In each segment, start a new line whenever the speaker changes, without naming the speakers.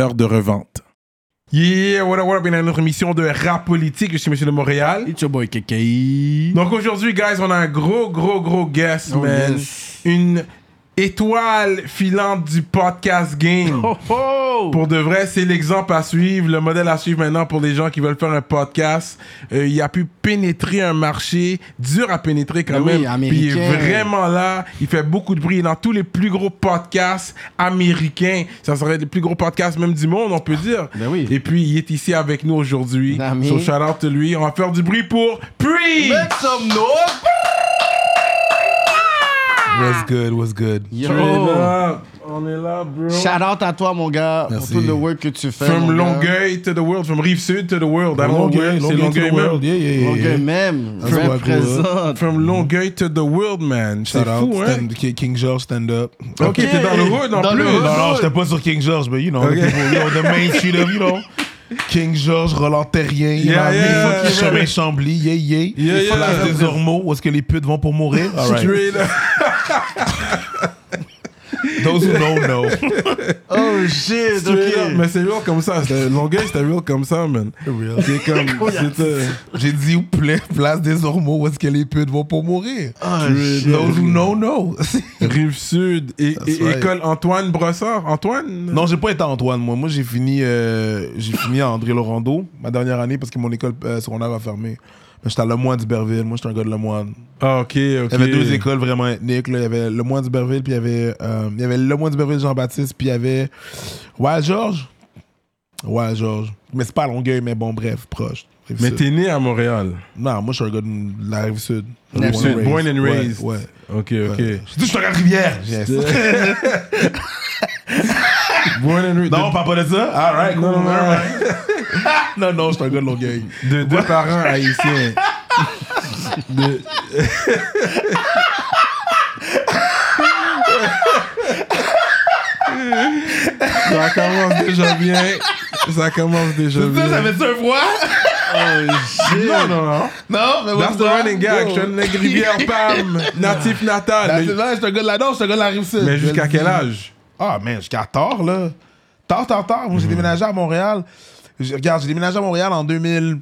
de revente. Yeah, what up, what up, bienvenue à notre émission de rap politique, je suis Monsieur de Montréal.
It's your boy KKI.
Donc aujourd'hui, guys, on a un gros, gros, gros guest,
Oh,
man.
yes.
Une étoile filante du podcast game.
Oh, oh!
Pour de vrai, c'est l'exemple à suivre, le modèle à suivre maintenant pour les gens qui veulent faire un podcast. Euh, il a pu pénétrer un marché dur à pénétrer quand
Ben oui,
même. Puis il est
américain.
vraiment là. Il fait beaucoup de bruit. Il est dans tous les plus gros podcasts américains. Ça serait les plus gros podcasts même du monde, on peut dire.
Ben oui.
Et puis il est ici avec nous aujourd'hui.
Ami.
So shout out to lui. On va faire du bruit pour Pri.
some noise!
What's good, what's good?
Yo.
On est là. On est là, bro.
Shout out à toi, mon gars,
Merci.
pour tout le work que tu fais.
From
mon gars.
Longueuil to the world, from Rive Sud to the world. À Longueuil,
Longueuil,
c'est hein. Longueuil même.
Yeah, yeah, yeah.
Longueuil même.
That's what I grew up.
Représente.
From Longueuil to the world, man. C'est
Shout out,
fou, hein?
stand, King- King George, stand up.
Ok, t'es dans le hood en
Dans le
plus.
hood.
Non, non, j'étais pas sur King George, mais you know, the, people, you know, the main street of, you know. King George, Roland Terrien, you
Yeah,
know,
yeah.
les Chemin Chambly, yeah, yeah.
Yeah,
les
yeah.
falaces des Ormeaux, où est-ce que les putes vont pour mourir? All right.
Straight up.
Those who don't know.
Oh shit,
Straight up.
ok.
Mais c'est real comme ça. C'était- Longueuil, c'était real comme ça, man. C'est comme. c'était-
J'ai dit, ou pla- place des Ormeaux, où est-ce que les putes vont pour mourir?
Oh, shit.
Those who know, know.
Rive-Sud et,
That's
et
right.
école Antoine Brossard. Antoine?
Non, j'ai pas été à Antoine, moi. Moi, j'ai fini, euh, j'ai fini à André Laurando, ma dernière année, parce que mon école euh, secondaire a fermé. Mais J'étais à Lemoine d'Iberville. Moi, j'étais un gars de Lemoine.
Ah, ok, ok.
Il y avait deux écoles vraiment ethniques. Là. Il y avait Lemoine d'Iberville, puis il y avait, euh, il y avait Lemoine d'Iberville Jean-Baptiste, puis il y avait Ouais Georges. Ouais Georges. Mais c'est pas à Longueuil, mais bon, bref, proche.
Mais
Rive-Sud.
t'es né à Montréal.
Non, moi, je suis un gars de la Rive-Sud.
Rive-Sud, born and
Ouais,
raised.
Ouais.
Ok, ok.
Ouais. Je dis, je suis un gars de Rivière.
Born and raised.
non, on parle pas de ça. All right, cool.
Non, non, non.
all right. non, non, je suis un gars de Longueuil.
De deux parents haïtiens. De- ça commence déjà bien. Ça commence déjà
Ça, ça
bien.
fait un froid?
Non, non,
hein.
non.
Non, mais
That's the running gag. Je suis un nègre rivière Pam, natif natal. Mais,
je suis un gars de la danse, je suis un gars de la Rive-Sud.
mais
Je
jusqu'à
le
quel
dis.
âge
Ah, man, jusqu'à tard, là. Tard, tard, tard. Moi, j'ai
Mhm.
déménagé à Montréal. Je- regarde, j'ai déménagé à Montréal en 2010.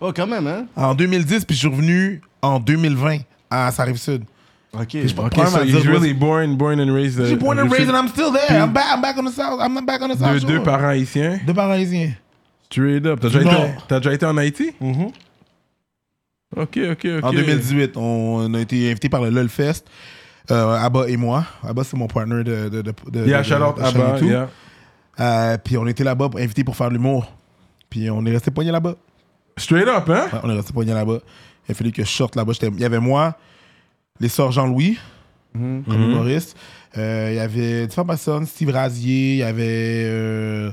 Oh, quand même, hein.
En 2010, puis je suis revenu en 2020 à sa rive sud.
Ok.
Ok,
Prime
so
à
he's
dire,
really born, born and raised.
J'ai
uh,
born and
Rive-Sud.
raised and I'm still there. I'm back, I'm back on the south. I'm not back on the south.
de
shore.
deux parents haïtiens.
Deux parisiens.
Straight up. T'as déjà, été,
Non.
t'as déjà été en Haïti? Ok, ok, ok.
Mm-hmm. En 2018, on a été invité par le LOLFest. Euh, Abba et moi. Abba, c'est mon partner de. de, de, de
Yeah,
de-
shout out
de chaîne
Abba.
et tout.
Yeah.
Euh, puis on était là-bas, invité pour faire de l'humour. Puis on est resté poigné là-bas.
Straight up, hein?
Ouais, on est resté poigné là-bas. Il a fallu que je sorte là-bas. J'étais- Il y avait moi, les sœurs Jean-Louis,
Mm-hmm.
comme humoriste. Euh, il y avait différentes personnes, Steve Razier, il y avait euh,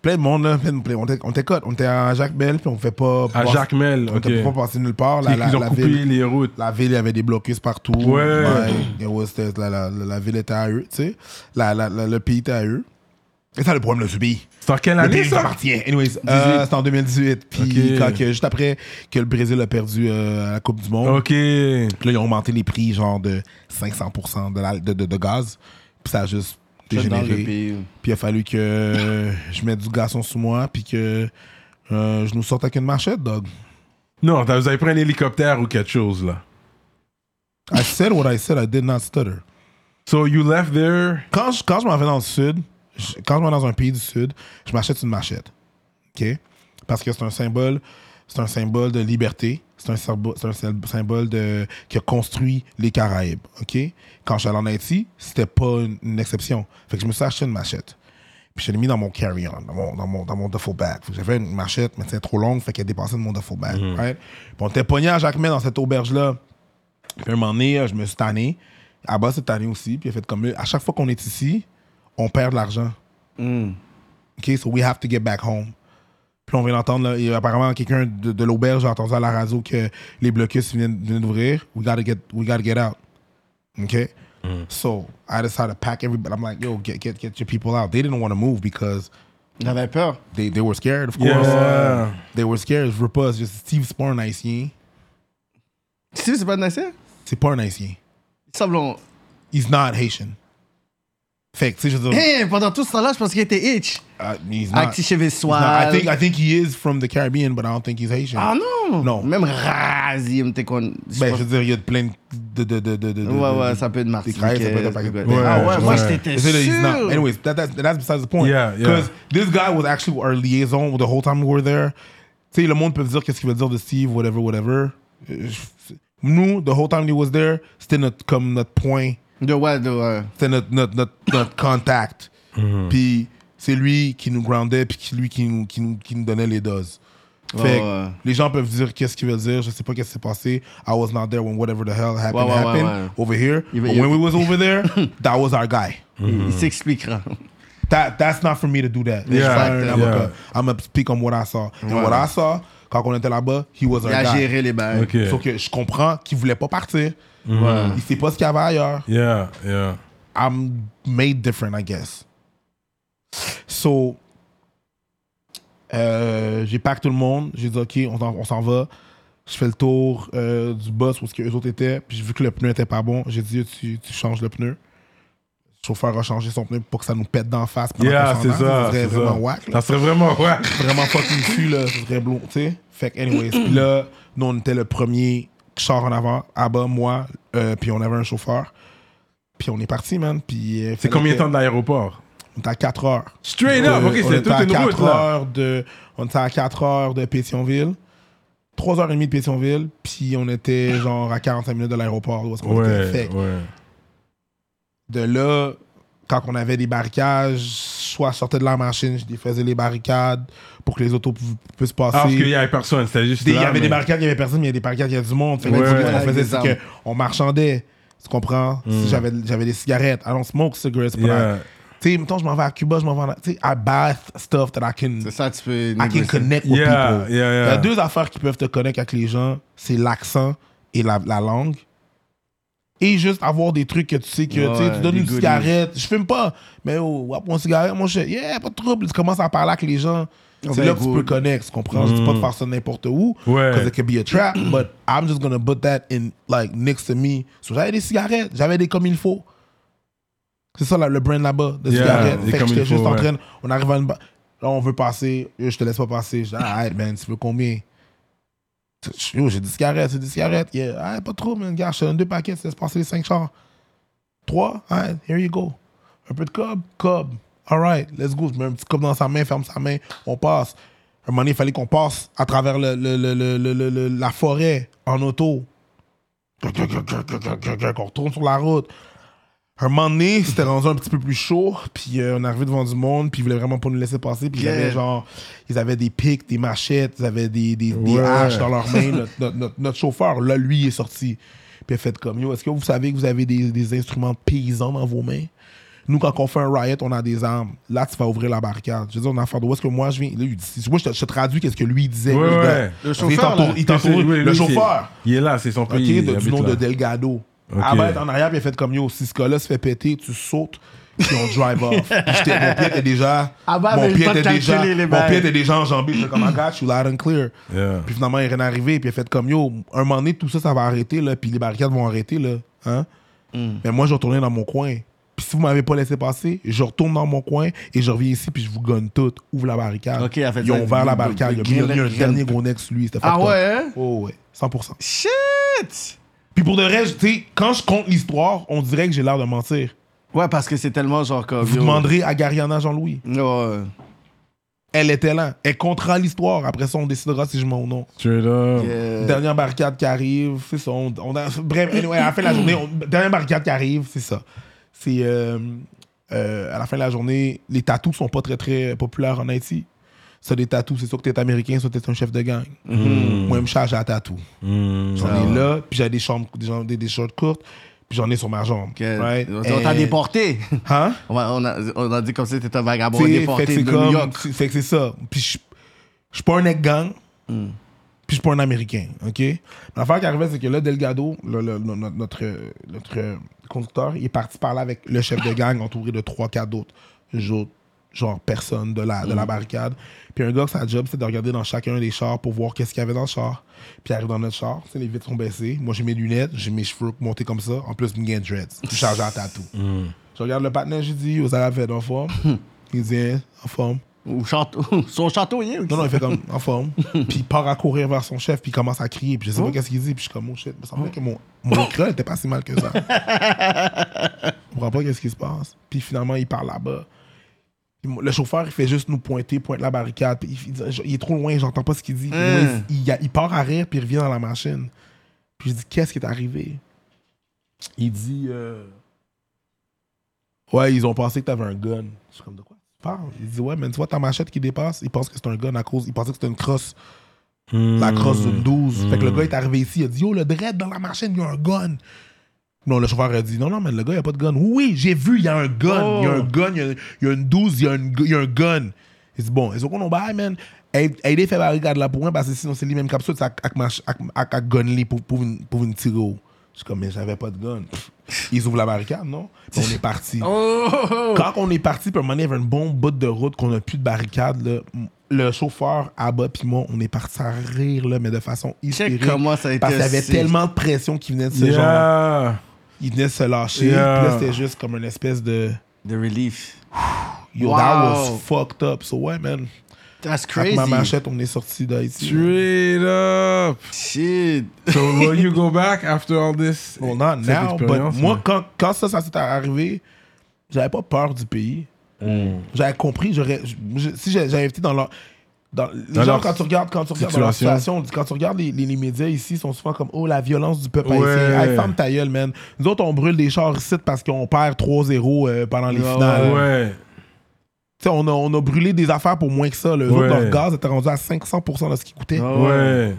plein de monde. Là, plein de- plein- on était- on était cotes. On était à Jacques Bell, puis on ne fait pas.
À
passer-
Jacques Mel,
On
ok.
était pas passé nulle part. La, la-
Ils ont
la
coupé
ville,
les routes.
la ville, il y avait des blocus partout.
Ouais.
it was- c'était- la, la- la- la ville était à eux, tu sais. La- la- la- le pays était à eux. Et ça, le problème de ce pays.
C'est en quelle
Le
année,
pays
ça?
m'appartient. Anyways, euh, c'était en 2018. Puis
Ok.
quand que- juste après que le Brésil a perdu euh, la Coupe du Monde,
Ok.
puis là, ils ont augmenté les prix genre de 500% de, la- de, de- de gaz. Puis ça a juste
Dans le
dégénéré.
pays.
Puis il a fallu que euh, je mette du garçon sous moi, puis que euh, je nous sorte avec une marchette, dog.
Non, t'as- vous avez pris un hélicoptère ou quelque chose, là.
I said what I said, I did not stutter.
So you left there.
Quand je, quand je m'en vais dans le sud, je- quand je m'en vais dans un pays du sud, je m'achète une machette. OK? Parce que c'est un symbole, c'est un symbole de liberté. C'est un, symbo- c'est un syl- symbole de, qui a construit les Caraïbes. OK? Quand je suis allé en Haïti, c'était pas une, une exception. Fait que je me suis acheté une machette. Puis je l'ai mis dans mon carry-on, dans mon, dans mon, dans mon duffel bag. Fait que J'avais une marchette, mais c'était trop longue, fait qu'elle dépassait de mon duffel bag. right? Puis on était pogné à Jacquemin dans cette auberge-là. Puis à un moment donné, euh, je me suis tanné. Abba s'est tanné aussi. Puis il a fait comme à chaque fois qu'on est ici, on perd de l'argent. OK, so we have to get back home. Puis on vient d'entendre, là, il y a apparemment quelqu'un de, de l'auberge a entendu à la radio que les blocus venaient, venaient d'ouvrir. We gotta get, we gotta get out. Okay? So I decided to pack everybody. I'm like, yo, get, get, get your people out. They didn't want to move because
Il avait peur.
they, they were scared, of course.
Yeah.
They were scared. Repas, just Steve, c'est pas un haïtien.
Steve, c'est pas de Nasser
C'est pas un haïtien.
Sablon.
Oh. He's not Haitian. Fait que, tu sais, je veux dire,
Hey, pendant tout ce temps-là, je pensais qu'il était itch.
uh, he's not.
Acti
he's
chez
not.
Vessois.
I think, I think he is from the Caribbean, but I don't think he's Haitian.
Ah non
Non.
Même Razi, me t'es con. je
Ben,
pense-
je veux dire, il y a plein de. de, de, de, de
Ouais,
de-
ouais, ça peut être Martinique.
Caraïbes, ça peut être un paquet de- Ouais,
ah ouais,
ouais.
moi, j'étais
They said that he's not.
sûr.
Anyways, that, that, that's besides the point.
Yeah, yeah.
Because this guy was actually our liaison the whole time we were there. Tu sais, le monde peut dire qu'est-ce qu'il veut dire de Steve, whatever, whatever. Euh, je- Nous, the whole time he was there, c'était notre, comme notre point,
De ouais, de ouais.
c'était notre, notre, notre, notre contact.
Mm-hmm.
Puis c'est lui qui nous groundait, puis qui- lui qui nous, qui, nous, qui nous donnait les doses. Fait que
ouais.
les gens peuvent dire qu'est-ce qu'ils veulent dire, je sais pas qu'est-ce qui s'est passé. I was not there when whatever the hell happened
Ouais, ouais, ouais,
happened
ouais.
over here.
Il va-
But
il-
when we was over there, that was our guy.
Il- Il s'expliquera.
That, that's not for me to do that. That's
Yeah,
fine. I'm
yeah.
gonna- I'm gonna speak on what I saw. And what I saw, quand on était là-bas, he was
Il
our
a
guy.
géré les bails.
Ok.
Sauf que je comprends qu'il voulait pas partir.
Ouais.
Il sait pas ce qu'il y avait ailleurs.
Yeah, yeah.
I'm made different, I guess. So, euh, j'ai pack tout le monde. J'ai dit, OK, on, s'en- on s'en va. Je fais le tour euh, du boss où ce que eux autres étaient. Puis j'ai vu que le pneu était pas bon. J'ai dit, tu, tu changes le pneu. Le chauffeur a changé son pneu pour que ça nous pète d'en face. pendant
Yeah,
qu'on s'en
c'est
va.
ça.
Ce serait
c'est
vraiment
ça.
whack. là
Ça serait vraiment whack.
vraiment fucking cul, là. Ce serait blond, tu sais. Fait que, anyways. Puis là, nous, on était le premier char en avant, à bas, moi, euh, puis on avait un chauffeur. Puis on est parti, man. Puis. euh,
C'est
fallait
combien de
que-
temps de l'aéroport?
On était à 4 heures.
Straight
Euh,
up, ok,
on
c'est
était
toute
à
une route
4
là.
heures de, on était à 4 heures de Pétionville. 3h30 de Pétionville, puis on était genre à 45 minutes de l'aéroport. où est-ce qu'on était. Fait
Ouais,
que
ouais.
de là, quand on avait des barricages, soit je sortais de la machine, je défaisais les barricades pour que les autos pu- puissent passer.
Ah, parce qu'il y avait personne, c'était juste.
Des- Il y
là,
avait des
mais-
barricades, il y avait personne, mais il y a des barricades, il y a du monde. Fait que
Ouais. Mm.
nous, ce qu'on
Avec
faisait,
des
c'est
armes.
qu'on marchandait. Tu comprends? Si j'avais j'avais des cigarettes, I don't smoke cigarettes. c'est pas
Yeah.
grave. Tu sais, mettons, je m'en vais à Cuba, je m'en vais à. Tu sais, I buy stuff that I can,
C'est ça, tu peux.
I can
négocier.
connect with
Yeah,
people.
yeah, yeah.
Il y a deux affaires qui peuvent te connecter avec les gens c'est l'accent et la, la langue. Et juste avoir des trucs que tu sais que tu sais,
Ouais,
tu donnes
des
une
goodies.
cigarette. Je fume pas, mais oh, wap, mon cigarette, mon shit. Yeah, pas de trouble. Tu commences à parler avec les gens. C'est
ben,
là que tu
good. Mm.
peux connecter, tu comprends? Je dis pas de faire ça n'importe où.
Ouais.
Because it could be a trap, but I'm just gonna put that in, like, next to me. So j'avais des cigarettes, j'avais des comme il faut. C'est ça là, le brand là-bas, de
Yeah,
cigarettes.
des
Fait que
comme
j'étais
il faut,
juste en
ouais.
train. On arrive à une. ba- Là, on veut passer. Yo, je te laisse pas passer. Je dis, ah, alright, man, tu veux combien? Yo, j'ai 10 cigarettes, c'est 10 cigarettes. Yeah, alright, pas trop, man. Gars, je te donne deux paquets, tu laisses passer les 5 chars. 3, alright, here you go. Un peu de cob, cob. Alright, let's go. Je mets un petit cob dans sa main, ferme sa main, on passe. Un moment donné, il fallait qu'on passe à travers le, le- le- le- le- le- le- la forêt en auto. On retourne sur la route. Un moment donné, c'était rendu un petit peu plus chaud, puis euh, on est arrivé devant du monde, puis ils voulaient vraiment pas nous laisser passer, puis ils
Yeah.
avaient genre, ils avaient des pics, des machettes, ils avaient des, des, des
Ouais.
haches dans leurs mains. Notre, notre- notre- notre chauffeur, là, lui, il est sorti. Puis il a fait comme, yo, est-ce que vous savez que vous avez des, des instruments paysans dans vos mains? Nous, quand on fait un riot, on a des armes. Là, tu vas ouvrir la barricade. Je veux dire, on a affaire de où est-ce que moi je viens. Là, il dit- moi, je te, je te traduis qu'est-ce que lui il disait.
Ouais,
Le
ouais.
gars.
Le
Il
chauffeur,
t'entoure-
là.
Il t'entoure.
Oui, oui,
Le
oui,
chauffeur.
c'est- Il est là, c'est son
OK,
pays. il
de- du
habite
nom
là.
de Delgado.
Ok.
Ah ben, t'es en arrière, puis il a fait comme yo, si ce gars-là se fait péter, tu sautes, puis on drive off. Puis j'étais- mon pied était déjà.
Ah ben,
mon
mais
pied
pas
était
calculé,
déjà.
les
Mon
balles.
pied était déjà enjambé. J'étais comme, I got you, loud and clear.
Yeah.
Puis finalement, il est rien arrivé, puis il a fait comme yo, un moment donné, tout ça, ça va arrêter, là, puis les barricades vont arrêter, là. Hein?
Mm.
Mais moi, je retournais dans mon coin. Puis si vous m'avez pas laissé passer, je retourne dans mon coin et je reviens ici, puis je vous gonne tout. Ouvre la barricade.
Ok, il a fait
Ils
ça.
ont ouvert la
Le-
barricade.
le-
Il a mis- il a mis un
le-
dernier gros nex, lui. c'était
Ah
fucked up.
ouais, hein?
Oh ouais, 100%.
Shit
Puis pour de vrai, je- tu sais, quand je compte l'histoire, on dirait que j'ai l'air de mentir.
Ouais, parce que c'est tellement genre comme.
Vous
yo.
demanderez à Gariana Jean-Louis.
Ouais.
Elle était là. Elle comptera l'histoire. Après ça, on décidera si je mens ou non.
Straight up.
Euh,
Dernière barricade qui arrive, c'est ça. on- on a- bref, anyway, à la fin de la journée, on- dernière barricade qui arrive, c'est ça. C'est euh, euh, à la fin de la journée, les tatous sont pas très, très populaires en Haïti. Ça, des tatous, c'est soit que t'es américain, soit t'es un chef de gang.
Mm.
Moi, je me charge à tatou. J'en ai là, puis j'ai des chambres, des, gens- des, des shorts courtes, puis j'en ai sur ma jambe.
Que-
right?
On
And-
t'a déporté.
Hein?
On, va- on a, on a dit comme si t'étais un vagabond
T'sais,
déporté
fait que c'est
de New
comme-
York.
c'est- Fait que c'est ça. Puis je je suis pas un egg gang.
Hmm.
Puis je suis pas un Américain, OK? L'affaire qui arrivait, c'est que là, Delgado, le- le- no- no- notre, euh, notre, euh, conducteur, il est parti parler avec le chef de gang entouré de trois, quatre autres, autres, genre personnes de la, de
Hmm.
la barricade. Puis un gars, sa job, c'est de regarder dans chacun des chars pour voir qu'est-ce qu'il y avait dans le char. Puis il arrive dans notre char, tu sais, les vitres sont baissées. Moi, j'ai mes lunettes, j'ai mes cheveux montés comme ça. En plus, Mingen Dreads, tout chargé en tatou. Je regarde le partenaire, je dis, vous allez la fête en forme? Il dit, Hein, en forme.
Ou château. Son château, il est.
Non, non, il fait comme en forme. Puis il part à courir vers son chef, puis il commence à crier. Puis je sais pas qu'est-ce qu'il dit. Puis je suis comme, Hmm. oh shit, il me semblait que mon, mon écran était pas si mal que ça. Je comprends pas qu'est-ce qui se passe. Puis finalement, il part là-bas. Puis mon- Le chauffeur, il fait juste nous pointer, pointe la barricade. Puis il, il dit, il est trop loin, j'entends pas ce qu'il dit. Puis moi,
Mm.
il, il- il part à rire, puis il revient dans la machine. Puis je dis, qu'est-ce qui est arrivé? Il dit, euh, ouais, ils ont pensé que t'avais un gun. Je suis comme, de quoi tu parles? Il dit, ouais, mais tu vois ta machette qui dépasse, ils pensent que c'est un gun à cause, ils pensaient que c'était une crosse. La crosse d'une 12. Fait que le gars est arrivé ici, il a dit, yo, le dread dans la machine, il y a un gun. Non, le chauffeur a dit, non, non, mais le gars, il n'y a pas de gun. Oui, j'ai vu, il y a un gun. Il y a un
Oh.
gun, il y a- il y, a une 12, il y, a une gu- il y a un gun. Il dit, bon, ils ont qu'on en bail, man. Aide- Aidez fait barricade là pour moi, parce que sinon, c'est lui-même capsule, c'est avec- avec mach- avec- avec- avec gun li pour, pour, une- pour une tirer au. Je suis comme, mais j'avais pas de gun. Pff, Ils ouvrent la barricade, non? Puis on est parti.
Oh!
Quand on est parti, puis à un moment donné, il y avait une bonne bout de route qu'on n'a plus de barricade, là. Le chauffeur, Abba, puis moi, on est parti à rire, là, mais de façon hystérique.
Check comment ça a été.
Parce qu'il y avait
c'est-
tellement de pression qui venait de ce genre
Yeah.
il venait se lâcher.
Yeah.
Puis là, c'était juste comme une espèce de
De relief.
Yo,
Wow.
that was fucked up. So, ouais, man.
That's crazy.
Avec ma machette, on est sorti d'Haïti.
Straight up.
Shit.
So will you go back after all this?
Well, not
cette
now, but
expérience,
moi,
mais-
quand, quand ça, ça s'est arrivé, j'avais pas peur du pays.
Mm.
J'avais compris, j'aurais. je- si j'a- j'avais été dans leur. Dans, les
Dans
gens,
leur
quand tu regardes, quand tu regardes dans leur
situation.
situation, quand tu regardes les, les- les médias ici, ils sont souvent comme Oh, la violence du peuple
Ouais.
haïtien. Hey, ferme ta gueule, man. Nous autres, on brûle des chars ici parce qu'on perd 3-0 euh, pendant les finales.
Ouais.
Tu sais, on a, on a brûlé des affaires pour moins que ça. Le
Ouais.
leur gaz était rendu à 500% de ce qu'il coûtait.
Ah
euh,
Ouais.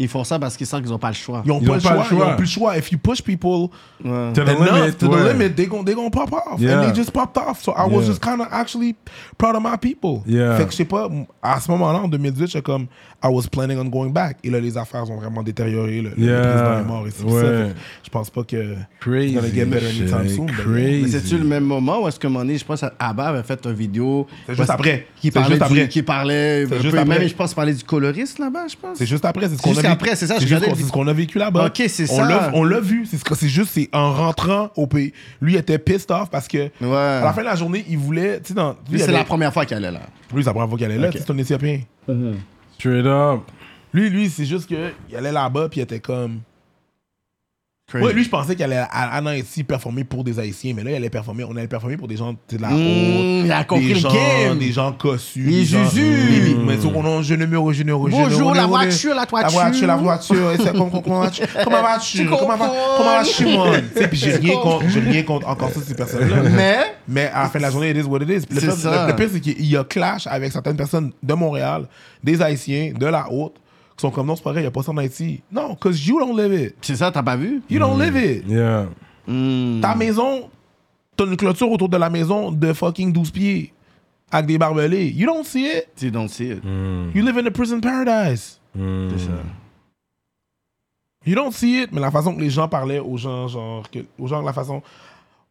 Ils font ça parce qu'ils sentent qu'ils n'ont pas le choix.
Ils n'ont
Ils
pas,
ont
le
pas le
choix. Ils
choix.
n'ont plus le choix. If you push people
Ouais.
To the
enough
limit.
to
ouais.
the limit, they gon' they gon' pop off.
Yeah.
And they just popped off. So I was
Yeah.
just kind of actually proud of my people.
Yeah.
Fait que je sais pas, m- à ce moment-là, en 2018, j'étais comme I was planning on going back. Et là, les affaires ont vraiment détérioré. Le, le
Yeah.
président est mort et tout
Ouais.
ça. Fait que Je pense pas que.
Crazy.
Gonna get better anytime soon, but-
Crazy.
Mais c'est-tu le même moment où est-ce que un moment donné, je pense, Abba avait fait une vidéo.
C'est juste après.
Qui
C'est
parlait.
juste
du-
après.
Qui parlait.
C'est
un
juste
peu-
après.
Même, je pense, parlait du coloriste là-bas, je pense.
C'est juste après, c'est ce
C'est
qu'on a
juste
vécu.
après, c'est ça, je
C'est juste
regardais
qu'on-
le-
c'est ce qu'on a vécu là-bas.
Ok, c'est
On
ça.
l'a- On l'a vu, c'est ce que- c'est juste c'est en rentrant au pays. Lui, il était pissed off parce que
Ouais.
à la fin de la journée, il voulait. tu sais, dans-
Lui,
il
c'est
avait-
la première fois qu'elle est là.
Lui, c'est la première fois qu'il allait là, tu sais, c'est un Éthiopien.
Mm-hmm. Straight up.
Lui, lui, c'est juste que il allait là-bas puis il était comme.
Crazy.
Ouais, lui, je pensais qu'il allait à, à Nancy performer pour des Haïtiens, mais là, il allait performer, on allait performer pour des gens tu sais, de la haute.
Mmh, il a compris
Des
le
gens,
game.
des gens cossus.
Les
des gens-
Zuzus.
Les- les- Mais sur nom, je ne me re- je ne re- je ne
Bonjour,
re-
la
ne re-
voiture, la
La voiture,
toiture.
la voiture. et c'est comme- comme- Comment vas-tu? Comment vas-tu?
Tu
Comment va-
comprends?
comment vas-tu, man? Tu sais, Puis j'ai
Tu
rien
comprends?
contre- j'ai rien contre encore ça, ces personnes-là.
Mais.
Mais à la fin de la journée, it is what it is. Puis Le,
C'est
pire-
ça.
le- le pire, c'est qu'il y a clash avec certaines personnes de Montréal, des Haïtiens, de la haute, qui sont comme non, c'est pas vrai, il n'y a pas ça en Haïti. Non, cause you don't live it.
C'est ça, t'as pas vu?
You don't live it.
Yeah.
Mmh.
Ta maison, t'as une clôture autour de la maison de fucking 12 pieds avec des barbelés. You don't see it.
Tu don't see it.
You live in a prison paradise.
C'est ça.
You don't see it. Mais la façon que les gens parlaient aux gens, genre, que, aux gens, la façon.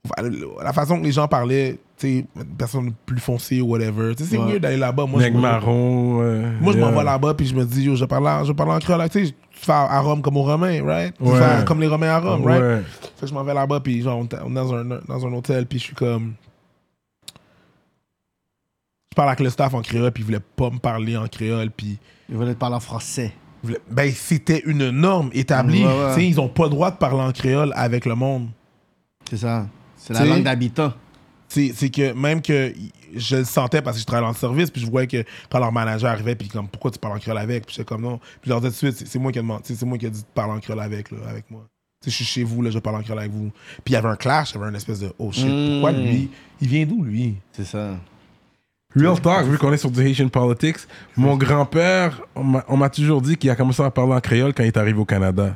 enfin, La façon que les gens parlaient, tu sais, personne plus foncée ou whatever. Tu sais, c'est
Ouais.
weird d'aller là-bas. Moi, je
Neg
me-
marron. euh,
Moi, je
yeah.
m'en vais là-bas, puis je me dis, yo, je parle en, je parle en créole. Tu sais, tu fais à Rome comme aux Romains, right? Tu
Ouais.
fais à- comme les Romains à Rome, right?
Ouais.
Fait que je m'en vais là-bas, puis genre, on est on est dans un, dans un hôtel, puis je suis comme. Je parle avec le staff en créole, puis il voulait pas me parler en créole, puis.
Il voulait te parler en français.
il voulait- Ben, c'était une norme établie.
Ouais, ouais.
Tu sais, ils ont pas le droit de parler en créole avec le monde.
C'est ça. C'est
Tu
la
sais?
langue d'habitant.
C'est c'est que même que y- je le sentais parce que je travaillais dans le service, puis je voyais que quand leur manager arrivait, puis comme pourquoi tu parles en créole avec, puis j'étais comme non, puis je leur disais tout de suite, c'est- c'est moi qui ai demandé, c'est moi qui ai dit de parler en créole avec, là, avec moi. Tu sais, Je suis chez vous, là, je parle en créole avec vous. Puis il y avait un clash, il y avait une espèce de oh shit,
Mm.
pourquoi lui Il vient d'où lui
C'est ça.
Real talk, vu qu'on est sur du Haitian politics, mon grand-père, on m'a- on m'a toujours dit qu'il a commencé à parler en créole quand il est arrivé au Canada.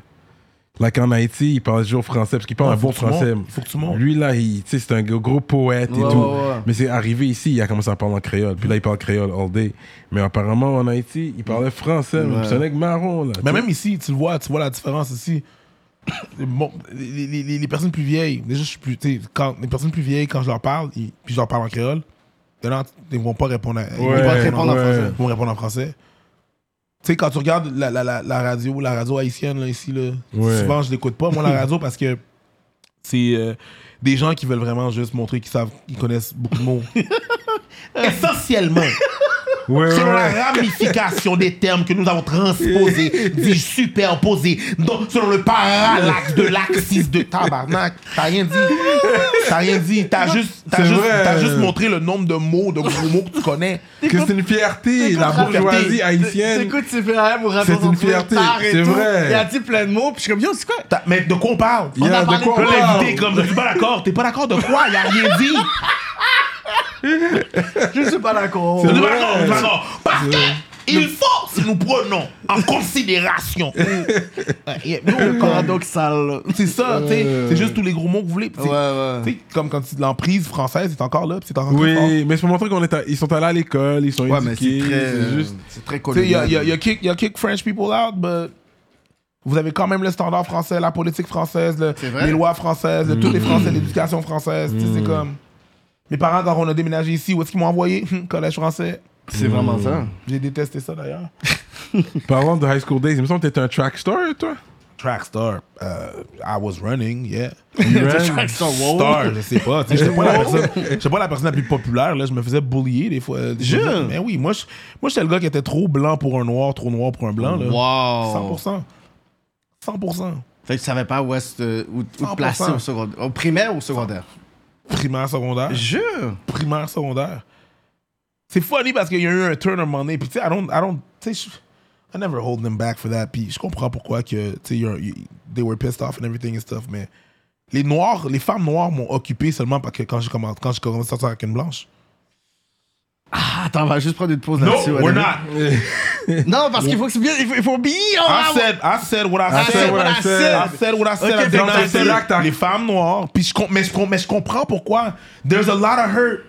Là, qu'en Haïti, il parle toujours français, parce qu'il parle
Ah,
un
faut
bon
que tu montes,
français.
faut que tu montes.
Lui, là, il- tu sais, c'est un gros, gros poète et
Ouais,
tout.
ouais, ouais.
Mais c'est arrivé ici, il a commencé à parler en créole. Puis là, il parle créole all day. Mais apparemment, en Haïti, il parlait français. mais C'est un mec marron, là. tu
Mais
sais.
même ici, tu le vois, tu vois la différence ici. Bon, les, les- les- les personnes plus vieilles, déjà, je suis plus. tu sais, Quand, les personnes plus vieilles, quand je leur parle, ils- puis je leur parle en créole, maintenant, ils vont pas répondre à- ils vont
Ouais,
pas répondre en
ouais.
français. Ils vont répondre en français. Tu sais, quand tu regardes la, la- la- la radio, la radio haïtienne, là, ici, là,
Ouais.
souvent, je l'écoute pas, moi, la radio, parce que c'est euh, des gens qui veulent vraiment juste montrer qu'ils savent, qu'ils connaissent beaucoup de mots. Essentiellement.
Ouais, ouais,
Selon
ouais.
la ramification des termes que nous avons transposés, dit superposés, donc selon le parallaxe de l'axis de tabarnak, t'as rien dit. T'as rien dit. T'as juste, t'as
C'est
juste,
vrai.
t'as juste montré le nombre de mots, de gros mots que tu connais.
Que c'est une fierté,
T'écoutes
la
Raphaël,
bourgeoisie haïtienne.
T'écoutes hein, CPRM ou
C'est
Rapport
une fierté, c'est vrai.
Il a dit plein de mots, puis je suis comme, yo, c'est quoi?
T'as- Mais de quoi on parle?
Yeah, de quoi on
de
parle?
l'invité, comme je suis pas d'accord. T'es pas d'accord de quoi? Il a rien dit.
Je suis pas d'accord.
Je
C'est
suis pas
vrai.
d'accord, je suis pas d'accord. Parce que il faut, si nous prenons en considération. Ouais,
C'est
nous, quand-
paradoxal. là.
C'est ça, tu sais. C'est juste tous les gros mots que vous voulez. puis
Ouais,
c'est-
ouais.
Tu sais, comme quand tu- l'emprise française est encore là, puis c'est encore très fort.
Oui, mais c'est pour montrer qu'on est, à- ils sont allés à l'école, ils sont
Ouais, mais c'est
éduqués.
très.
C'est
euh,
juste.
C'est très
Tu sais, y a, y a-
colonial.
y a kick, y a kick French people out, but vous avez quand même le standard français, la politique française, le-
C'est vrai.
les lois françaises, le- tous les français, l'éducation française. Tu sais, c'est comme. Mes parents, quand on a déménagé ici, où est-ce qu'ils m'ont envoyé Hum, Collège français.
C'est vraiment ça.
J'ai détesté ça d'ailleurs.
Parlant de high school days, il me semble que t'étais un track star, toi.
Track star. euh, I was running, yeah.
Ren.
Star, je sais pas. tu sais, J'étais pas, la personne- j'étais pas la personne la plus populaire. Là. Je me faisais bullier des fois. euh, des
Je?
fois. Mais oui, moi, je- moi, j'étais le gars qui était trop blanc pour un noir, trop noir pour un blanc. Là.
Wow.
100%. 100%.
Fait que tu savais pas où, est-ce que- où, où te
100%.
placer au secondaire. Au primaire ou au secondaire?
Primaire, secondaire.
Jure.
Primaire, secondaire. C'est funny parce qu'il y a eu un turn à un moment donné. Puis, tu sais, I don't. I don't tu sais, je- I never hold them back for that. Puis, je comprends pourquoi que, tu sais, you're- you- they were pissed off and everything and stuff. Mais les noirs, les femmes noires m'ont occupé seulement parce que quand j'ai commencé, quand j'ai commencé à sortir avec une blanche.
Attends, on va juste prendre une pause là-dessus. Olivier. Non, parce qu'il faut que c'est bien. Il faut, il faut bien. on va
I
avoir-
said, I said what I,
I
said.
said what I said.
I said what I said.
Ok,
I did
donc
not
c'est-
say
là que t'as-
Les femmes noires. Puis je com- mais, je com- mais je comprends pourquoi. There's a lot of hurt.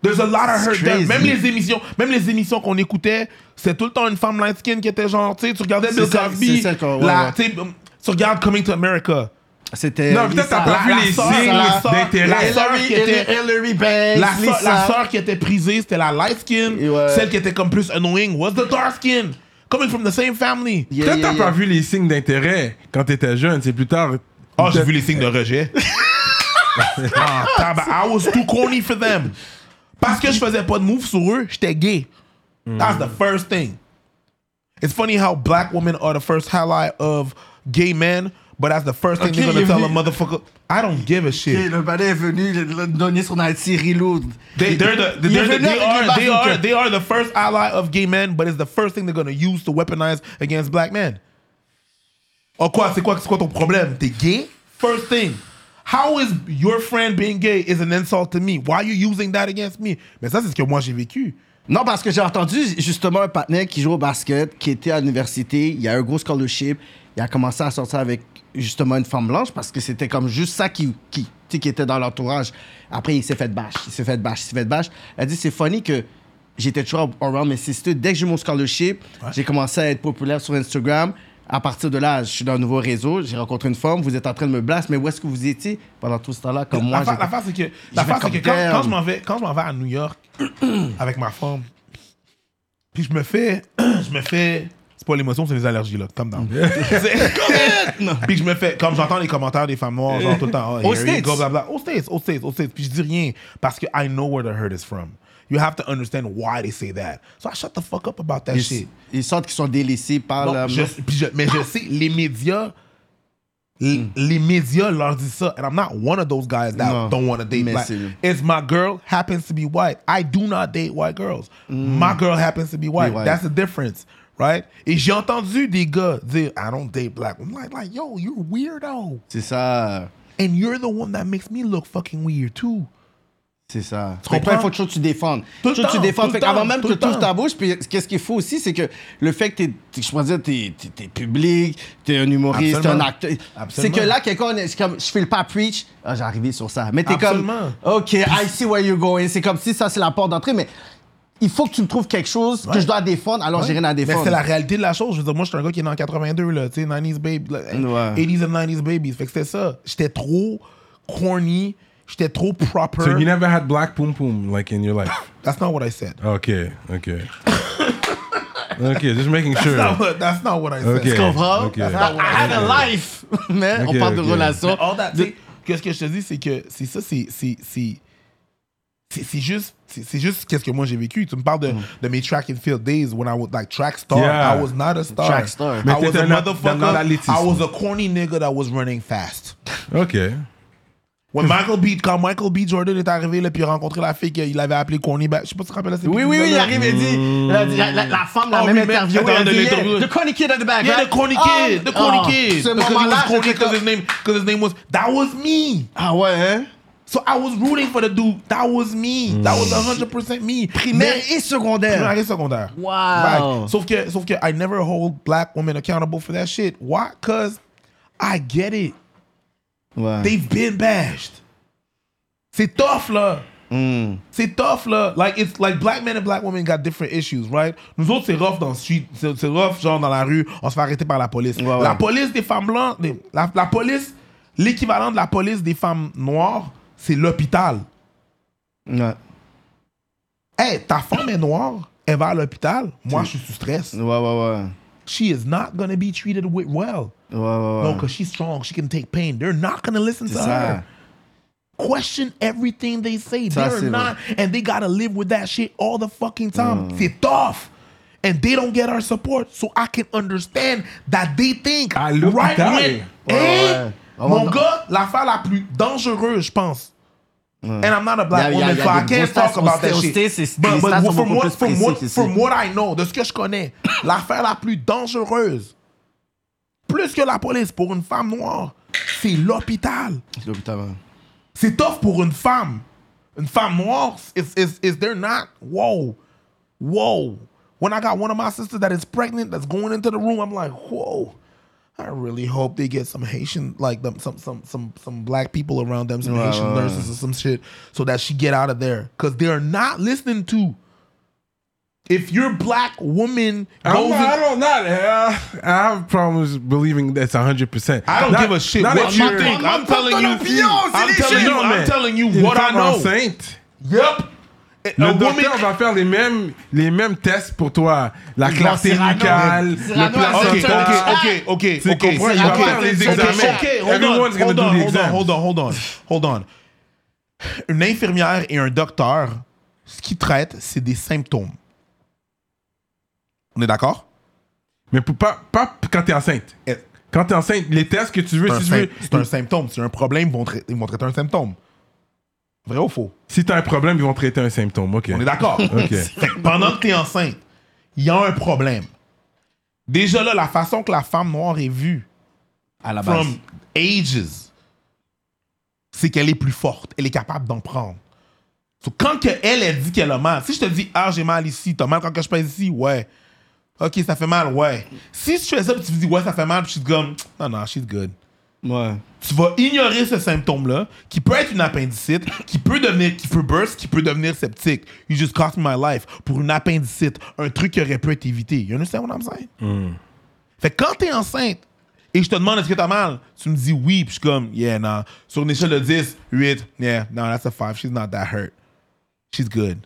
There's a lot of hurt.
It's
there.
crazy.
Même les émissions, même les émissions qu'on écoutait, c'était tout le temps une femme light skin qui était genre, tu sais, tu regardais Bill
C'est ça-
Cosby.
c'est ça qu'on- ouais,
la-
ouais.
tu sais, tu regardes Coming to America.
C'était.
Non, peut-être t'as
Lisa-
pas
la-
vu
la
les
sœur-
signes
la sœur-
d'intérêt.
La sœur
Hillary-
qui était-
Hillary Banks.
La, sœur-
Lisa.
la sœur qui était prisée, c'était la light skin.
Et ouais.
Celle qui était comme plus annoying was the dark skin. Coming from the same family.
Yeah,
Peut-être
yeah,
t'as
yeah.
pas vu les signes d'intérêt quand t'étais jeune, c'est plus tard.
Oh, j'ai vu les signes de rejet. ah, tabac. I was too corny for them. Parce que je faisais pas de move sur eux, j'étais gay. That's the first thing. It's funny how black women are the first ally of gay men, but that's the first thing
Ok,
they're gonna
il
tell a
est venu-
motherfucker. I don't give a shit.
Et le balai est venu il l'a donné son artillerie lourde.
They, they're the,
Il est
they're the,
venu avec les
they, are, they, are,
bazookas.
they are the first ally of gay men, but it's the first thing they're gonna use to weaponize against black men. Oh, quoi, c'est quoi, c'est quoi ton problème? T'es gay? First thing. How is your friend being gay is an insult to me? Why are you using that against me? Mais ça, c'est ce que moi, j'ai vécu.
Non, parce que j'ai entendu justement un partenaire qui joue au basket, qui était à l'université, il y a un gros scholarship, il a commencé à sortir avec justement une femme blanche parce que c'était comme juste ça qui, qui, tu sais, qui était dans l'entourage. Après, il s'est fait bâche, il s'est fait bâche, il s'est fait bâche. Elle dit c'est funny que j'étais toujours around mes sisters. Dès que j'ai eu mon scholarship, j'ai commencé à être populaire sur Instagram. À partir de là, je suis dans un nouveau réseau, j'ai rencontré une femme, vous êtes en train de me blaster, mais où est-ce que vous étiez pendant tout ce temps-là comme moi
L'affaire,
j'étais-
l'affaire, c'est que, l'affaire, c'est
comme
que quand,
damn.
quand je m'en vais, quand je m'en vais à New York avec ma femme, puis je me fais, je me fais, c'est pas l'émotion, c'est les allergies là, comme dans. puis je me fais, comme j'entends les commentaires des femmes noires, genre tout le temps, oh,
Aux
here you
States.
go, bla bla, aux States, aux States, aux States, puis je dis rien parce que I know where the hurt is from. You have to understand why they say that. So I shut the fuck up about that
Ils,
shit.
ils sentent qu'ils sont délaissés par
Non,
la...
je- puis je- mais
Ah!
je sais, les médias,
Hmm.
l- les médias leur disent ça. And I'm not one of those guys that
Non,
don't want to date
mais
black.
c'est-
It's my girl happens to be white. I do not date white girls. My girl happens to be white.
Hmm. Be white.
That's the difference. right? Et j'ai entendu des gars dire, I don't date black. I'm like, like, yo, you're weirdo.
C'est ça.
And you're the one that makes me look fucking weird too.
C'est ça. Tu
comprends?
comprends? Il faut toujours que tu défendes.
Tout
Toujours
le
que tu
temps, tout
défendes.
le
Fait
temps,
qu'avant même
tout
que
le
tu ouvres
temps.
ta bouche, puis qu'est-ce qu'il faut aussi, c'est que le fait que t'es, t'es- je pourrais dire, t'es, t'es, t'es public, t'es un humoriste, t'es un
Absolument.
acteur.
Absolument.
C'est que là, quelqu'un, est- c'est comme, je fais le pas preach, ah, j'ai arrivé sur ça. Mais t'es
Absolument.
comme, OK, I see where you're going. C'est comme si ça, c'est la porte d'entrée, mais il faut que tu me trouves quelque chose que
Ouais.
je dois défendre, alors j'ai rien à
Mais
défendre.
c'est la réalité de la chose. Je veux dire, moi, je suis un gars qui est né en 82, là, tu sais, 90s baby. là,
Ouais.
80s and 90s babies. Fait que c'était ça. J'étais trop corny. J'étais trop proper.
So you never had black poom poom like in your life?
That's not what I said.
Okay, okay. okay, just making sure.
That's, not what, that's not what I said.
Okay.
Tu comprends?
Ok.
I had a life. Mais
Ok,
on parle
ok.
de relation.
All that, tu sais, qu'est-ce que je te dis, c'est que c'est ça, c'est. c'est- c'est- C'est c'est juste, c'est c'est juste qu'est-ce que moi j'ai vécu. Tu me parles
Mm.
de, de mes track and field days when I was like track star.
Yeah.
I was not a star.
Track star.
I
Mais
was
t'étais
a
dans- dans
motherfucker.
l'athlétisme.
I was a corny nigga that was running fast.
Okay.
When Michael B, quand Michael B. Jordan est arrivé là, puis il a rencontré la fille qu'il avait appelée corny, ben, je sais pas si tu te rappelles là, c'est
Oui,
qui
oui,
disait,
oui, il
là?
arrive et dit. La, la- la- la femme l'a
Oh,
même
oui, mais-
interviewé.
attends,
Elle
de
dit,
l'interview.
yeah, the corny kid at the back.
Yeah,
right?
the corny
Ah,
kid, the corny
ah,
kid.
Ce
Because he
moment-là,
was corny
j'étais
because his
comme-
name, because his name was, that was me.
Ah ouais, hein?
So I was rooting for the dude. That was me. That was 100% me.
Mm. Primaire
Mais-
et secondaire.
Primaire et secondaire.
Wow.
Right. Sauf que, sauf que I never hold black women accountable for that shit. Why? Cause I get it.
Ouais.
They've been bashed. C'est tough là.
Mm.
C'est tough là. Like it's like black men and black women got different issues, right? Nous autres c'est rough dans le street, c'est c'est rough genre dans la rue, on se fait arrêter par la police.
ouais.
La police des femmes blanches, des- la, la police, l'équivalent de la police des femmes noires, c'est l'hôpital.
Ouais.
Hey, ta femme est noire, elle va à l'hôpital, moi je suis sous stress.
Ouais, ouais, ouais.
She is not gonna be treated with well.
Ouais, ouais, ouais.
No, because she's strong. She can take pain. They're not going to listen to
C'est
her.
ça.
Question everything they say.
Ça,
They're
c'est
not. And they got to live with that shit all the fucking time.
Mm.
C'est tough. And they don't get our support. So I can understand that they think.
À l'hôpital.
when-
Ouais,
Hey,
ouais.
Mon
On-
gars, l'affaire la plus dangereuse, je pense.
Mm.
And I'm not a black
Il y a-
woman,
il y a
so I
des gros
can't talk
stats,
about
on
that
sait- on
shit.
sait, c'est-
But,
les
but
stats sont
from,
beaucoup
what,
plus
from,
précis
what,
qu'ici.
from what I know, de ce que je connais, l'affaire la plus dangereuse, plus que la police pour une femme noire, c'est l'hôpital.
L'hôpital, hein. ouais.
C'est tough pour une femme. Une femme noire, is, is, is they're not. Whoa. Whoa. When I got one of my sisters that is pregnant, that's going into the room, I'm like, whoa. I really hope they get some Haitian, like them, some some some some black people around them, some
Right,
Haitian
right, right.
nurses or some shit, so that she get out of there, cause they're not listening to. If your black woman
I don't,
goes,
know,
in-
I don't not. eh, I I have problems believing that's hundred percent.
I don't give a shit
Not
what
if
you
you're-
think. I'm telling you, I'm telling you,
Non, mais
I'm telling you
une
what I
femme
know.
enceinte,
Yep.
le
A woman
docteur va faire les mêmes les mêmes tests pour toi, la clarté
Cyrano,
buccale,
Cyrano,
le
Ok,
Sometimes-
ok,
placenta.
ok, ok,
Tu
ok.
comprends, il va
Ok,
faire les
ok,
examens.
ok, hold on,
Everyone's gonna
hold
do
on,
the
hold on,
exams.
hold on, hold on, hold on. Une infirmière et un docteur, ce qu'ils traitent, c'est des symptômes. On est d'accord?
Mais pour- pas pas quand t'es enceinte.
C'est
Quand t'es enceinte, les tests que tu veux,
un,
si tu
sym-
veux,
c'est un symptôme. C'est un problème, ils vont, traiter, ils vont traiter un symptôme. Vrai ou faux?
si t'as un problème, ils vont traiter un symptôme. Ok.
On est d'accord?
Ok.
Fait que pendant que tu es enceinte, il y a un problème. Déjà là, la façon que la femme noire est vue,
À la base.
from ages, c'est qu'elle est plus forte. Elle est capable d'en prendre. So, quand que elle, elle dit qu'elle a mal, si je te dis, ah, j'ai mal ici, t'as mal quand que je pèse ici, ouais. Ok, ça fait mal, ouais. Si tu fais ça, puis tu me dis, ouais, ça fait mal, puis je suis comme, non, non, she's good.
Ouais.
Tu vas ignorer ce symptôme-là, qui peut être une appendicite, qui peut devenir, qui peut burst, qui peut devenir septique. You just cost me my life. Pour une appendicite, un truc qui aurait pu être évité. You understand what I'm saying? Fait que quand t'es enceinte et je te demande est-ce que t'as mal, tu me dis oui, puis je suis comme, yeah, non. Sur une échelle de 10, 8, yeah, no, that's a 5. She's not that hurt. She's good.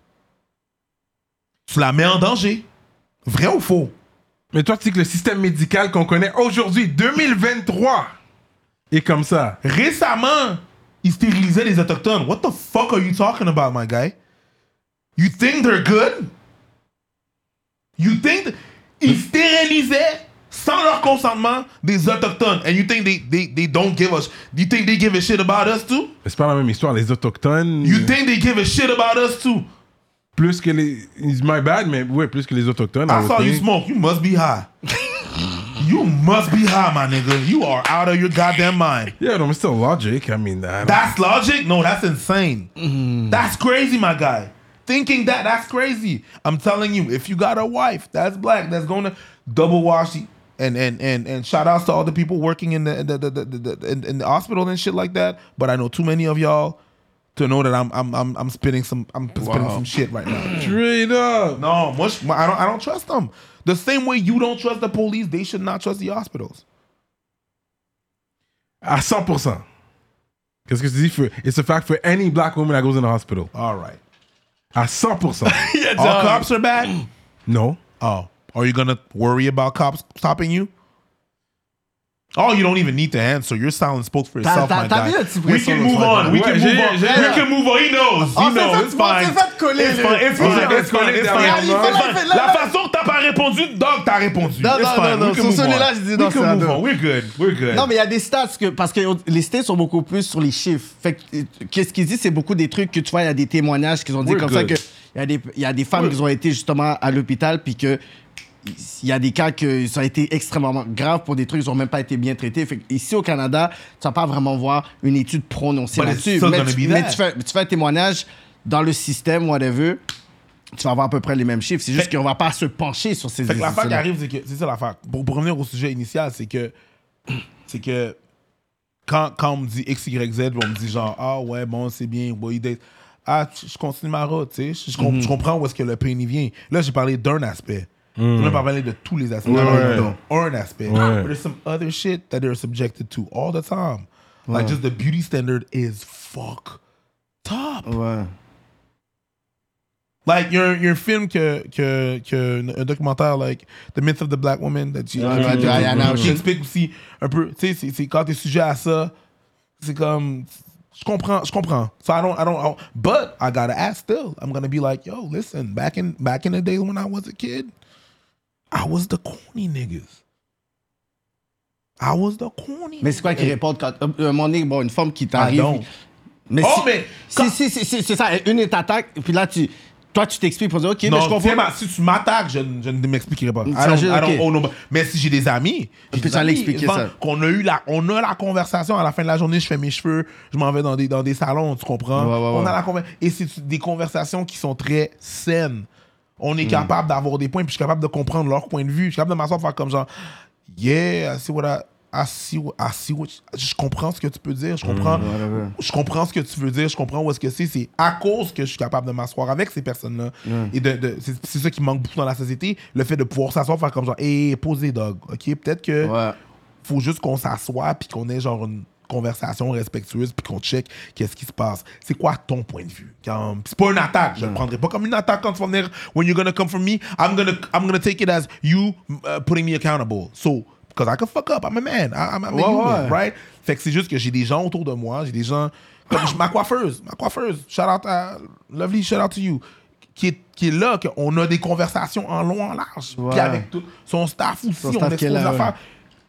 Tu la mets en danger. Vrai ou faux?
Mais toi, tu sais que le système médical qu'on connaît aujourd'hui, 2023, est comme ça.
Récemment, ils stérilisaient les Autochtones. What the fuck are you talking about, my guy? You think they're good? You think... th- Ils stérilisaient sans leur consentement des Autochtones. And you think they, they, they don't give us... You think they give a shit about us too?
Mais C'est pas la même histoire. Les autochtones.
You think they give a shit about us too?
Plus que les. It's my bad, mais ouais, plus que les autochtones. I
I
would
saw you
think.
smoke. You must be high. you must be high, my nigga. You are out of your goddamn mind.
Yeah, no, it's still logic. I mean, I don't-
That's logic? No, that's insane. That's crazy, my guy. Thinking that, that's crazy. I'm telling you, if you got a wife that's black, that's going to double wash the- and and and and shout outs to all the people working in the the, the, the, the, the- in, in the hospital and shit like that. But I know too many of y'all to know that I'm I'm I'm, I'm spitting some I'm spitting some shit right now.
straight up.
No, moi, je- moi, I don't I don't trust them. The same way you don't trust the police, they should not trust the hospitals.
À 100%. Qu'est-ce que tu dis? For, it's a fact for any black woman that goes in the hospital.
All right.
À 100%.
All cops are bad?
no.
Oh, are you gonna worry about cops stopping you? Oh, you don't even need to answer. Your silence spoke for
T'as-
itself,
t'as-
my
t'as
guy.
vu, tu pouvais
We can
silence
move
right
on.
now.
We
Ouais,
can
j'ai-
move on. Oh,
j'ai-
We can move on. He
On
knows. He
s'est
knows.
fait-
It's
on s'est
fine.
fait coller,
It's
là.
fine.
On s'est
It's fine.
fait
It's fine.
coller
It's
dernièrement. Il
fine.
fait
là,
It's fine.
il fait là,
La
là.
façon que t'as pas répondu, Dog, t'as répondu.
Non,
It's
non,
fine.
non, non.
We can move
Sur
on.
celui-là, je dis non,
We
c'est
can move
un
on. We're good. We're good.
Non, mais il y a des stats, que, parce que les stats sont beaucoup plus sur les chiffres. Fait que, euh, qu'est-ce qu'ils disent, c'est beaucoup des trucs que tu vois, il y a des témoignages qu'ils ont dit
We're
comme ça,
good.
que il y, a des- il y a des femmes qui ont été justement à l'hôpital, puis que il y a des cas que ça a été extrêmement grave pour des trucs qui n'ont même pas été bien traités. Fait que ici au Canada, tu vas pas vraiment voir une étude prononcée
But it's
là-dessus.
still
Mais,
gonna
tu-
be
mais
there.
tu, fais, tu fais un témoignage dans le système, whatever, tu vas avoir à peu près les mêmes chiffres. C'est juste
Fait-
qu'on va pas se pencher sur ces
Fait que l'affaire qui
études-là.
arrive, c'est que. C'est ça l'affaire. Pour, pour revenir au sujet initial, c'est que. C'est que. Quand, quand on me dit X, Y, Z, on me dit genre, ah ouais, bon, c'est bien, boy, date. Ah, tu- je continue ma route, tu sais. Je, je com-
Mhm.
je comprends où est-ce que le pain y vient. Là, j'ai parlé d'un aspect. On n'a pas parlé de tous les aspects. On a parlé
ouais.
de un aspect.
Ouais.
But there's some other shit that they're subjected to all the time. Like, just the beauty standard is fuck top.
Ouais.
Like, il y, a un- il y a un film que, que, que un documentaire, like, The Myth of the Black Woman, that you,
Ouais, ouais, ouais,
qui-
ouais, ouais, ouais.
qui explique aussi un peu, tu sais, c'est- c'est quand t'es sujet à ça, c'est comme, je comprends, je comprends. So I don't, I don't, I don't- but I gotta ask still. I'm gonna be like, yo, listen, back in, back in the days when I was a kid, I was the corny niggas. I was the corny
Mais c'est quoi qu'ils répondent quand. euh, À un moment donné, bon, une femme qui t'arrive.
don't.
Mais
Oh,
si,
mais
si-
quand-
si- si- si- c'est ça, une est attaque, puis là, tu. Toi, tu t'expliques pour dire, OK, mais
Non,
je comprends.
tiens, ma- si tu m'attaques, je, ne- je ne m'expliquerai pas. I
Ça,
don't-
je-
I don't
Ah, ok.
owe nobody. Mais si j'ai des amis,
Puis
j'ai des
ça
amis,
l'expliquait,
genre,
ça.
Qu'on a eu la, on a la conversation à la fin de la journée, je fais mes cheveux, je m'en vais dans des, dans des salons, tu comprends?
Ouais, ouais,
on
ouais.
a la conver- Et c'est des conversations qui sont très saines. On est capable d'avoir des points, puis je suis capable de comprendre leur point de vue. Je suis capable de m'asseoir faire comme genre, yeah, I see what I. I see what- I see what- je comprends ce que tu peux dire, je comprends, je comprends ce que tu veux dire, je comprends où est-ce que c'est. C'est à cause que je suis capable de m'asseoir avec ces personnes-là. Et de, de- c'est, c'est ça qui manque beaucoup dans la société, le fait de pouvoir s'asseoir, faire comme genre, hé, posez, dog, ok? Peut-être que
Ouais.
faut juste qu'on s'assoie puis qu'on ait genre une conversation respectueuse puis qu'on check qu'est-ce qui se passe. C'est quoi ton point de vue? Comme- pis C'est pas une attaque.
Mm.
Je le prendrai pas comme une attaque quand tu vas venir. When you're gonna come from me, I'm gonna, I'm gonna take it as you uh, putting me accountable. So, because I can fuck up. I'm a man. I- I'm, I'm a human,
ouais.
right? Fait que c'est juste que j'ai des gens autour de moi. J'ai des gens... Comme ma coiffeuse, ma coiffeuse, shout out à... Lovely, shout out to you. Qui est, qui est là, qu'on a des conversations en long, en large. Puis
Ouais.
avec tout son staff aussi, on
staff qui est
expose
là,
les
ouais.
affaires.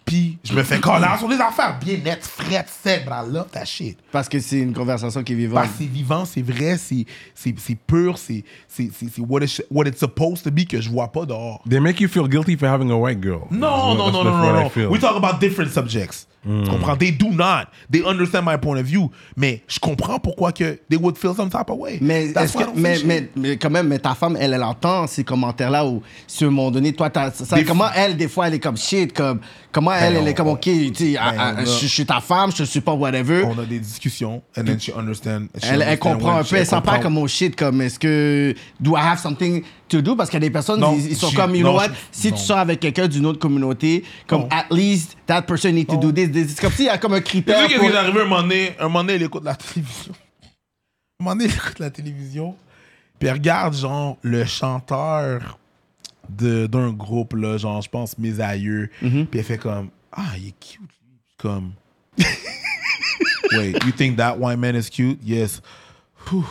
Puis je me fais coller sur des affaires bien nettes, frettes, sec, but I love that shit.
Parce que c'est une conversation qui est vivante.
Parce que c'est vivant, c'est vrai, c'est c'est- c'est pur, c'est c'est- c'est- c'est what, it's- what it's supposed to be que je vois pas dehors.
They make you feel guilty for having a white girl. That's
Non, non,
what-
non,
that's
non,
what
non,
I
non.
feel. Hmm.
We talk about different subjects. Tu comprends? They do not. They understand my point of view. Mais je comprends pourquoi que they would feel some type of way.
Mais,
That's
est-ce
why I
que-
don't
mais,
say shit.
mais, mais quand même, mais ta femme, elle, elle entend ces commentaires-là où, sur un moment donné, toi, t'as- ça,
Des
comment
fois.
elle, des fois, elle est comme shit, comme, comment elle, elle est comme,
on-
OK, tu sais, ah, ah,
on a-
je je suis ta femme, je suis pas whatever.
Ben On a des discussions, and then she understand. she
Elle, elle
understand
comprend
when
un
she-
peu, elle sent pas
comprend-
comme au shit, comme est-ce que do I have something to do? Parce qu'il y a des personnes,
Non,
ils, ils sont
je-
comme, you
non,
know what,
je-
si
non.
tu sors avec quelqu'un d'une autre communauté, comme
Non.
at least that person need to do this, this. C'est comme s'il y a comme un
Tu
critère.
sais qu'est-ce
Pour...
qui est arrivé un moment donné? Un moment donné, elle écoute la télévision. Un moment donné, elle écoute la télévision. Puis elle regarde, genre, le chanteur de- d'un groupe, là, genre, je pense, Mes Aïeux. Puis elle fait comme, ah, il est cute, lui. Comme, wait, you think that white man is cute? Yes. Phew.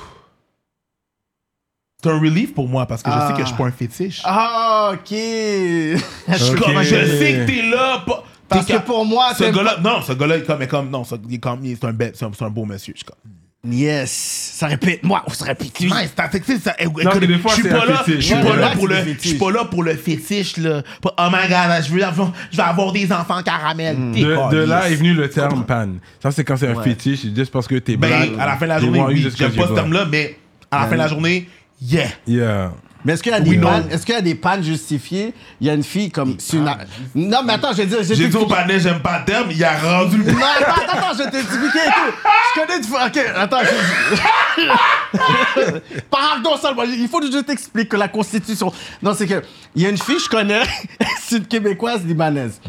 C'est un relief pour moi parce que je sais que je suis pas un fétiche.
Ah, ok. Je suis
Comme,
comme-
je sais que t'es là. pas-
Parce
t'es
que
ca-
pour moi,
ce
Ah,
t'aimes
gars-là, non, ce gars-là, il est comme, il est comme, non, ce- il est comme, il est un bête, c'est un, c'est un beau monsieur. Je suis comme,
Yes, ça répète. Moi, ça répète. lui.
Nice, t'as fétiche, ça. eh, écoute,
Non, mais des fois,
je suis
c'est
pas
un
là, je
fétiche.
suis
Ouais,
pas
ouais.
là pour le,
C'est des
je suis pas là pour le fétiche là. Pas, oh my god, je veux avoir, je vais avoir des enfants caramel. T'es
Hmm. De, de là
caliste.
est venu le terme pan. Ça, c'est quand c'est un fétiche, c'est juste parce que t'es black.
Ben, à la fin de la
They
journée,
want you
oui,
just
j'aime
because
pas ce
you're black.
terme-là, mais à la
Ben
fin de la journée, yeah.
Yeah.
Mais est-ce qu'il y a des pannes, est-ce qu'il y a des pannes justifiées Il y a une fille comme c'est une- Non, mais attends, je vais dire, je vais
J'ai dit au
t'expliquer.
panel, j'aime pas le terme, il a rendu le
Non, attends, attends, attends, je vais t'expliquer. écoute. Je connais du OK, attends. je- Pardon seulement, il faut que je t'explique que la Constitution. Non, c'est que il y a une fille, je connais, c'est une Québécoise libanaise.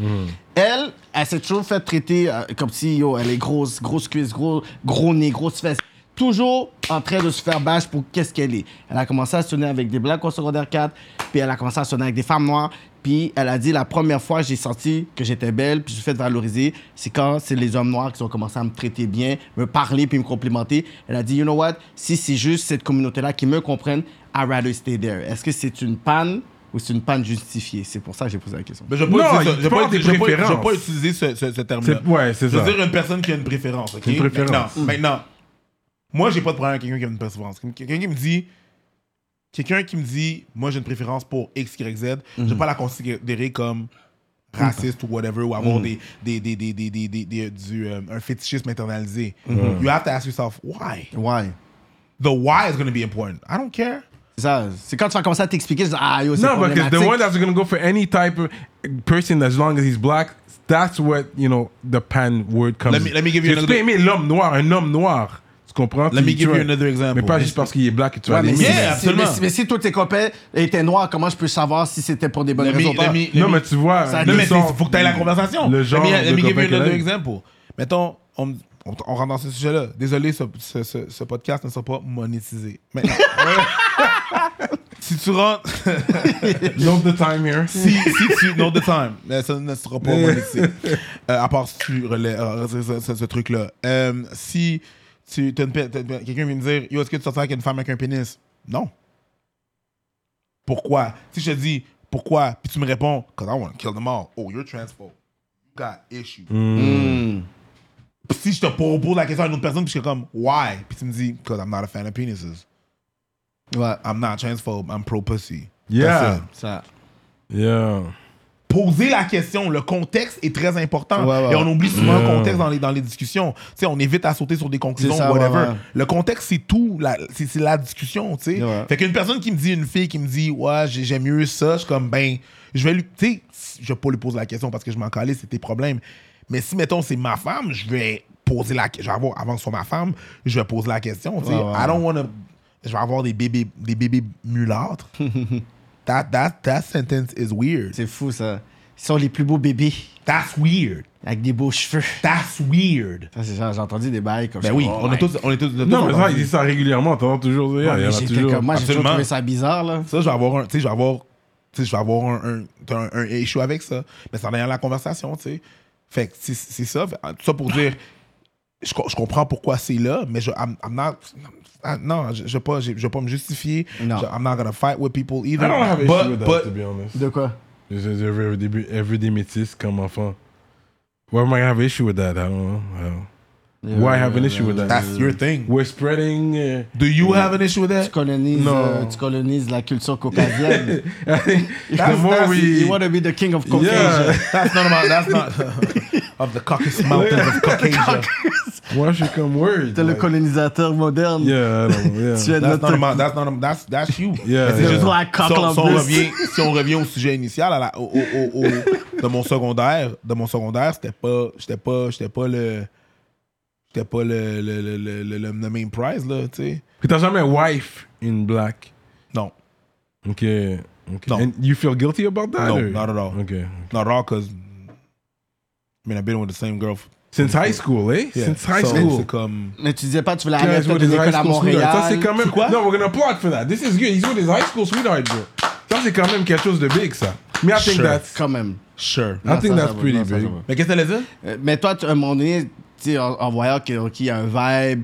Elle, elle s'est toujours fait traiter euh, comme si, yo, elle est grosse, grosse cuisse, gros, gros nez, grosse fesse. Toujours en train de se faire bâche pour qu'est-ce qu'elle est. Elle a commencé à sonner avec des blacks au secondaire 4, puis elle a commencé à sonner avec des femmes noires, puis elle a dit la première fois j'ai senti que j'étais belle, puis je suis fait valoriser, c'est quand c'est les hommes noirs qui ont commencé à me traiter bien, me parler, puis me complimenter. Elle a dit, you know what, si c'est juste cette communauté-là qui me comprenne, I'd rather stay there. Est-ce que c'est une panne ou c'est une panne justifiée? C'est pour ça que j'ai posé la question.
Mais je vais
Non,
pas,
il
utiliser ça. Je vais
parle
pas,
des
je vais pas- je vais
préférences.
pas utiliser ce, ce- ce terme-là.
C'est- ouais, c'est
Je
ça.
veux dire une personne qui a une préférence, ok?
Une préférence. Mm.
Maintenant, maintenant, moi, j'ai pas de problème avec quelqu'un qui a une préférence. Quelqu'un qui me dit... Quelqu'un qui me dit, moi, j'ai une préférence pour X, Y, Z, je
Mm.
vais pas la considérer comme raciste ou whatever, ou avoir
Mm.
des, des, des, des, des, des, des- du, euh, un fétichisme internalisé.
Mm.
You have to ask yourself, why?
Ouais.
The why is going to be important. I don't care.
C'est ça. C'est quand tu vas commencer à t'expliquer, je dis, ah, yo, c'est
No, because the
problématique.
one that's gonna go for any type of person as long as he's black, that's what you know the pan word comes.
Let me- let me give you
Tu
another-
peux aimer l'homme noir, un homme noir. Tu comprends?
Let
Tu-
me
tu
give
vas-
you another example.
Mais pas juste parce qu'il est black que tu vas
Mais
l'aimer.
si-
Yeah,
mais si-
absolument.
Mais si, mais si tous tes copains étaient noirs, comment je peux savoir si c'était pour des bonnes
Let me-
raisons ou
let
pas?
me- let
Non,
me-
mais tu vois.
Ça-
le
Non, mais
son-
il faut que tu aies la conversation.
Le genre.
Let me,
de
let me give
copain
you
qu'elle
another
aime.
example. Mettons, on, on, on rentre dans ce sujet-là. Désolé, ce, ce, ce, ce podcast ne sera pas monétisé. Mais, si tu rentres.
Note the time here.
si, si tu. No, the time. Mais Ça ne sera pas monétisé. Euh, à part si tu relais euh, ce, ce- ce- ce truc-là. Euh, si tu. t'as une pe- t'as une pe- Quelqu'un vient me dire Yo, est-ce que tu sortirais avec une femme avec un pénis Non. Pourquoi Si je te dis pourquoi, puis tu me réponds Because I want to kill them all. Oh, you're transphobe. You got issues.
Hmm.
Puis si je te propose la question à une autre personne, puis je suis comme Why Puis tu me dis Because I'm not a fan of penises.
Ouais. Ah,
I'm not transphobe. I'm pro pussy. That's
Yeah.
it.
Ça.
Yeah.
poser la question. Le contexte est très important.
Ouais, ouais,
et on
ouais.
oublie souvent
Yeah.
le contexte dans les, dans les discussions. Tu sais, on évite à sauter sur des conclusions,
C'est ça,
whatever.
ouais, ouais.
Le contexte, c'est tout. La- C'est c'est la discussion, tu sais.
Ouais.
Fait qu'une personne qui me dit, une fille qui me dit, ouais, j'ai- j'aime mieux ça, je suis comme, ben, je vais lui. Tu sais, je vais pas lui poser la question parce que je m'en calais, c'est tes problèmes. Mais si, mettons, c'est ma femme, je vais poser la question. Avant que ce soit ma femme, je vais poser la question, tu sais.
Ouais, ouais,
I don't wanna. Je vais avoir des bébés, des bébés mulâtres. that, that, that sentence is weird.
C'est fou, ça. Ils sont les plus beaux bébés,
That's weird.
avec des beaux cheveux.
That's weird.
Ça, c'est genre, j'ai entendu des bails comme
Ben
ça.
oui,
Oh
on,
my
est tous, on est tous. on est tous
Non, mais ça, il
entendus.
dit ça régulièrement. T'entends toujours.
God.
Yeah, il y en a
J'étais
toujours.
comme- moi, j'ai toujours
Absolument.
trouvé ça bizarre, là.
Ça, je vais avoir un. Tu sais, je vais avoir. Tu sais, je vais avoir un, un, t'as un, un issue avec ça. Mais c'est en ayant la conversation, tu sais. Fait que c'est- c'est ça. Fait- Tout ça pour dire. Je, co- je comprends pourquoi c'est là, mais je. I'm, I'm not. ah, Non, je ne vais pas, je- je vais pas me justifier.
Non.
Je- I'm not gonna fight with people
I
either.
don't have
But-
issue with that,
but-
to be honest.
De quoi
This is every, every, every, everyday métis comme enfant. Why am I gonna have an issue with that? I don't know. I don't know. Why
Euh,
have an issue with that?
that's your thing.
We're spreading. Uh,
Do you have an issue with that?
Tu colonises,
Non.
euh, tu colonises la culture caucasienne.
the more
that's-
we.
you want to be the king of Caucasia.
Yeah.
That's not about. That's not of the Caucasus Mountains of Caucasia.
Why should come word?
T'es le colonisateur moderne.
Yeah, I don't know.
Tu
Yeah.
es
That's
notre
not about, that's not about, that's, that's you.
Yeah,
Mais c'est
yeah.
juste-
Black cock
si, on, si on
lovers.
revient, si on revient au sujet initial, à la- au- au- au- au- de mon secondaire, de mon secondaire, c'était pas, j'étais pas, j'étais pas le, j'étais pas le, le, le, le, le- le main prize là, tu sais.
Puis t'as jamais wife in black.
Non,
Okay. okay.
Non.
And you feel guilty about that?
No,
or?
not at all.
Okay.
not all, cause I mean I've been with the same girl. for-
Since high school, eh?
yeah.
Since high
So,
school.
C'est comme,
Mais tu disais pas, tu voulais aller
Guys
faire
with
des
his high
écoles à
school
Montréal.
sweetheart. Ça, c'est quand même.
C'est quoi?
No, we're gonna applaud for that. This is good. He's with his high school sweetheart, bro. Ça, c'est quand même quelque chose de big, ça. Mais I think
Sure.
that's.
Quand même.
sure.
I think
ça, ça
that's
va,
pretty
non, ça, ça
big.
va.
Mais qu'est-ce que t'allais dire?
Euh, Mais toi, tu- à un moment donné, tu sais, en, en voyant que- qu'il y a un vibe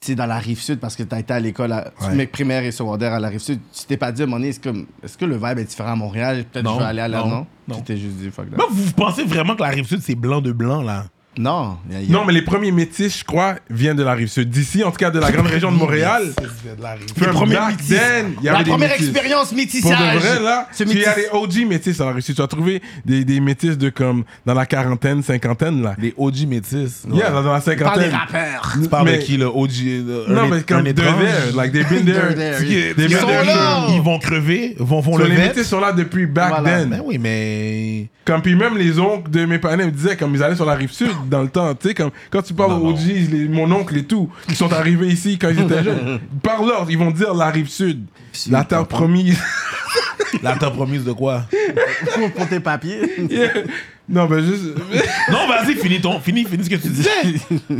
tu sais, dans la rive sud, parce que tu as été à l'école, à- tu
Ouais.
mets primaire et secondaire à la rive sud, tu t'es pas dit à un moment donné, est-ce que, est-ce que le vibe est différent à Montréal Peut-être que
Non,
je vais aller à la.
non,
Non,
non.
Tu t'es juste dit, fuck that.
Moi, vous pensez vraiment que la rive sud c'est blanc de blanc là?
Non. y a- y a-
Non, mais les premiers métis, je crois, viennent de la rive sud. D'ici, en tout cas, de la grande région de Montréal.
Puis
From
premiers
back
métis.
then, il y
La
avait des
première
métis.
expérience
Pour
métissage.
de vrai, là,
Ce
tu il y a
métis-
les OG métis dans la Russie. Tu vas trouver des, des métis de comme dans la quarantaine, cinquantaine, là.
Les OG métis.
Yeah, dans la
Par des
cinquantaine.
rappeurs.
Tu parles
Mais-
de qui, le OG le-
Non,
un-
mais
un
comme they're
étrange?
there. Like, they've been there.
They're there.
They've
Ils,
been
Ils sont
there.
là.
ils vont crever, vont, vont
So,
le
les
mettre.
métis sont là depuis back
Voilà.
then.
Ben oui, mais.
Comme puis même les oncles de mes parents me disaient comme ils allaient sur la rive sud dans le temps, tu sais comme quand tu parles aux OGs, les- mon oncle et tout, ils sont arrivés ici quand ils étaient jeunes. Par l'ordre, ils vont dire la rive sud, la terre promise.
La terre promise de quoi
Pour, pour tes papiers.
non mais juste
Non, vas-y, finis, ton, finis, finis ce que tu disais.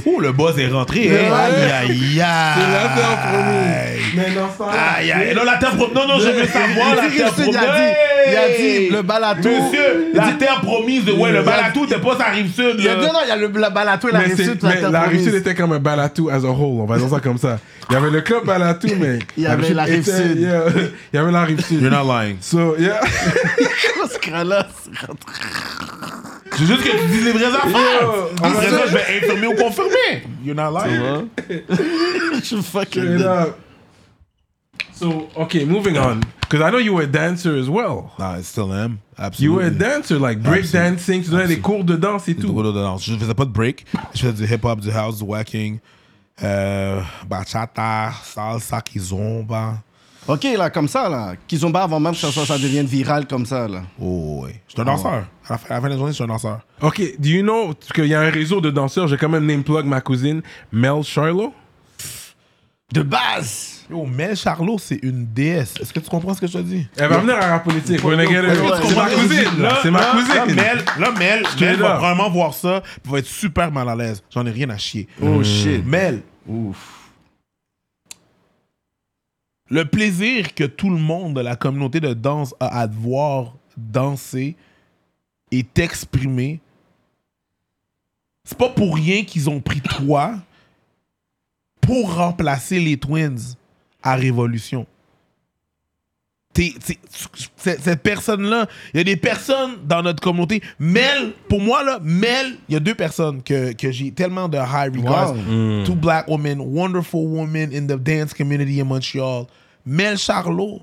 Ouh, le boss est rentré. hein. Aïe, aïe, aïe.
c'est la terre promise. Mais non
Ah,
ça.
Aïe, aïe. Non, la terre promise. Non, non, je veux savoir la
Il dit que
terre
c'est- il
promise.
a dit- il a dit le balatou.
Monsieur, la terre promise. Ouais, le balatou, t'es pas ça rive sud.
Il y a
là.
non, non, il y a le, la balatou et la
Mais c'est-
réussite.
mais la rive sud était comme un balatou as a whole, on va dire ça comme ça. Il y avait le club balatou mais
Il y avait la rive
était-
sud.
yeah, il y avait la rive sud.
You're not lying.
So yeah.
Ce crâne-là, c'est rentré.
C'est juste que tu dis les vraies affaires.
Yo,
Après ça, je vais infirmer ou confirmer. You're not lying.
Je suis fucking.
Straight up. So okay, moving on. Because I know you were a dancer as well.
Nah, I still am.
You
Absolutely.
were a dancer, like break
Absolute.
dancing, tu donnais des cours de danse et tout.
Gros de danse. Je faisais pas de break. Je faisais du hip-hop, du house, du whacking, euh, bachata, salsa, kizomba.
Ok, là, comme ça, là. Kizomba avant même que ça, soit- ça devienne viral comme ça, là.
Oh, ouais. Je suis un danseur. À la fin à la fin de la journée, je suis un danseur.
Ok, do you know qu'il y a un réseau de danseurs, j'ai quand même name plug ma cousine, Mel Charlo.
De base!
Yo, Mel Charlot, c'est une déesse. Est-ce que tu comprends ce que je te dis?
Elle va venir à la politique, we're gonna get her.
Est-ce que tu
C'est ma
comprends-
cousine,
Là,
là, c'est ma
là, Là,
cousine.
Mel, là, Mel, Mel
là.
va probablement voir ça puis va être super mal à l'aise. J'en ai rien à chier.
Oh shit.
Mel,
Ouf.
le plaisir que tout le monde de la communauté de danse a à te voir danser et t'exprimer, c'est pas pour rien qu'ils ont pris toi pour remplacer les Twins à Révolution. T'es- t'es- tu- c'est- cette personne-là, il y a des personnes dans notre communauté. Mel, pour moi, là, Mel, il y a deux personnes que, que j'ai tellement de high regards.
Wow.
Two black women, wonderful women in the dance community in Montreal. Mel Charlot,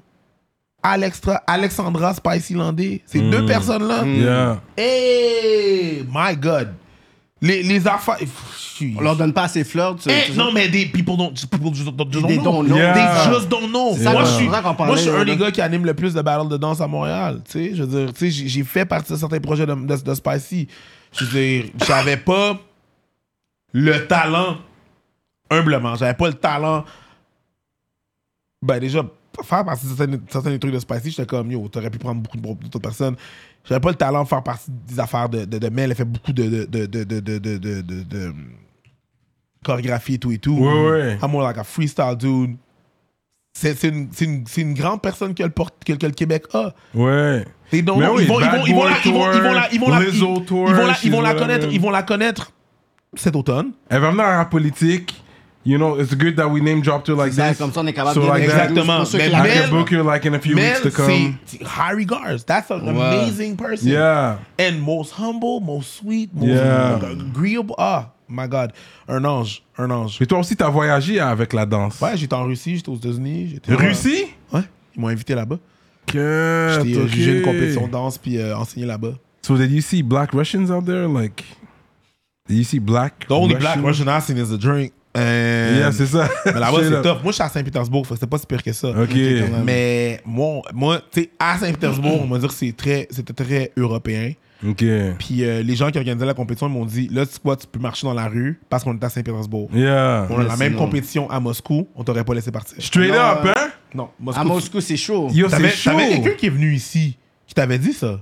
Alextra, Alexandra Spicy Landé. Ces deux personnes-là.
Yeah.
Hey, my God. Les, les affaires.
On leur donne pas assez fleurs, tu
Eh,
tu-
non, mais des people don't, people just don't, just
They
don't know.
don't know.
Yeah.
They just don't know.
Ça,
Moi,
c'est
je suis,
vrai qu'on parlait,
moi, je suis un
là,
des
de-
gars qui anime le plus de battles de danse à Montréal. Tu sais, je veux dire, tu sais, j'ai- j'ai fait partie de certains projets de, de, de Spicy. Je veux dire, j'avais pas le talent, humblement, j'avais pas le talent. Ben, déjà, faire partie de certains, certains des trucs de Spicy, j'étais comme, yo, t'aurais pu prendre beaucoup de- d'autres personnes. J'avais pas le talent de faire partie des affaires de, de, de Mel. Elle fait beaucoup de. de, de, de, de, de, de, de- de- de- chorégraphie et tout et tout.
Ouais, ouais.
I'm more like a freestyle dude. C'est c'est une, c'est une, c'est une grande personne que le, port- que, que le Québec a.
Ouais.
They don't
Mais
know.
oui,
Ils vont- ils
Bad
vont- ils vont
Boy
la- ils vont- ils vont la- ils vont la-
Tour,
ils- ils
Lizzo Tour,
vont la- ils vont la
she's
connaître.
whatever.
Ils vont la connaître cet automne.
Elle va venir à la politique. You know, it's good that we name dropped her like
Ça,
this.
Ben, Comme ça, on est capable
So,
de
like,
les-
exactement.
pour ceux qui
Mais-
la-
I
Mel-
can book her like in a few
Man,
weeks to
c'est
come.
c'est high regards. That's an amazing person.
Yeah.
And most humble, most sweet, most
Yeah.
agreeable. Ah, my God. Un ange. Un ange.
Et toi aussi, t'as voyagé avec la danse.
Ouais, j'étais en Russie, j'étais aux États-Unis. j'étais-
Russie? Ah,
Ouais. Ils m'ont invité là-bas.
Que.
J'étais euh, jugé une compétition de danse puis euh, enseigné là-bas.
So did you see black Russians out there? Like, did you see black?
The only black Russian I seen is a drink. And-
Yeah, c'est ça.
Mais là-bas,
Straight
c'est
up.
top. Moi, je suis à Saint-Pétersbourg, fait que c'est pas si pire que ça.
Ok.
Mais moi, moi tu sais, à Saint-Pétersbourg, on va dire que c'est très- c'était très européen.
Ok.
Puis euh, les gens qui organisaient la compétition ils m'ont dit là, tu sais quoi, tu peux marcher dans la rue parce qu'on est à Saint-Pétersbourg.
Yeah.
On a la
Mais
même
sinon-
compétition à Moscou, on t'aurait pas laissé partir.
Straight
Non,
up, hein?
Non,
À
Moscou.
Moscou, c'est chaud.
Yo, c'est
uh, T'avais
chaud.
t'avais quelqu'un qui est venu ici qui t'avait dit ça.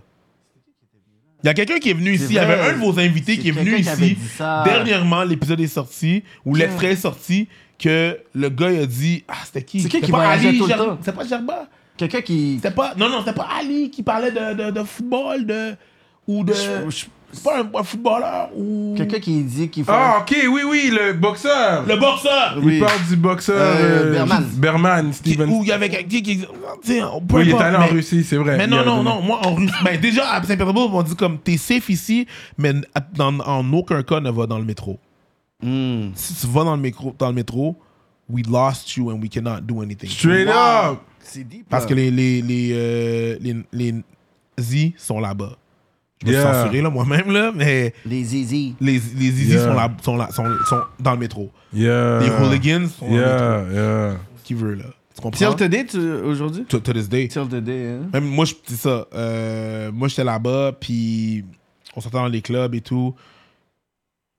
Il y a quelqu'un qui est venu ici. Il y
vrai.
avait un de vos invités
C'est
qui est venu
quelqu'un qui avait
ici.
dit ça.
Dernièrement, l'épisode est sorti, ou l'extrait est sorti, que le gars il a dit Ah, c'était qui
C'est qui
C'était
qui
pas
voyageait
Ali
tout le
Ger-
temps?
C'était pas Gerba.
Quelqu'un qui.
C'était pas. Non, non, c'était pas Ali qui parlait de, de, de football, de. Ou de.
Je- je-
C'est pas un, un footballeur ou.
Quelqu'un qui dit qu'il faut.
Ah, ok, oui, oui, le boxeur.
Le boxeur
Oui.
Il parle du boxeur
Euh,
euh,
Berman.
Berman,
qui-
Steven.
Ou il y avait quelqu'un qui. oh, tu sais, peu
Oui, il est
importe,
allé en
mais-
Russie, c'est vrai.
Mais
Il
non,
a
non,
donné-
non. Moi, en Russie. ben, déjà, à Saint-Pétersbourg, on dit comme t'es safe ici, mais à- dans- en aucun cas ne va dans le métro.
Hmm.
Si tu vas dans le métro, dans le métro we lost you and we cannot do anything.
Straight
Wow.
up.
C'est deep.
Parce
là.
que les, les, les, euh, les, les nazis sont là-bas. Je me suis
Yeah.
censuré là, moi-même, là, mais
Les zizi.
les, les zizi
Yeah.
sont, là, sont, là, sont, sont dans le métro.
Yeah.
les hooligans sont dans le métro.
Yeah, yeah.
Qui veut, là? Tu comprends?
Till today, tu- aujourd'hui?
To, to this day.
Till today, hein?
Même moi, je dis ça. euh, moi, j'étais là-bas, puis on s'entend dans les clubs et tout.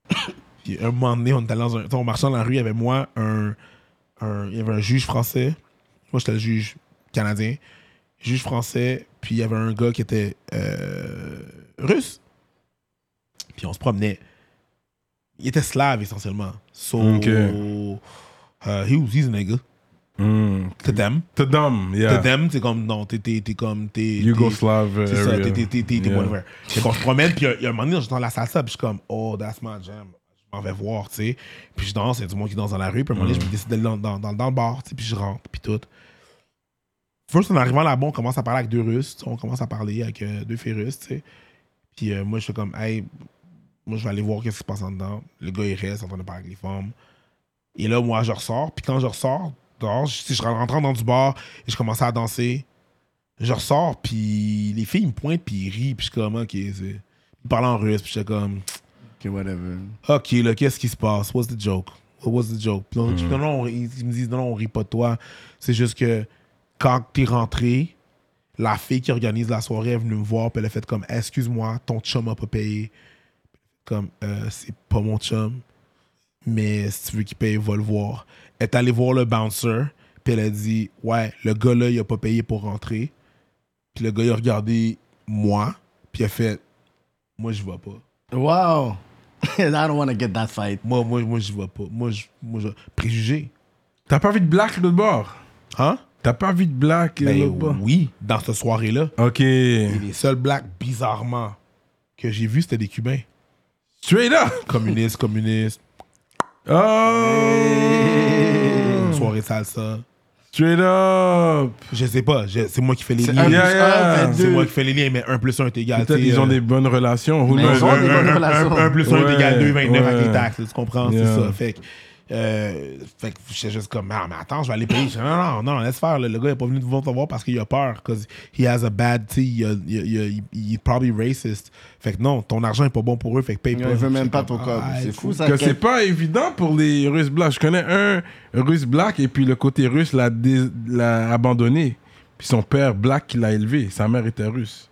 puis un moment donné, on était dans un. tu sais, On marchait dans la rue, il y avait moi, un. un- Il y avait un juge français. Moi, j'étais le juge canadien. Juge français, puis il y avait un gars qui était euh, russe. Puis on se promenait. Il était slave essentiellement. So.
Ok.
euh, he was his nigga.
Mm.
To them.
To them,
To
yeah.
them, c'est comme. Non, t'es- t'es t'es comme. t'es- t'es-
Yougoslav.
c'est ça,
area.
t'es- t'es- t'es t'es- t'es
euh, Yeah.
whatever. Fait qu'on se promène, puis euh, il y a un moment donné, j'entends la salsa, puis je suis comme, oh, that's my jam. Je m'en vais voir, tu sais. Puis je danse, il y a du monde qui danse dans la rue, puis à un moment donné, je décide d'aller dans, dans, dans, dans le bar, tu sais, puis je rentre, puis tout. First, en arrivant là-bas, on commence à parler avec deux Russes, tu sais, on commence à parler avec euh, deux filles russes, tu sais. Puis euh, moi, je suis comme, hey, moi, je vais aller voir qu'est-ce qui se passe en dedans. Le gars, il reste en train de parler avec les femmes. Et là, moi, je ressors. Puis quand je ressors, dehors, je, si je rentre dans du bar et je commençais à danser. Je ressors, puis les filles ils me pointent, puis ils rient, puis je suis comme, OK, c'est... Ils parlent en russe, puis j'étais comme,
Ok, whatever.
OK, là, qu'est-ce qui se passe? What's the joke? What was the joke? Puis on- non, non, on- ils ils me disent, non, non, on rit pas de toi. C'est juste que quand t'es rentré, la fille qui organise la soirée est venue me voir, puis elle a fait comme, excuse-moi, ton chum a pas payé. Comme, Euh, c'est pas mon chum, mais si tu veux qu'il paye, va le voir. Elle est allée voir le bouncer, puis elle a dit, ouais, le gars-là, il a pas payé pour rentrer. Puis le gars, il a regardé moi, puis il a fait, moi, je vois pas.
Wow. I don't want to get that fight.
Moi, moi, moi, je vois pas. Moi, je, moi, je... préjugé.
T'as pas vu de black l'autre bord?
Hein?
T'as pas vu de black euh,
Ben
l'autre bord?
oui, dans cette soirée-là.
Ok.
Et les seuls blacks, bizarrement, que j'ai vus, c'était des Cubains.
Straight up.
Communistes, communistes,
Oh.
soirée de salsa.
Straight up.
Je sais pas, je- c'est moi qui fais les
C'est
liens.
un
Yeah,
plus
yeah.
un, fait
C'est
deux.
moi qui fais les liens, mais 1 plus 1 est égal.
Peut-être
tu sais,
ils ont
euh,
des bonnes relations. Who
Mais
knows?
ils ont des
un-
bonnes
un-
relations.
un- un plus 1 est égal
Ouais,
2, 29 avec les
ouais.
taxes, tu comprends?
Yeah.
C'est ça. Fait que, euh, fait que j'étais juste comme, ah, mais attends, je vais aller payer. Je dis, non, non, non, non, laisse faire. là. Le gars n'est pas venu te voir te voir parce qu'il a peur. Cause he has a bad, tu sais, il a- il a- il a- il est probably racist. Fait que non, ton argent n'est pas bon pour eux, fait que paye
Il
pas.
veut même
J'étais
pas
comme,
ton cop.
ah,
C'est fou, ça.
que
quel-
c'est pas évident pour les Russes blancs. Je connais un Russe black et puis le côté russe l'a dé- l'a abandonné. Puis son père black qui l'a élevé. Sa mère était russe.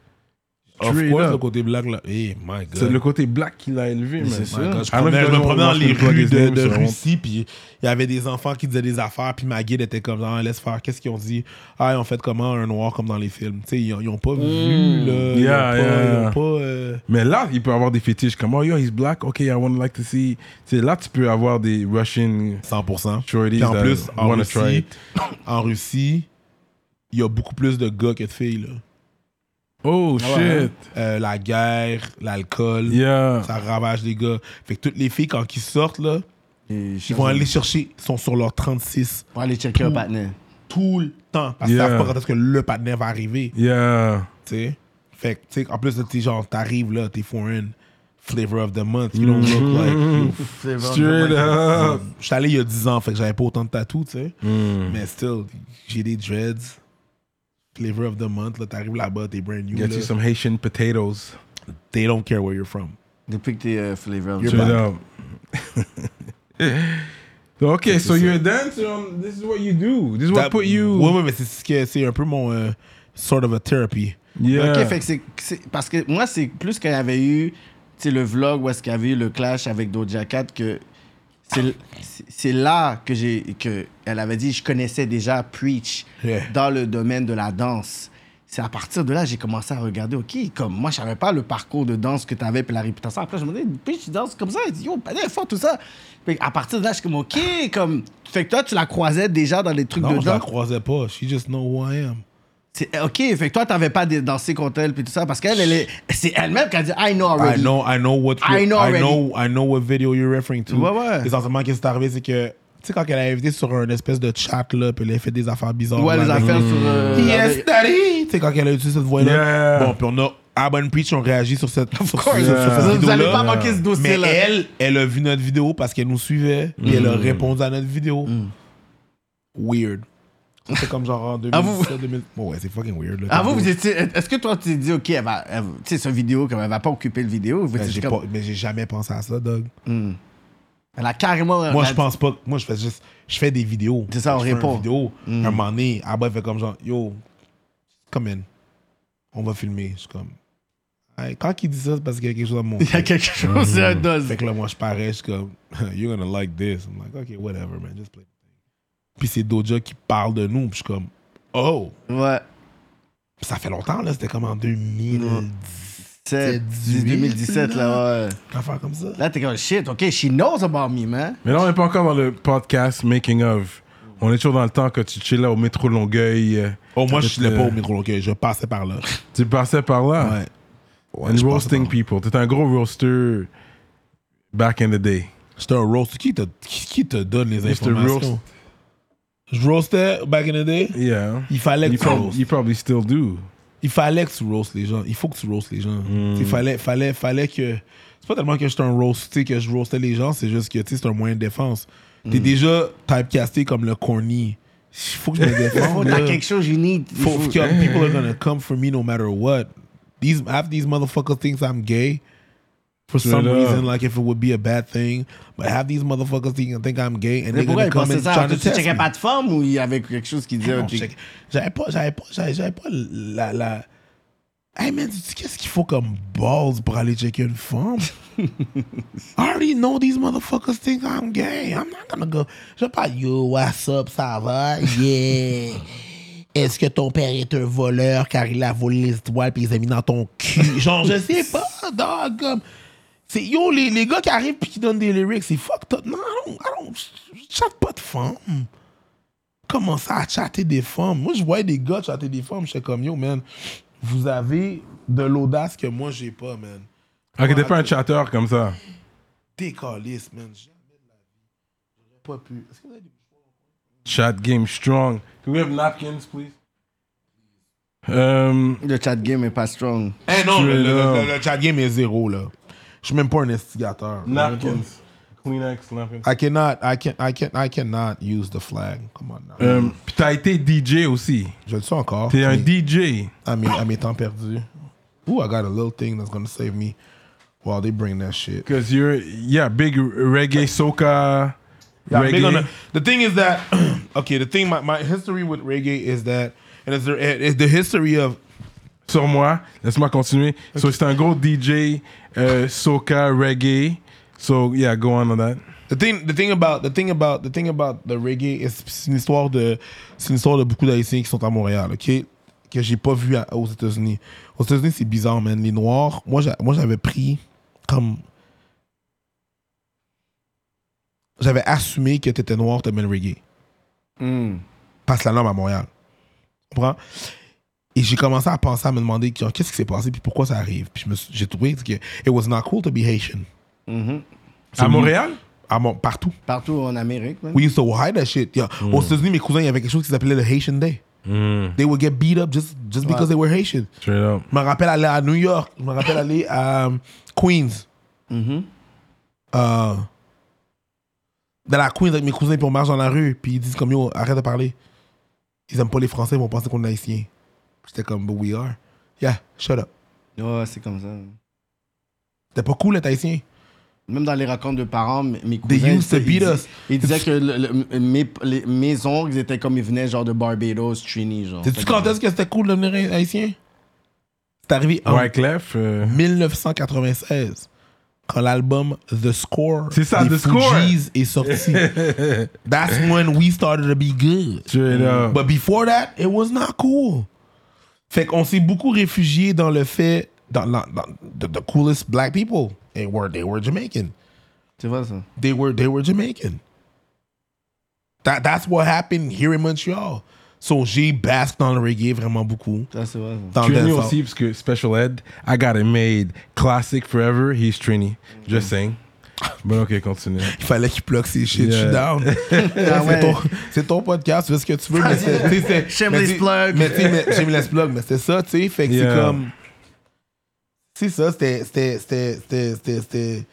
Of
Straight
course,
up.
le côté black, là. Hey, my God.
C'est le côté black qui l'a élevé. man.
c'est
My
ça.
God, je,
Ah,
promenais-
mais
je me
non,
promenais
moi,
dans
je
les
connais pas
rues
des
de,
names,
de
c'est vraiment-
Russie, puis il y avait des enfants qui disaient des affaires, puis ma guide était comme, ah, laisse faire, qu'est-ce qu'ils ont dit? Ah, ils ont fait comment un noir comme dans les films? Tu sais, ils, ont- ils ont pas
Hmm.
vu, là. Ils
Yeah,
ont pas.
yeah.
Ils ont pas euh,
Mais là, il peut avoir des fétiches comme Oh, yo, he's black. Ok, I would like to see. Tu sais, là, tu peux avoir des Russian
100%.
shorties.
Puis en
that
plus, en
wanna try
Russie,
it.
en Russie, il y a beaucoup plus de gars que de filles, là.
Oh, shit.
Euh, la guerre, l'alcool,
Yeah.
ça ravage les gars. Fait que toutes les filles, quand ils sortent, là, ils vont aller chercher, ils sont sur leur 36
Pour aller checker un partner.
tout le temps. Parce qu'ils
Yeah.
savent pas quand est-ce que le partenaire va arriver.
Yeah.
tu sais. Fait que, tu sais, en plus, tu genre, t'arrives là, t'es foreign. Flavor of the month, you don't look
Mm-hmm.
like.
C'est
Straight up.
Je suis allé il y a 10 ans, fait que j'avais pas autant de tatous, tu sais.
Mm.
Mais still, j'ai des dreads. Flavor of the month, là, t'arrives là-bas, t'es brand new.
Get
là.
you some Haitian potatoes.
They don't care where you're from.
Depuis que t'es euh, flavor.
You're
Straight
back.
up. okay, so you're a dancer. Um, this is what you do. This is what
That-
put you.
Ouais, ouais, mais c'est ce que- c'est un peu mon euh, sort of a therapy.
Yeah.
Ok, fait que c'est- c'est. Parce que moi, c'est plus qu'il y avait eu. Tu sais, le vlog où est-ce qu'il y avait eu le clash avec Doja Cat que. c'est l- c'est- C'est là que j'ai. que Elle avait dit, je connaissais déjà Preach
Yeah.
dans le domaine de la danse. C'est à partir de là j'ai commencé à regarder, OK, comme moi, je savais pas le parcours de danse que tu avais, puis la réputation. Après, je me disais, Preach danse comme ça. Elle dit, yo, pas fort, tout ça. Puis à partir de là, je suis comme, OK, comme. Fait que toi, tu la croisais déjà dans les trucs
Non,
de
je la
danse.
croisais pas. She just know who I am.
C'est- euh, Ok, fait que toi, t'avais pas dé- dansé contre elle puis tout ça, parce qu'elle, elle est- c'est elle-même qui a dit I know already.
I know, I know what
I know
I
already.
know, I know what video you're referring to.
Ouais, ouais.
Essentiellement, qu'est-ce qui est arrivé, c'est que, tu sais, quand elle a invité sur un espèce de chat, là, puis elle a fait des affaires bizarres.
Ouais,
là,
les
là,
affaires
là.
sur. euh,
Yes, daddy! Tu sais, quand elle a utilisé cette voix-là.
Yeah.
Bon, puis on a, à bonne preach, on réagit sur cette. Of
course. Vous allez pas manquer ce
Mais
dossier-là.
elle, elle a vu notre vidéo parce qu'elle nous suivait, et elle a répondu à notre vidéo. Weird. Ça, C'est comme genre en 2017, 2000. Bon, ouais, c'est fucking weird. Là,
Ah, vous,
Comme-
vous étiez. Est-ce que toi, tu t'es dit, OK, elle va. elle- Tu sais, c'est une vidéo, comme elle va pas occuper le vidéo. vous
Ben,
étiez
j'ai
comme-
pas- Mais j'ai jamais pensé à ça, Doug.
Elle a carrément.
Moi,
elle a
je pense pas. que- Moi, je fais juste. Je fais des vidéos.
C'est ça, on
je fais une
répond. Mm.
vidéo. Un moment donné, Abba il fait comme genre, yo, come in. On va filmer. Je suis comme. Hey, quand il dit ça, c'est parce qu'il y a quelque chose à mon.
dit, Il y a quelque chose, c'est un dose.
Fait que là, moi, je parais, je suis comme, you're gonna like this. I'm like, okay, whatever, man, just play. Puis c'est Doja qui parle de nous, puis je suis comme, oh.
Ouais.
Puis ça fait longtemps, là, c'était comme en 2000,
C'est 2017, là, ouais.
une affaire comme ça.
Là, t'es comme shit, OK, she knows about me, man.
Mais là, on n'est pas encore dans le podcast Making of. On est toujours dans le temps que tu chillais au métro Longueuil. euh,
Oh, moi, je
Avec,
suis pas
euh,
au micro, ok, je passais par là.
Tu passais par là.
Ouais. Ouais, je
And
passais
roasting
par là.
people. T'étais un gros roaster back in the day.
J'étais un roast. Qui te, qui, qui te donne les
Mr. Roast.
informations? Je roastais back in the day.
Yeah.
Il fallait que
You,
tu
prob-
roastes.
you probably still do.
Il fallait que tu roastes les gens. Il faut que tu roastes les gens. Il fallait, fallait, fallait que. C'est pas tellement que j'étais un roast, tu sais, que je roastais les gens, c'est juste que tu sais, c'est un moyen de défense. T'es déjà typecasté comme le corny. Il faut que je me
Oh,
défende.
t'as
là.
quelque chose, you need. il
Faut-
faut-
que people are gonna come for me no matter what. These half these motherfuckers thinks I'm gay for some
Straight up.
reason, like if it would be a bad thing. But half these motherfuckers think, think I'm gay
Mais
and they're
pourquoi
gonna
il
come
pensait
and
ça?
try
Alors,
to
Tu
test
checkais
me.
pas de forme ou il y avait quelque chose qui disait.
Ah, Non,
ok,
je check- J'avais pas, j'avais pas, j'avais j'avais pas la, la. Hey man, tu dis qu'est-ce qu'il faut comme balls pour aller checker une femme? I already know these motherfuckers think I'm gay. I'm not gonna go. Je vais pas yo, what's up, ça va? Yeah. Est-ce que ton père est un voleur car il a volé les étoiles puis il les a mis dans ton cul? Genre, je sais pas, dog. Comme, c'est yo, les, les gars qui arrivent puis qui donnent des lyrics, c'est fucked up. Non, I don't, I don't, je chatte pas de femme commencer à chatter des femmes. Moi, je voyais des gars chatter des femmes. J'étais comme, yo, man, vous avez de l'audace que moi, j'ai pas, man.
Ok, t'es pas un chatter comme ça.
Décaliste, man. Jamais de la vie. J'aurais pas pu. Est-ce que vous avez des
Chat game strong. Can we have napkins, please? Um,
Le chat game est pas strong.
Eh non,
Straight
le, le-
up.
le- le chat game est zéro, là. Je suis même pas un instigateur.
napkins. Kleenex, napkins.
I cannot, I can, I can, I cannot use the flag. Come on now.
Um, Puis t'as été DJ aussi.
Je le suis encore.
T'es un
mais
DJ.
à mes, à mes temps perdus. Ooh, I got a little thing that's gonna save me while they bring that shit.
Because you're, yeah, big reggae, soca,
Yeah, I'm
reggae.
big on the, the thing is that okay, the thing my, my history with reggae is that and is there is the history of
sur moi. Laisse-moi continuer. So, c'est un gros DJ, euh, soca, reggae. So, yeah, go on on that.
the thing the thing about the thing about the thing about the reggae is c'est une histoire de c'est une histoire de beaucoup d'haïtiens qui sont à Montréal, OK que j'ai pas vu à- aux États-Unis. Aux États-Unis, c'est bizarre, man. Les noirs, moi j'a- moi j'avais pris comme j'avais assumé que t'étais noir, t'aimais le reggae.
Hmm.
Passe la norme à Montréal. Tu comprends? Et j'ai commencé à penser, à me demander genre, qu'est-ce qui s'est passé, puis pourquoi ça arrive. Puis je me suis- j'ai trouvé que it was not cool to be Haitian.
À Montréal?
À mon- partout.
Partout en Amérique, man.
We used to hide that shit. Yeah.
Mm.
Aux États-Unis, mes cousins, il y avait quelque chose qui s'appelait le Haitian Day. They would get beat up just, just because they were Haitian.
Straight up.
Je me rappelle aller à New York. Je me rappelle aller à euh, Queens.
Mm-hmm.
Euh, dans la Queens avec mes cousins, puis on marche dans la rue, puis ils disent comme yo, arrête de parler. Ils aiment pas les Français, ils vont penser qu'on est haïtiens. J'étais comme, but we are. Yeah, shut up.
Ouais, c'est comme ça.
C'était pas cool d'être haïtien.
Même dans les racontes de parents, mes mes cousins.
They used to
ils-
beat
ils-
us.
Ils disaient que le- le- mes, les- mes oncles ils étaient comme ils venaient genre de Barbados, Trini, genre.
Sais-tu quand est-ce que c'était cool de devenir haïtien? C'est arrivé en
Wyclef. euh,
1996, quand l'album The Score
C'est ça,
des
The Score.
Fugees est sorti. That's when we started to be good. Mm.
Straight up.
But before that, it was not cool. Fait qu'on s'est beaucoup réfugié dans le fait, dans, dans, dans- the, the coolest black people. They were, they were Jamaican.
Tu vois ça?
They were, they were Jamaican. That, that's what happened here in Montreal. So j'ai basque dans le reggae vraiment beaucoup.
Ça, c'est vrai. ça.
Dans
Trini
dancehall.
aussi, parce que Special Ed, I got it made. Classic forever, he's Trini. Just saying. Bon, ok, continue.
Il fallait qu'il bloque ses shit, je suis
Yeah.
down.
Ah
C'est
ouais.
ton- C'est ton podcast, tu fais ce que tu veux. mais c'est- tu sais, c'est-
Shameless
mais tu-
plug.
Mais tu sais, mais- shameless plug, mais c'est ça, tu sais. Fait que
Yeah.
c'est comme. C'est ça, c'était- c'était- c'était. c'était- c'était- C'était.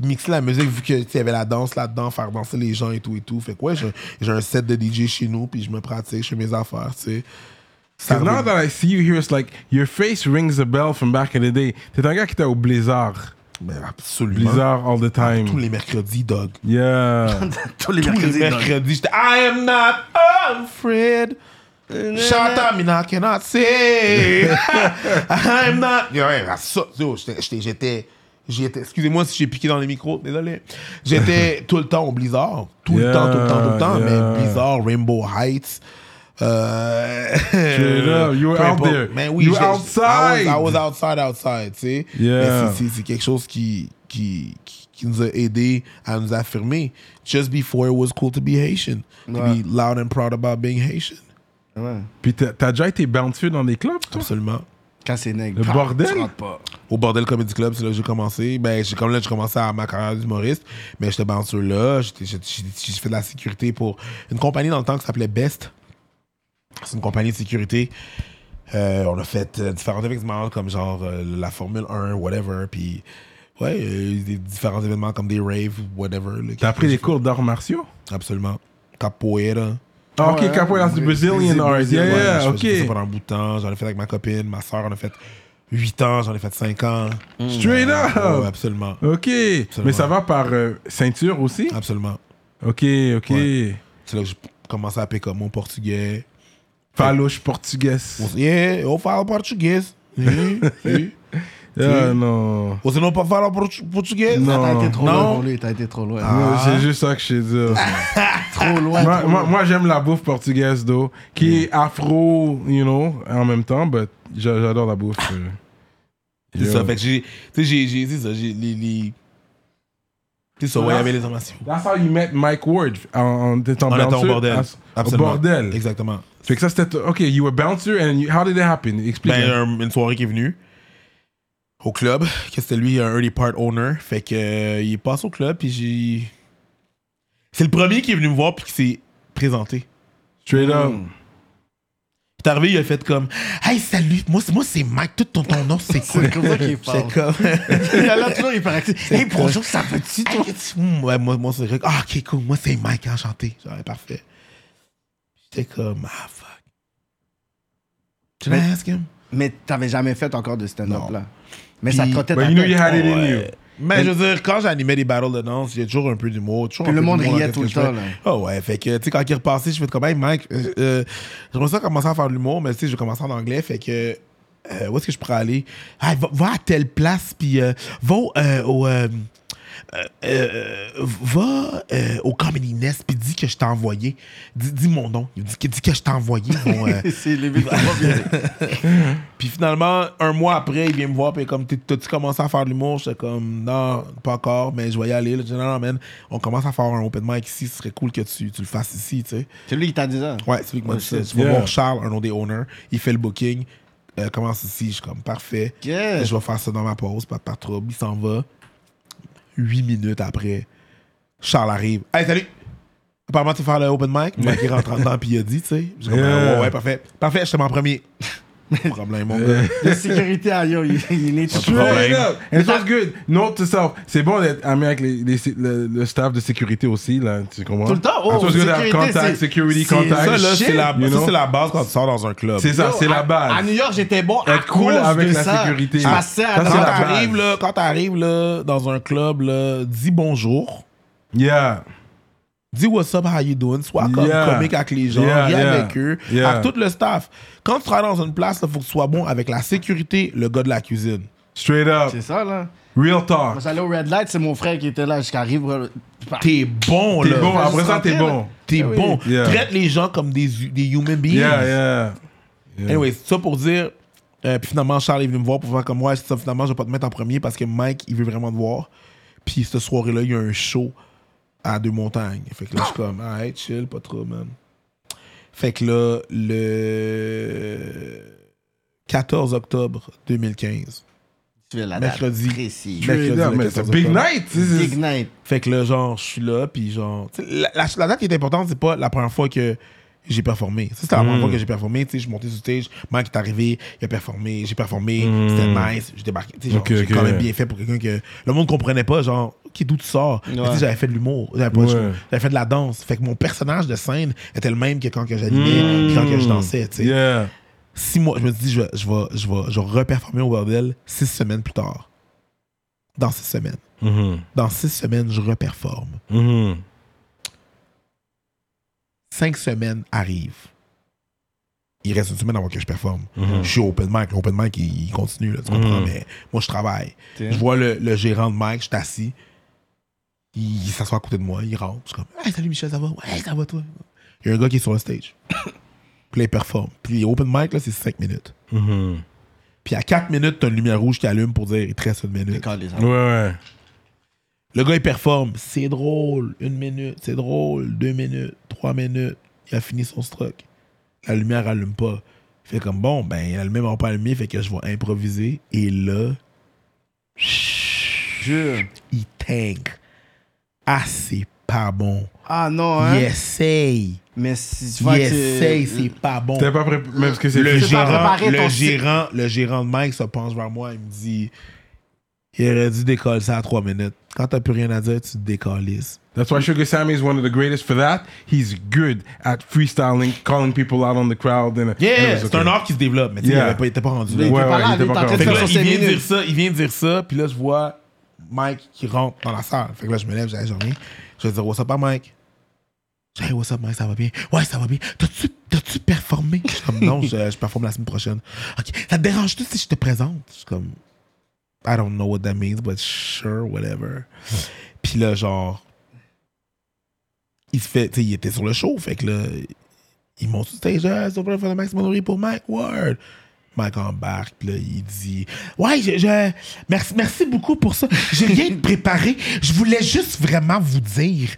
Mixer la musique, vu que tu sais, y avait la danse là-dedans, faire danser les gens et tout et tout. Fait que ouais, j'ai j'ai un set de DJ chez nous, puis je me pratique, je fais mes affaires, tu sais. Ça
Because now
roule.
that I see you here, it's like your face rings a bell from back in the day. T'es un gars qui était au Blizzard.
Mais absolument.
Blizzard all the
Tous
time.
les mercredis, dog.
Yeah.
Tous les
Tous les
mercredis. donc.
mercredis, j'étais I am not afraid. Shout out, me now cannot say. I'm not. Yo, ouais, ça, yo, j'étais- j'étais- J'étais. j'étais- Excusez-moi si j'ai piqué dans les micros, désolé. J'étais tout le temps au Blizzard. Tout le
Yeah,
temps, tout le temps, tout le temps.
yeah.
Mais Blizzard, Rainbow Heights. Euh,
up, you were
peu
out
importe.
there.
Mais oui,
You were
j'ai-
outside.
I was, I was outside, outside, tu sais.
Yeah.
Mais c'est- c'est- c'est quelque chose qui, qui, qui, qui nous a aidé à nous affirmer. Just before it was cool to be Haitian. To
Ouais.
be loud and proud about being Haitian.
Ouais.
Puis t'as t'as déjà été bountieux dans des clubs, toi?
Absolument.
Quand c'est nègre.
Le
pah,
bordel?
tu rentres pas.
Au Bordel Comedy Club, c'est là que j'ai commencé. Ben, j'ai- comme là, j'ai commencé à ma carrière d'humoriste, mais j'étais sur là. J'étais- J'ai j'ai- j'ai fait de la sécurité pour une compagnie dans le temps qui s'appelait Best. C'est une compagnie de sécurité. Euh, on a fait euh, différents événements comme genre euh, la Formule 1, whatever. Puis, ouais, euh, des différents événements comme des raves, whatever. là,
T'as
qui-
pris des cours d'arts martiaux?
Absolument. Capoeira.
Ah, ok,
Ouais.
capoeira, c'est du Brazilian art. Yeah, yeah,
Ouais, je faisais ça
ok.
pendant un bout de temps. J'en ai fait avec ma copine, ma soeur, on a fait 8 ans, j'en ai fait 5 ans.
Mm. Straight
Ouais,
up!
absolument.
Ok. Mais ça va par euh, ceinture aussi?
Absolument.
Ok, ok.
Ah. Ouais. C'est là que j'ai commencé à pick up mon portugais.
Faloche
On
portugaise.
se- Yeah, eu falo português. Sim, sim.
Ah, non.
Você não pode falar portu- português?
Non.
T'as été trop loin
Non.
pour lui, t'as été trop loin. Ah,
Non, C'est juste ça que je sais dire.
Trop loin.
moi,
trop
moi-
loin.
moi, j'aime la bouffe portugaise, d'eau, qui est afro, you know, en même temps, but j'a- j'adore la bouffe. euh.
C'est
Yo.
ça, fait que j'ai. Tu sais, j'ai- j'ai. C'est ça, j'ai. Les. les... C'est ça, ouais, il y avait les informations.
That's how you met Mike Ward en, en étant
On était au
bouncer
bordel.
à- Au
Absolument.
bordel.
Exactement.
Fait que ça, c'était... OK, you were bouncer, and you- how did it happen? Explique.
Ben, un- une soirée qui est venue au club, que c'était lui un early part owner. Fait que euh, il est passé au club, puis j'ai. C'est le premier qui est venu me voir, puis qui s'est présenté.
Straight up.
Mm. Puis T'es arrivé, il a fait comme Hey, salut, moi, c'est- moi c'est Mike, tout ton, ton nom, c'est quoi?
C'est comme ça qu'il parle.
C'est comme.
Il a l'air toujours hyperactif. Hey, bonjour, ça va-tu, toi?
Hum, ouais, moi, moi c'est Rick. Ah, ok, cool, moi c'est Mike, enchanté. Genre, ouais, parfait. J'étais comme Ah, fuck. Can I ask him?
Mais t'avais jamais fait encore de stand-up,
Non.
là. Mais
Puis-
ça te trottait
But
ta
you knew you
tête. hein.
had it in you.
Ouais. Mais je veux dire, quand j'animais des battles de danse, il y a toujours un peu d'humour. toujours
Puis
un
le
peu
monde
d'humour dans
riait
qu'est-ce
tout le
que je
temps,
fais.
là.
Ah ouais, fait que, tu sais, quand il est repassé, je fais comme, hey Mike, euh, euh, j'aimerais ça commencer à faire de l'humour, mais tu sais, je commence en anglais, fait que, euh, où est-ce que je pourrais aller? Ah, va, va à telle place, puis euh, va au, euh, au, euh, euh, euh, va euh, au Comedy Nest, puis dis que je t'ai envoyé. Dis, dis mon nom. Il dit que, dis que je t'ai envoyé mon. euh,
C'est les villes pas bien.
puis finalement, un mois après, il vient me voir, puis comme, T'es- t'as-tu commencé à faire de l'humour? J'étais comme, non, pas encore, mais je vais y aller. Là, J'ai dit, non, non, man, on commence à faire un open mic ici, ce serait cool que tu, tu le fasses ici, tu sais.
C'est lui qui t'a dit ça.
Ouais, c'est lui qui m'a dit ça. Tu vas
Yeah.
voir Charles, un nom des owners, il fait le booking, euh, commence ici, je suis comme, parfait.
Yeah.
Je vais faire ça dans ma pause, pas, pas de trouble. Il s'en va. Huit minutes après, Charles arrive. Hey, salut! Apparemment, tu vas faire le open mic. Mike, il rentre en dedans, puis il a dit, tu sais. J'ai comme,
Yeah.
ouais, ouais, parfait. Parfait, j'étais mon premier. Pas de problème, mon gars.
La sécurité, ah, yo, il il est tout.
Straight
problème.
up. And it was good. Note to self. C'est bon d'être ami avec les, les- le, le staff de sécurité aussi, là. Tu comprends?
Tout le temps. Oh,
It was good to have
sécurité,
contact,
c'est-
security,
c'est
contact.
Ça, là, c'est la,
You
ça,
know?
c'est la base quand tu sors dans un club.
C'est ça,
Yo,
Ah, c'est la
à-
base.
À New York, j'étais bon à
Être cool
cause
avec
de
la
ça.
sécurité.
Je passais à
Ça, c'est la
Quand
la...
t'arrives,
base.
là, quand t'arrives, là, dans un club, là, dis bonjour.
Yeah.
Dis what's up, how you doing? Sois comme
Yeah.
comique avec les gens,
Yeah,
ris
yeah.
avec eux,
Yeah.
avec tout le staff. Quand tu travailles dans une place, il faut que tu sois bon avec la sécurité, le gars de la cuisine.
Straight up.
C'est ça, là.
Real talk.
Moi, j'allais au Red Light, c'est mon frère qui était là jusqu'à Rive.
T'es bon,
T'es
là.
bon.
Faut
Après
juste
ça, t'es
rentrer,
bon.
T'es bon.
Yeah.
Traite les gens comme des, hu- des human beings.
Yeah, yeah. yeah.
Anyway, c'est ça pour dire. euh, puis finalement, Charles est venu me voir pour faire comme moi. Ça, finalement, je vais pas te mettre en premier parce que Mike, il veut vraiment te voir. Puis cette soirée-là, il y a ah, un show à Deux Montagnes. Fait que là, je suis comme, alright, chill, pas trop, man. Fait que là, le 14 octobre 2015.
Tu veux la
Mercredi.
date précise.
Mercredi,
Straight up,
le
man,
14
c'est Big
octobre.
night! this is-
Ignite.
Fait que là, genre, je suis là, puis genre... tu sais, La, la- la date qui est importante, c'est pas la première fois que j'ai performé. Ça, c'était la
Hmm.
première fois que j'ai performé. Tu sais, je suis monté sur stage, Mike est arrivé, il a performé, j'ai performé, c'était nice, j'ai débarqué. Tu sais, genre,
Hmm. Ok,
j'ai
ok.
quand même bien fait pour quelqu'un que... Le monde comprenait pas, genre, qui d'où tu sors. Mais tu sais, j'avais fait de l'humour, j'avais pas-
Ouais.
j'avais fait de la danse. Fait que mon personnage de scène était le même que quand que j'animais, puis quand que je dansais, tu sais.
Hmm. Yeah.
six mois, je me dis, je vais, je vais, je vais, je vais reperformer au bordel six semaines plus tard. Dans six semaines. Dans six semaines, je reperforme. Mm-hmm. Cinq semaines arrivent. Il reste une semaine avant que je performe. Je suis open mic. L'open mic, il, il continue, là, tu comprends? Mais moi, je travaille. Je vois le, le gérant de mic, je suis assis. Il, il s'assoit à côté de moi, il rentre. Je suis comme, hey, salut Michel, ça va? Ouais, ça va toi? Il y a un gars qui est sur le stage. Puis là, il performe. Puis open mic, là, c'est cinq minutes. Puis à 4 minutes, t'as une lumière rouge qui allume pour dire il te reste une minute.
Quand les gens-
Ouais, ouais.
Le gars, il performe. C'est drôle. Une minute, c'est drôle. Deux minutes, trois minutes. Il a fini son stroke. La lumière allume pas. Fait comme bon, ben, la lumière m'a pas allumé, fait que je vais improviser. Et là,
Jure.
il tank. Ah, c'est pas bon.
Ah non, hein?
Il essaye.
Mais si tu
Il
vois que
essaye,
tu-
c'est pas bon.
T'es pas préparé. Même parce que c'est
le
t'as pas
gérant,
préparé ton
le,
cycle.
gérant, le gérant de Mike se penche vers moi et me dit Il aurait dû décoller ça à trois minutes. Quand t'as plus rien à dire, tu te décollises.
That's why Sugar Sammy is one of the greatest for that. He's good at freestyling, calling people out on the crowd. And
Yeah,
it was
c'est un
okay.
art qui se développe, mais tu sais,
Yeah.
il avait pas- il était pas rendu là.
Il était
Ouais,
pas
ouais,
là,
il
lui,
était
il
pas
était en train de
Fait que
correct.
faire
là,
son
il
cinq
vient de dire
minutes.
ça, il vient de dire ça, puis là, je vois Mike qui rentre dans la salle. Fait que là, je me lève, je dis, je reviens. Je vais dire, What's up, à Mike? Je dis, Hey, what's up, Mike, ça va bien? Ouais, ça va bien. T'as-tu, t'as-tu performé? Je suis comme, non, je, je performe la semaine prochaine. Ok, ça te dérange-tu si je te présente? Je suis comme, I don't know what that means, but sure, whatever. Puis là, genre, il se fait, tu sais, il était sur le show, fait que là, il monte sur le stage, ah, c'est pour faire Max Monori pour Mike Ward. Mike embarque, puis là, il dit Ouais, je, je- merci, merci beaucoup pour ça. J'ai rien de préparé. Je voulais juste vraiment vous dire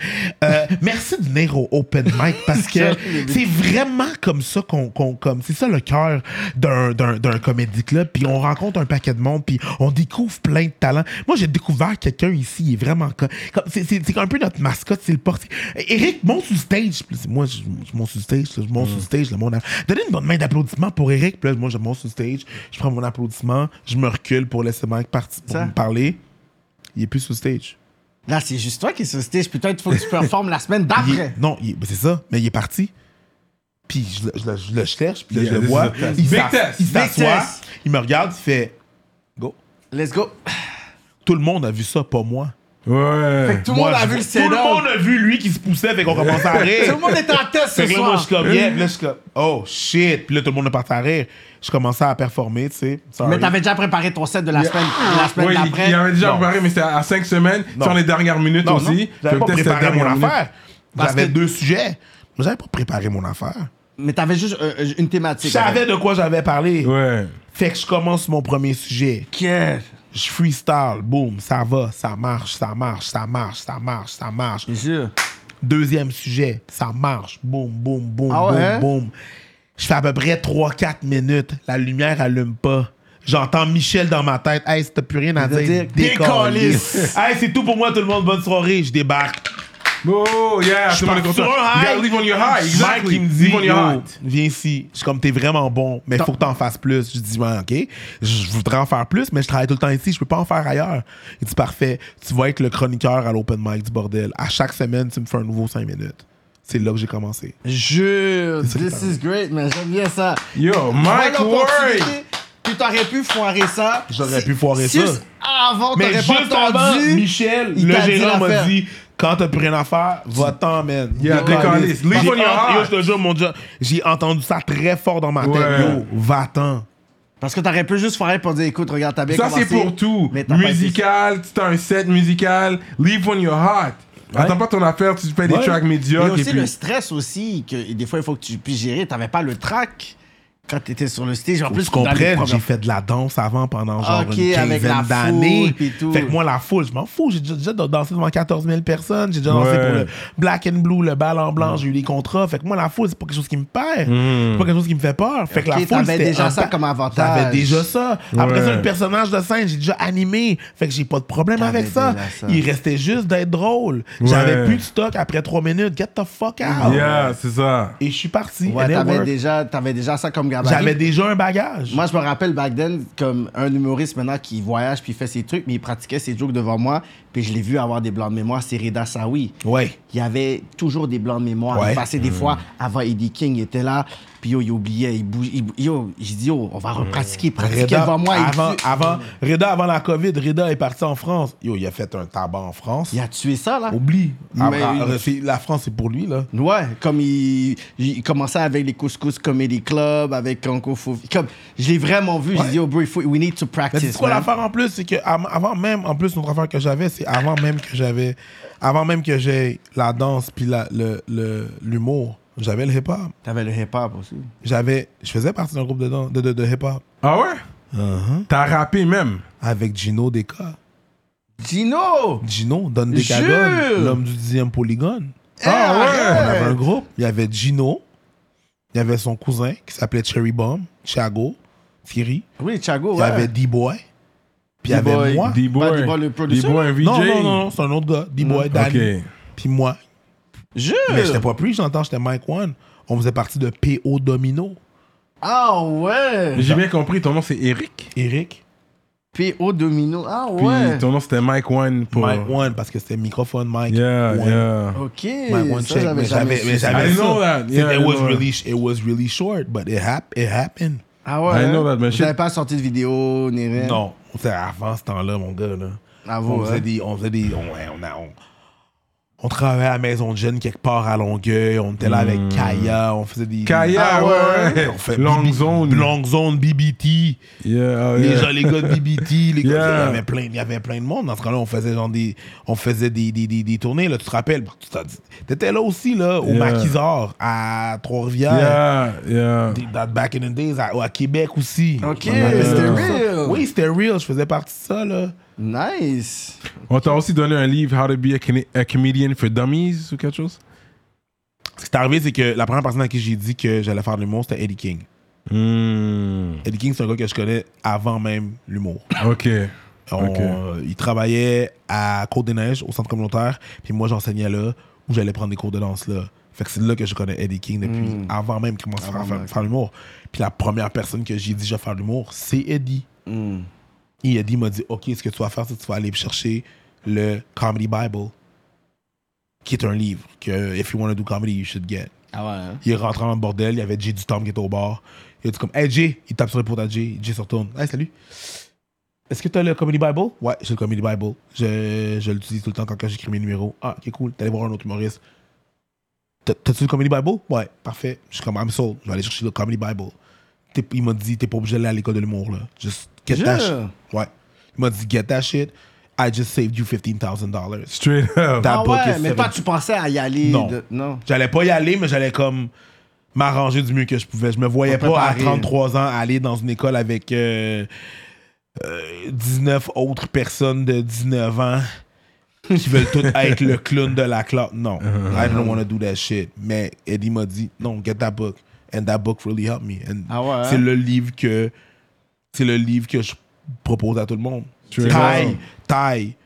euh, merci de venir au Open Mic parce que c'est vraiment comme ça qu'on. qu'on- comme, c'est ça le cœur d'un, d'un, d'un comédie club. Puis on rencontre un paquet de monde, puis on découvre plein de talents. Moi, j'ai découvert quelqu'un ici, il est vraiment. co- comme- c'est, c'est, c'est un peu notre mascotte, c'est le portier. Eric, monte sur le stage. Puis moi, je, je monte sur le stage, là, je monte sur le stage, le monde. a- Donnez une bonne main d'applaudissement pour Eric. Puis là, moi, je monte sur le stage, je prends mon applaudissement, je me recule pour laisser Mike partir pour
Ça.
me parler. Il est plus sur le stage.
Là, c'est juste toi qui es sur le stage. Putain, il faut que tu performes la semaine
Il est-
d'après.
non, il est- ben, c'est ça, mais il est parti. Puis je, le- je le- je le cherche, puis là,
Yeah,
je le
this
vois.
is a test.
Il
Big
s'a-
test,
il
big
s'assoit,
test.
il me regarde, il fait
Let's go.
Tout le monde a vu ça, pas moi.
Ouais.
Tout le
Moi,
monde a
je-
vu le
Tout le
setup.
monde a vu lui qui se poussait, fait qu'on commence à
Tout
rire.
le monde était en test
Fait
ce
que là, moi,
soir.
je suis comme, yeah. Puis là, je suis comme, oh shit. Puis là, tout le monde est parti à rire. Je commençais à performer, tu sais. Sorry.
Mais t'avais déjà préparé ton set de la semaine, de
Ah.
la semaine
Ouais, il,
d'après.
il avait déjà
Non.
préparé, mais c'était à 5 semaines,
Non.
sur les dernières minutes
non, non,
aussi.
j'avais pas
Peut-être c'était
préparé
la
mon
dernière minute.
affaire.
Parce
J'avais
que-
deux sujets. Mais j'avais pas préparé mon affaire.
Mais t'avais juste euh, une
Je
thématique.
savais de quoi j'avais parlé.
Ouais.
Fait que je commence mon premier sujet.
que
Je freestyle, boum, ça va, ça marche, ça marche, ça marche, ça marche, ça marche.
sûr.
Deuxième sujet, ça marche. Boum, boum, boum,
Ah ouais,
boum,
hein?
boum. Je fais à peu près 3-4 minutes. La lumière allume pas. J'entends Michel dans ma tête. Hey, si t'as plus rien à
veut
dire,
dire,
décalisse. Hey, c'est tout pour moi, tout le monde. Bonne soirée. Je débarque.
Oh, yeah,
Je
tout le monde est
pars sur
content.
un
You gotta
high.
leave on your high,
Mike,
exactly.
il me dit,
Leave on your
yo,
high.
viens ici. Je suis comme, t'es vraiment bon, mais faut que t'en fasses plus. Je dis, ouais, OK, je voudrais en faire plus, mais je travaille tout le temps ici, je peux pas en faire ailleurs. Il dit, parfait, tu vas être le chroniqueur à l'open mic du bordel. À chaque semaine, tu me fais un nouveau 5 minutes. C'est là que j'ai commencé.
Jure.
ça qui
This is great, man. J'aime bien ça.
Yo,
Voilà
Mike
l'opportunité.
Ward.
Tu t'aurais pu foirer ça.
J'aurais
Si-
pu foirer
si
ça.
juste Avant,
Mais
t'aurais
juste
pas
avant,
entendu.
Michel,
il
le
t'a dit
gérant m'a
l'affaire.
dit quand t'as plus rien à faire, va-t'en, man.
Yeah, décalisse. Leave
J'ai
on your
ent-
heart.
Yo, je te jure, mon Dieu, j'ai entendu ça très fort dans ma tête.
Ouais.
Yo, va-t'en.
Parce que t'aurais pu juste foirer pour dire, écoute, regarde, t'as bien
Ça, c'est
commencé,
pour tout.
mais t'as pas été-
Musical, tu as un set musical, leave on your heart. Attends pas ton affaire, tu fais des
Ouais.
tracks
Mais
médiocres. et
aussi
puis-
le stress aussi, que des fois il faut que tu puisses gérer. T'avais pas le track. Quand t'étais sur le stage, en
Faut
plus,
que tu
dans les
comprennes,
premières-
j'ai fait de la danse avant pendant genre
Ok,
une
avec la
quinzaine
foule,
d'années.
puis tout.
Fait que moi, la foule, je m'en fous. J'ai déjà, déjà dansé devant 14 000 personnes. J'ai déjà dansé
Ouais.
pour le Black and Blue, le bal en blanc. J'ai eu les contrats. Fait que moi, la foule, c'est pas quelque chose qui me perd. C'est pas quelque chose qui me fait peur. Fait
Hmm. Ok,
que la foule,
t'avais
c'était
déjà
un
ça
pa-
comme avantage.
J'avais déjà ça. Après
Ouais.
ça, le personnage de scène, j'ai déjà animé. Fait que j'ai pas de problème
T'avais
avec ça.
déjà ça.
Il restait juste d'être drôle. J'avais
Ouais.
plus de stock après 3 minutes. Get the fuck out.
Yeah, c'est ça.
Et je suis parti.
Ouais,
And it
t'avais
worked.
déjà, t'avais déjà ça comme gabarit.
J'avais déjà un bagage.
Moi, je me rappelle back then, comme un humoriste maintenant qui voyage puis il fait ses trucs, mais il pratiquait ses jokes devant moi, puis je l'ai vu avoir des blancs de mémoire, c'est Reda Sawi.
ouais.
Il y avait toujours des blancs de mémoire.
Ouais.
Il passait des fois avant Eddie King, il était là, puis yo, il oubliait, il bouge, il bou- yo, j'ai dit, yo, on va repratiquer, pratiquer
Reda,
devant moi. il
avant,
tue-
avant, Reda, avant la COVID, Reda est parti en France. Yo, il a fait un tabac en France.
Il a tué ça, là.
Oublie. Ah,
Mais-
ah, c'est- la France, c'est pour lui, là.
Ouais, comme il, il commençait avec les Couscous Comedy Club, avec Kanko Fofi. Comme, je l'ai vraiment vu, j'ai dit, oh bro, il faut, we need to
Mais
practice.
c'est quoi
man.
l'affaire en plus, c'est que av- avant même, en plus, notre affaire que j'avais, c'est avant même que j'avais, avant même que j'ai la danse puis la- le- le- l'humour, j'avais le hip-hop.
T'avais le hip-hop aussi.
J'avais, je faisais partie d'un groupe de, dan- de, de- de hip-hop
Ah ouais?
Uh-huh.
T'as rappé même.
avec Gino Deca.
Gino!
Gino, Don Decagone,
Jure!
l'homme du 10e polygone.
Ah
On
ouais?
avait un groupe. Il y avait Gino. Il y avait son cousin qui s'appelait Cherry Bomb, Thiago, Thierry.
Oui, Chago,
Il y
ouais.
avait D-Boy. Puis il y avait
D-Boy,
moi.
Pas D-Boy,
D-Boy.
le producer?
D-Boy, un VJ.
Non, non, non, non, c'est un autre gars. D-Boy, Danny.
Mm, Ok. Euh.
Puis moi.
Jure!
Mais j'étais pas plus, j'entends, j'étais Mike One. On faisait partie de PO Domino.
Ah ouais!
J'ai bien compris, ton nom c'est Eric.
Eric,
P.O. Domino, ah
Puis
ouais!
ton nom c'était Mike One pour.
Mike One, parce que c'était microphone, Mike.
Yeah,
One.
yeah.
Ok,
Mike Ben, One
ça
check.
j'avais
Mais j'avais
jamais
mais
su.
j'avais
I
ça.
know that.
C'est-
Yeah, I
it, was
know
really, sh- it was really short, but it, hap- it happened.
Ah ouais?
I
hein?
know that, mais
Vous
shit.
n'avez pas sorti de vidéo ni rien?
Non, c'était avant ce temps-là, mon gars. Là.
Ah,
Bravo,
on, faisait
hein.
des, on faisait des. On, ouais, on, a- on- on travaillait à la maison de jeunes quelque part à Longueuil. On était là avec Kaya. On faisait des.
Hmm. Kaya,
Ah ouais.
ouais.
On fait
Long
BB
Zone.
Long Zone, BBT.
Yeah, oh,
Les,
yeah.
gens, les gars de BBT, les gars,
Yeah.
il, y avait plein, il y avait plein de monde. Dans ce cas-là, on faisait, genre des, on faisait des, des, des, des tournées. Là, tu te rappelles, tu t'as dit- t'étais là aussi, là, au
Yeah.
Maquisard, à Trois-Rivières.
Yeah, yeah.
Deep that back in the days, à, à Québec aussi.
Ok,
On avait
c'était
tout
real.
ça. Oui, c'était real. Je faisais partie de ça, là.
hein? Nice!
On t'a aussi donné un livre, How to be a, Cana- a comedian for dummies ou quelque chose?
Ce qui est arrivé, c'est que la première personne à qui j'ai dit que j'allais faire de l'humour, c'était Eddie King.
Hmm.
Eddie King, c'est un gars que je connais avant même l'humour.
Ok.
On-
Ok.
euh, Il travaillait à Côte-des-Neiges, au centre communautaire, puis moi, j'enseignais là, où j'allais prendre des cours de danse là. Fait que c'est là que je connais Eddie King depuis avant même qu'il commence à faire, faire l'humour. Puis la première personne que j'ai dit je vais faire de l'humour, c'est Eddie. Et Eddie m'a dit Ok, ce que tu vas faire, c'est que tu vas aller chercher le Comedy Bible, qui est un livre que, if you want to do comedy, you should get.
Ah ouais? hein?
Il est rentré dans le bordel, il y avait Jay du Temple qui était au bar. Il a dit comme Hey Jay, il tape sur le pot à Jay, Jay se retourne. Hey salut. Est-ce que t'as le Comedy Bible? Ouais, j'ai le Comedy Bible. Je, je l'utilise tout le temps quand, quand j'écris mes numéros. Ah, ok, cool. T'allais voir un autre humoriste. T'as- T'as-tu le Comedy Bible? Ouais, parfait. Je suis comme I'm sold. Je vais aller chercher le Comedy Bible. T'es- il m'a dit, t'es pas obligé d'aller à l'école de l'humour, là. Just get that shit.
Jure.
Ouais. Il m'a dit, get that shit. I just saved you $15,000.
Straight up.
That
Ah
book
ouais,
is
mais toi, tu pensais à y aller?
Non.
de- Non.
J'allais pas y aller, mais j'allais comme m'arranger du mieux que je pouvais. Je me voyais
Pour
pas à
préparer.
33 ans aller dans une école avec euh, euh, 19 autres personnes de 19 ans qui veulent toutes être le clown de la classe. Non,
Uh-huh.
I don't want to do that shit. Mais Eddie m'a dit, non, get that book. And that book really helped me. And
Ah ouais, hein?
C'est le livre que c'est le livre que je propose à tout le monde.
Straight
Taille,
up.
taille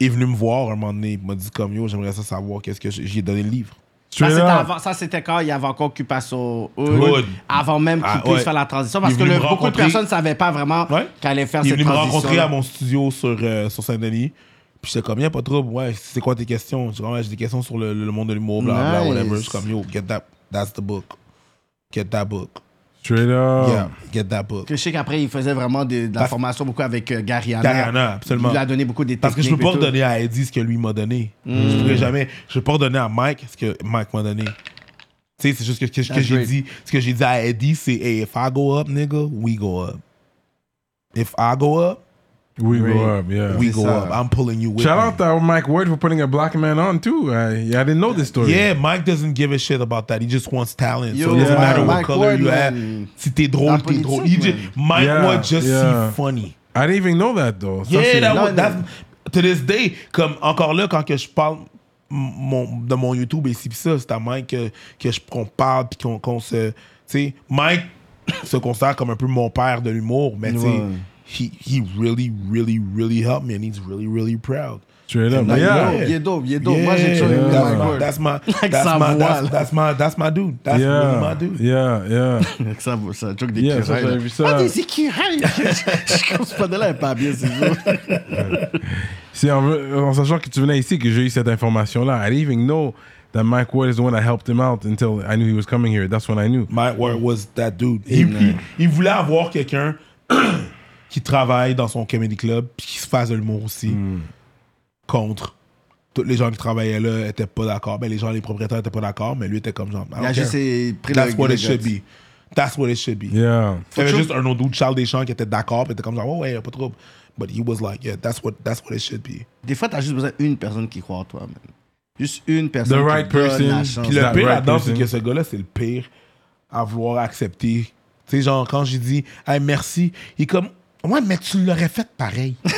est venu me voir un moment donné. Il m'a dit comme yo, j'aimerais ça savoir qu'est-ce que j'ai j'ai donné le livre.
Ça,
Straight
c'était
up.
avant- Ça, c'était quand il y avait encore Cupasso
Hood.
Avant même qu'il
Ah,
puisse
ouais.
faire la transition. Parce
Il est
que
venu
le-
me
beaucoup de
rencontrer.
personnes ne savaient pas vraiment
Ouais.
qu'elle allait faire
Il est
cette
venu me rencontrer à
transition.
mon studio sur, euh, sur Saint-Denis. Puis j'étais comme, y'a pas de trouble. Ouais, c'est quoi tes questions? Je dis, Ouais, j'ai des questions sur le, le monde de l'humour, blablabla,
Nice.
whatever. Je suis comme, yo, get that, that's the book. Get that book.
Straight
Yeah,
up.
get that book.
Que je sais qu'après, il faisait vraiment de, de la
Parce-
formation beaucoup avec euh, Gary Hanna.
Gariana, absolument.
Il lui a donné beaucoup de
Parce que je peux
techniques et tout.
pas
Mm.
redonner à Eddie ce que lui m'a donné. Je pourrais jamais. Je peux pas redonner à Mike ce que Mike m'a donné. Tu sais, c'est juste que, que, que
That's
j'ai
great.
dit. Ce que j'ai dit à Eddie, c'est Hey, if I go up, nigga, we go up. If I go up,
We go up, yeah.
We go
ça.
up. I'm pulling you with
Shout
me.
out to Mike Ward for putting a black man on too. I, I didn't know
Oh,
this story.
Yeah, Mike doesn't give a shit about that. He just wants talent.
Yo,
so it doesn't
yeah.
matter what
Mike
color
Ward,
you have.
man.
Si t'es drôle, t'es
politique,
drôle. He just,
man.
Mike
Yeah,
Ward just
yeah.
see funny.
I didn't even know that though. Ça,
Yeah,
c'est-
that
Non,
was-
non.
that's- to this day, comme encore là, quand que je parle m- mon- de mon YouTube et ci pis ça, c'est à Mike que, que je- qu'on parle puis qu'on qu'on se. Tu sais, Mike se considère comme un peu mon père de l'humour, mais tu sais,
Ouais.
he, he really, really, really helped me and he's really, really proud.
Straight up.
Like,
yeah.
yo, il est dope, il est dope. Moi, j'ai toujours aimé
that's,
Mike
my,
Ward.
that's my, that's my,
sa voix,
that's,
là.
that's my, that's my dude. That's really my
Yeah,
dude.
yeah, yeah.
Ça, ça joke des
Yeah, ça,
écureuils,
j'avais
là.
vu ça.
Ah, des écureuils! Je pense pas de là, elle est pas bien, c'est ça.
C'est en, en sachant que tu venais ici que j'ai eu cette information-là. I didn't even know that Mike Ward is the one that helped him out until I knew he was coming here. That's when I knew.
My word was that dude. Il, il- il voulait avoir quelqu'un qui travaille dans son comedy club puis qui se fasse de l'humour aussi. Contre. Tous les gens qui travaillaient là étaient pas d'accord. Ben, les gens, les propriétaires étaient pas d'accord, mais lui était comme genre. I
Il a
don't
juste
care.
eh, pris le
That's what
le
it should
guts.
be. That's what it should be.
Yeah.
Il y avait juste un autre dude, Charles Deschamps, qui était d'accord, puis était comme genre, oh, ouais, ouais, y a pas de trouble. But he was like, yeah, that's what, that's what it should be.
Des fois, t'as juste besoin d'une personne qui croit en toi, man. Juste une
The
personne
right
qui te donne
person.
la chance.
Puis le
That
pire
right
là-dedans, c'est
person.
que ce gars-là, c'est le pire à vouloir accepter. Tu sais, genre, quand j'ai dit, hey, merci, il est comme, ouais, mais tu l'aurais fait pareil. tu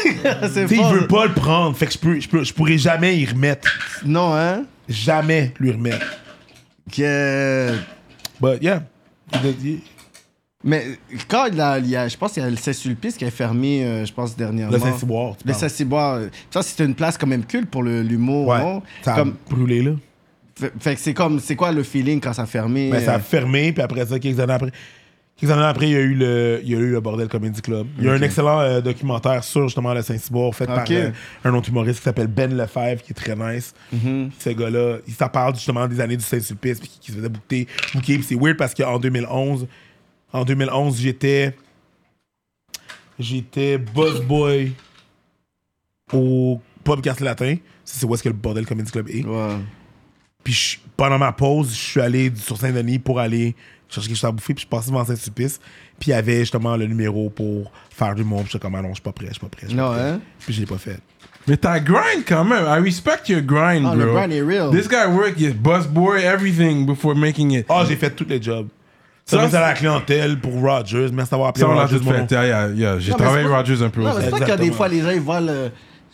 C'est
sais, il
fort.
veut pas le prendre. Fait que je, peux, je, peux, je pourrais jamais y remettre.
Non, hein?
Jamais lui remettre.
Que...
But yeah. Il a dit-
Mais quand il a, il y a- je pense qu'il y a le Saint-Sulpice qui a fermé, euh, je pense, dernièrement.
Le Saint-Cyboire, tu
Le
parles.
Saint-Cyboire. euh, Ça, c'était une place quand même culte pour le- l'humour,
Ouais.
non?
Ça a
Comme,
brûlé, là.
fait, fait que c'est comme, c'est quoi le feeling quand ça a fermé?
Mais Ben, ça
euh,
a fermé, puis après ça, quelques années après. Quelques années après, il y a eu le, il y a eu le Bordel Comedy Club. Il y a un excellent euh, documentaire sur justement le Saint-Cyboire fait par
Ok.
euh, un autre humoriste qui s'appelle Ben Lefebvre, qui est très nice.
Mm-hmm.
Ce gars-là, il ça parle justement des années du Saint-Sulpice, puis qui se faisait bouquer. bouquer. Puis c'est weird parce qu'en 2011, en 2011, j'étais. J'étais boss boy au Pub Castle Latin. Ça, C'est où est-ce que le Bordel Comedy Club est.
euh, ouais.
Puis je- pendant ma pause, je suis allé sur Saint-Denis pour aller chercher quelque chose à bouffer. Puis je suis passé devant Saint-Sulpice. Puis il y avait justement le numéro pour faire du monde. Puis j'étais comme, ah non, je suis pas prêt, je suis pas prêt. je suis pas
Non,
prêt.
hein?
Puis je l'ai pas fait.
Mais ta grind quand même. I respect your grind,
Oh,
bro.
le grind is real.
This guy worked his bus boy, everything before making it.
Ah, j'ai fait tous les jobs. Ça,
Ça,
à la clientèle pour Rogers. Merci d'avoir appelé
Ça, on l'a
Rogers.
juste
mon nom.
fait. Ah, Yeah, yeah, yeah. J'ai
Non, mais
travaillé
c'est pas-
Rogers un peu
Non, mais
aussi.
c'est pas qu'il y a des
Exactement.
fois, les gens, ils voient le.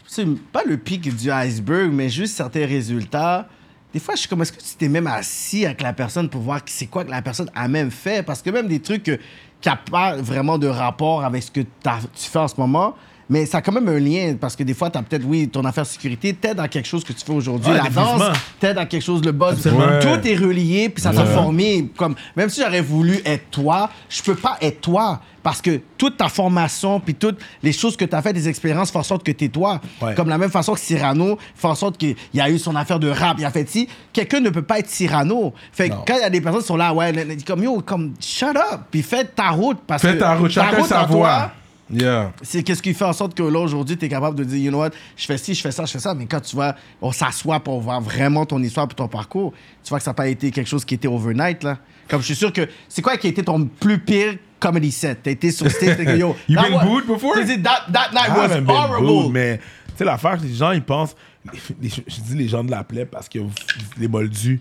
C'est pas le pic du iceberg, mais juste certains résultats. Des fois, je suis comme, est-ce que tu t'es même assis avec la personne pour voir c'est quoi que la personne a même fait? Parce que même des trucs que- qui n'ont pas vraiment de rapport avec ce que t'as- tu fais en ce moment, mais ça a quand même un lien. Parce que des fois, tu as peut-être, oui, ton affaire sécurité, t'aides à quelque chose que tu fais aujourd'hui,
Ouais,
la danse,
définitivement.
t'aides à quelque chose, le boss.
Absolument.
Tout est relié, puis ça t'a
Ouais.
formé. Comme, même si j'aurais voulu être toi, je peux pas être toi. Parce que toute ta formation, puis toutes les choses que tu as faites, des expériences, font en sorte que tu es toi.
Ouais.
Comme la même façon que Cyrano, fait en sorte qu'il y a eu son affaire de rap, il a fait ci. Quelqu'un ne peut pas être Cyrano. Fait que
Non.
quand il y a des personnes qui sont là, ouais, comme yo, comme shut up, puis fais ta route. Parce
Fais
que
ta route, chacun
à
sa
toi,
voix. Yeah.
c'est qu'est-ce qui fait en sorte que là aujourd'hui tu es capable de dire you know what je fais ci je fais ça je fais ça mais quand tu vas on s'assoit pour voir vraiment ton histoire et ton parcours tu vois que ça n'a pas été quelque chose qui était overnight là comme je suis sûr que c'est quoi qui a été ton plus pire comedy set t'as été sur stage t'es que, yo
You
that
been
was-
booed before?
t'as dit, that, that night
I haven't
was
been
horrible
booed, mais tu sais, l'affaire, les gens, ils pensent. les- les- je dis les gens de la plaie parce que vous- les moldus,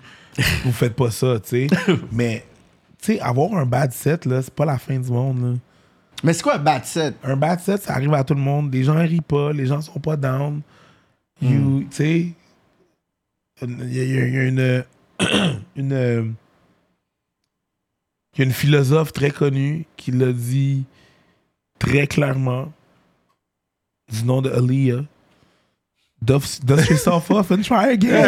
vous faites pas ça, tu sais. Mais, tu sais, avoir un bad set, là, c'est pas la fin du monde, là.
mais c'est quoi un bad set
un bad set, ça arrive à tout le monde. Les gens rient pas, les gens sont pas down. You, tu sais, il y, a- il y a- il y a une, une, euh, il y a une philosophe très connue qui l'a dit très clairement du nom de Aliyah. Dust dust yourself off and try again.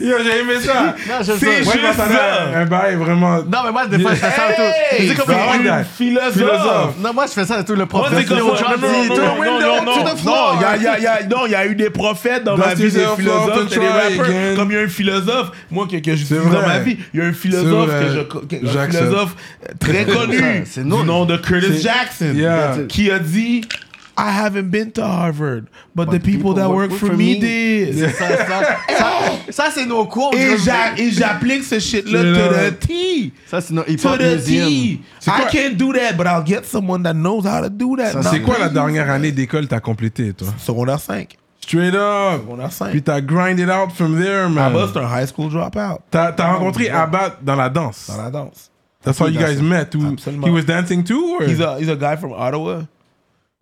Yo, j'ai aimé ça.
je
C'est
sais.
Moi, je
Juste
m'attendais
ça.
à un bail vraiment.
non mais moi des fois je fais ça à tout
Hey,
Je dis comme-
ça
c'est
va,
une philosophe.
philosophe.
non moi je fais ça à tout le
Moi,
prof
c'est comme
Yo,
ça.
John
Non, non,
dit,
non,
to the
non,
window,
non, non,
to the
non.
floor.
Non, il y a- il y a- il y a- non, il y a eu des prophètes dans ma
Dust
vie, des
yourself off
philosophes,
to
et des
try
rappers.
again.
Comme il y a un philosophe, moi, que, que je suis
vrai.
dans ma vie, il y a un philosophe,
C'est vrai.
que je, co- que- un
Jackson.
philosophe très
C'est
connu,
ça, c'est
du
nous.
nom de Curtis
C'est-
Jackson,
Yeah.
qui a dit I haven't been to Harvard, but, the people, that work, for, me,
C'est
did.
Ça, ça, ça, ça, c'est nos cours.
Et
Dieu
j'a-
veut.
et j'applique ce shit-là
Yeah.
to the T.
Ça, c'est nos hip
To
hop
the T.
C'est
I
quoi-
can't do that, but I'll get someone that knows how to do that.
Ça,
Non.
C'est quoi la dernière année d'école t'as complétée, toi?
Secondaire 5.
Straight up!
Secondaire 5.
Puis t'as grind it out from there, man.
Abba, c'est un high school dropout
T'as t'as rencontré Abba dans la danse.
dans la danse.
That's how you guys met. Who,
Absolument.
he was dancing too? Or?
He's a, he's a guy from Ottawa.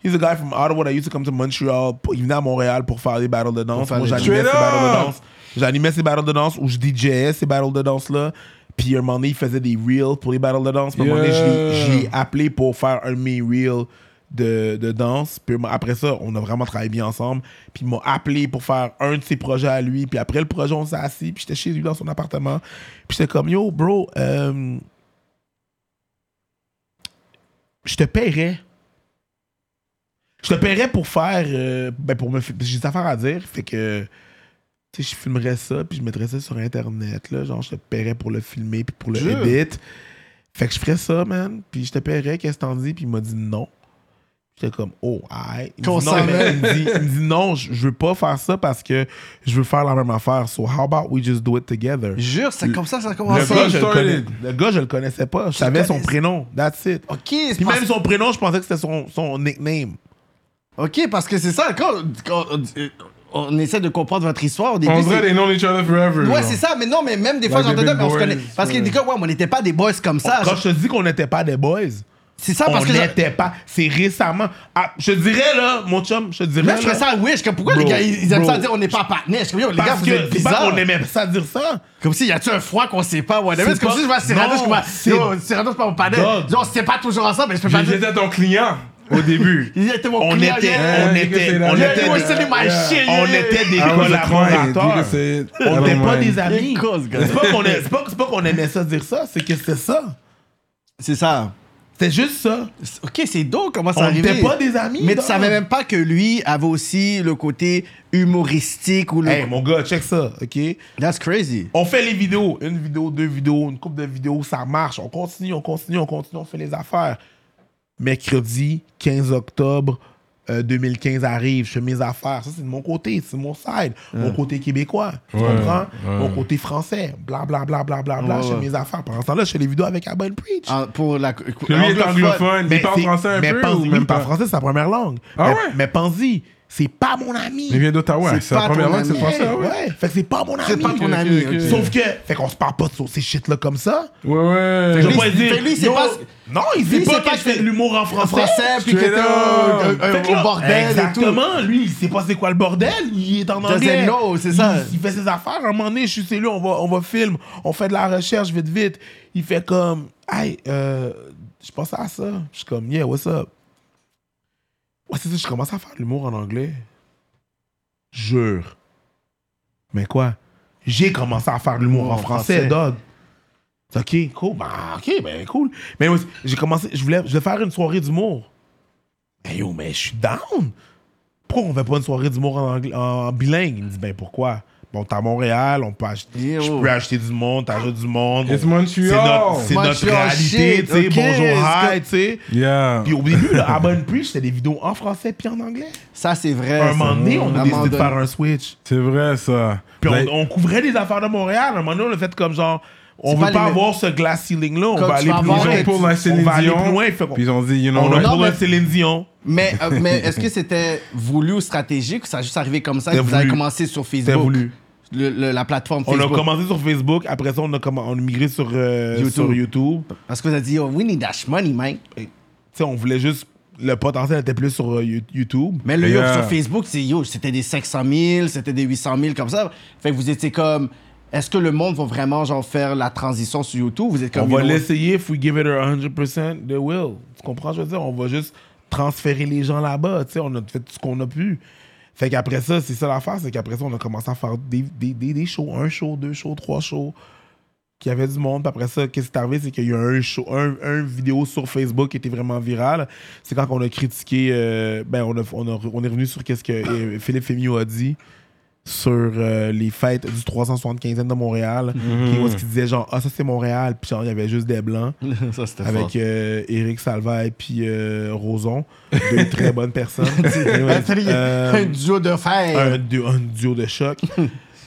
He's a guy from Ottawa that used to come to Montreal. pour- Il venait à Montréal pour faire des battles de danse.
faire
Moi,
des-
j'animais ces
Straight
battles de
up!
danse. J'animais ces battles de danse où je DJais ces battles de danse-là. Puis à un moment donné, il faisait des reels pour les battles de danse. Puis à un moment donné, je l'ai-
Yeah.
je l'ai appelé pour faire un de mes reels de, de danse. Puis après ça, on a vraiment travaillé bien ensemble. Puis il m'a appelé pour faire un de ses projets à lui. Puis après le projet, on s'est assis. Puis j'étais chez lui dans son appartement. Puis j'étais comme, yo, bro, euh, je te paierais. Je te paierais pour faire. euh, ben pour me. fi- J'ai des affaires à dire. Fait que. Tu sais, je filmerais ça, puis je mettrais ça sur Internet. Là, genre, je te paierais pour le filmer, puis pour le
Dieu.
edit. Fait que je ferais ça, man. Puis je te paierais, qu'est-ce que t'en dis? Puis il m'a dit non. J'étais comme, oh, aïe. Il, me dit non,
Consent,
mais il me dit- il me dit non, je je veux pas faire ça parce que je veux faire la même affaire. So, how about we just do it together?
Jure, c'est comme ça, ça
Le
commence.
ça,
gars,
il
je le
started.
connais- le gars, je le connaissais pas. Je savais son
connais-
prénom. That's it.
Ok, c'est
Puis
parce-
même son prénom, je pensais que c'était son, son nickname.
ok, parce que c'est ça. Quand, quand- on essaie de comprendre votre histoire au début.
On
c'est-
dirait they known each other forever.
Ouais,
genre.
c'est ça, mais non, mais même des fois,
Like the
j'entendais,
big
mais on se
boys,
connaît. Parce que
ouais.
des fois, ouais, mais on n'était pas des boys comme ça.
Quand je te dis qu'on n'était pas des boys,
C'est ça, Ah, parce
on
que. je-
n'était pas. C'est récemment. Ah, je te dirais, là, mon chum, je te dirais.
Même je
là,
fais ça, oui, je suis comme, pourquoi
Bro,
les gars, ils ils aiment
bro.
ça dire on n'est pas partenaires? Je suis comme, yo, les gars,
Parce
vous êtes
que c'est pas
bizarres.
qu'on aimait ça dire ça.
Comme si y a-tu un froid qu'on sait pas, whatever.
C'est
C'est comme
pas-
si je vais à Cyrano,
Non,
je suis comme,
c'est-
yo, Cyrano, c'est pas mon partenaire.
Dog.
Disons, on se sait pas toujours ensemble, mais je peux pas
J'ai-
dire.
J'étais ton client au début.
Il était mon
On
client,
était, euh,
yeah.
on
yeah,
était,
yeah,
on
yeah,
était,
you were
des,
selling my shit, yeah,
on
yeah,
était des
I was a client, you
collaborateurs.
can say it. I
On
don't
n'était pas
mind.
des amis.
Quelle cause, gars.
C'est pas qu'on aimait- c'est pas- c'est pas qu'on aimait ça dire ça, c'est que c'était ça.
C'est ça.
C'était juste ça.
C'est- Ok, c'est donc comment ça
On
arrivé.
n'était pas des amis.
Mais tu
dog.
savais même pas que lui avait aussi le côté humoristique ou le.
Hey, mon gars, check ça, OK?
That's crazy.
On fait les vidéos, une vidéo, deux vidéos, une coupe de vidéos, ça marche. On continue, on continue, on continue, on fait les affaires. Mercredi 15 octobre euh, 2015 arrive, je fais mes affaires. Ça, c'est de mon côté, c'est mon side. Mon côté québécois, tu
Ouais,
comprends?
ouais.
Mon côté français, bla bla bla bla bla bla,
Ouais,
je fais
ouais.
mes affaires. Pendant ce temps-là, je fais les vidéos avec Abel Preach.
Ah, Pour la.
Puis lui il est anglophone.
Mais
il parle
c'est-
français un
mais
peu
pense-
ou
oui,
même
il parle
pas?
français, c'est sa première langue.
Ah
mais,
ouais?
mais pense-y, c'est pas mon ami.
Il vient d'Ottawa.
C'est
C'est la
pas
première
ton
langue, c'est
ami.
français.
Ouais,
ah ouais.
ouais. Fait que c'est pas mon ami.
C'est pas ton
ok,
ami.
ok.
ok.
Sauf que, fait qu'on se parle pas de ces shit-là comme ça.
Ouais, ouais.
Je vais pas
c'est-
dire,
fait lui, c'est
yo,
pas-
Non, il
lui,
sait
c'est
pas
pas
que je fais
que-
de l'humour en
En
français.
français, puis que
Straight
t'as euh,
up.
euh,
Fait que
au
là,
bordel et tout.
Exactement, lui, il sait pas c'est quoi le bordel, il est en
Doesn't
anglais.
know, c'est ça.
Il, il fait ses affaires, à un moment donné, je suis chez lui, on va, on va film, on fait de la recherche vite, vite. Il fait comme, hey, euh, je pense à ça. Je suis comme, yeah, what's up? Ouais, c'est ça, je commence à faire de l'humour en anglais. Jure. Mais quoi? J'ai commencé à faire de l'humour en
Oh,
français, dog. C'est OK, cool. Bah, OK, ben cool. Mais moi, j'ai commencé, je voulais, je voulais faire une soirée d'humour. Mais yo, mais je suis down. Pourquoi on fait pas une soirée d'humour en, anglais- en bilingue? Il me dit, ben pourquoi? Bon, t'es à Montréal, on peut acheter,
Yo.
je peux acheter du monde, t'achètes du monde.
It's
On-
Montreal.
C'est notre, c'est notre
Montreal
réalité,
shit,
tu sais.
ok,
bonjour,
c'est
hi, tu sais.
Yeah.
Puis au début, là, à Bonne Prix, c'était des vidéos en français puis en anglais.
Ça, c'est vrai.
À un
ça.
moment donné, on
Un
a
moment
décidé de
donné.
faire un switch.
C'est vrai, ça.
Puis
Like-
on, on couvrait les affaires de Montréal. À un moment donné, on a fait comme genre, on
C'est
veut
pas
pas,
les mêmes-
avoir ce glass ceiling-là. On
Comme
va
tu
aller
vas
plus
avoir
loin.
un-
pour la
on
Céline
va aller
Dion.
plus loin. Fait qu'on-
Puis ils ont dit, you know
on a
what?
Non,
pour
mais-
un Céline Dion.
Mais, euh, mais est-ce que c'était voulu ou stratégique ou ça a juste arrivé comme ça et que
C'était
vous avez
voulu.
commencé sur Facebook
C'était voulu.
Le- le- la plateforme
On
Facebook.
a commencé sur Facebook. Après ça, on a, comm- on a migré sur, euh,
YouTube.
sur YouTube. Tu
Parce que vous avez dit, oh, we need that money, man.
sais, on voulait juste. Le potentiel était plus sur euh, You- YouTube.
Mais le
Yeah.
yo, sur Facebook, c'est yo, c'était des 500 000, c'était des 800 000 comme ça. Fait que vous étiez comme, est-ce que le monde va vraiment genre faire la transition sur YouTube Vous êtes
on
comme,
va
you know,
l'essayer. If we give it our 100%, they will. Tu comprends, je veux dire? On va juste transférer les gens là-bas. Tu sais, on a fait tout ce qu'on a pu. Fait qu'après ça, c'est ça l'affaire. C'est qu'après ça, on a commencé à faire des, des, des, des shows. Un show, deux shows, trois shows. Qu'il y avait du monde. Puis après ça, qu'est-ce qui est arrivé? C'est qu'il y a eu un, show, un, un vidéo sur Facebook qui était vraiment virale. C'est quand on a critiqué... euh, ben, on, a- on, a- on est revenu sur qu'est-ce que euh, Philippe Fémio a dit sur euh, les fêtes du 375e de Montréal, qui, où est-ce qu'ils disaient genre, ah, ça c'est Montréal, puis genre, il y avait juste des blancs
Ça, c'était fort.
avec euh, Eric Salva et puis euh, Roson, deux très bonnes personnes.
Un,
Anyways,
tri-
euh,
un duo de fer.
un, du- un duo de choc,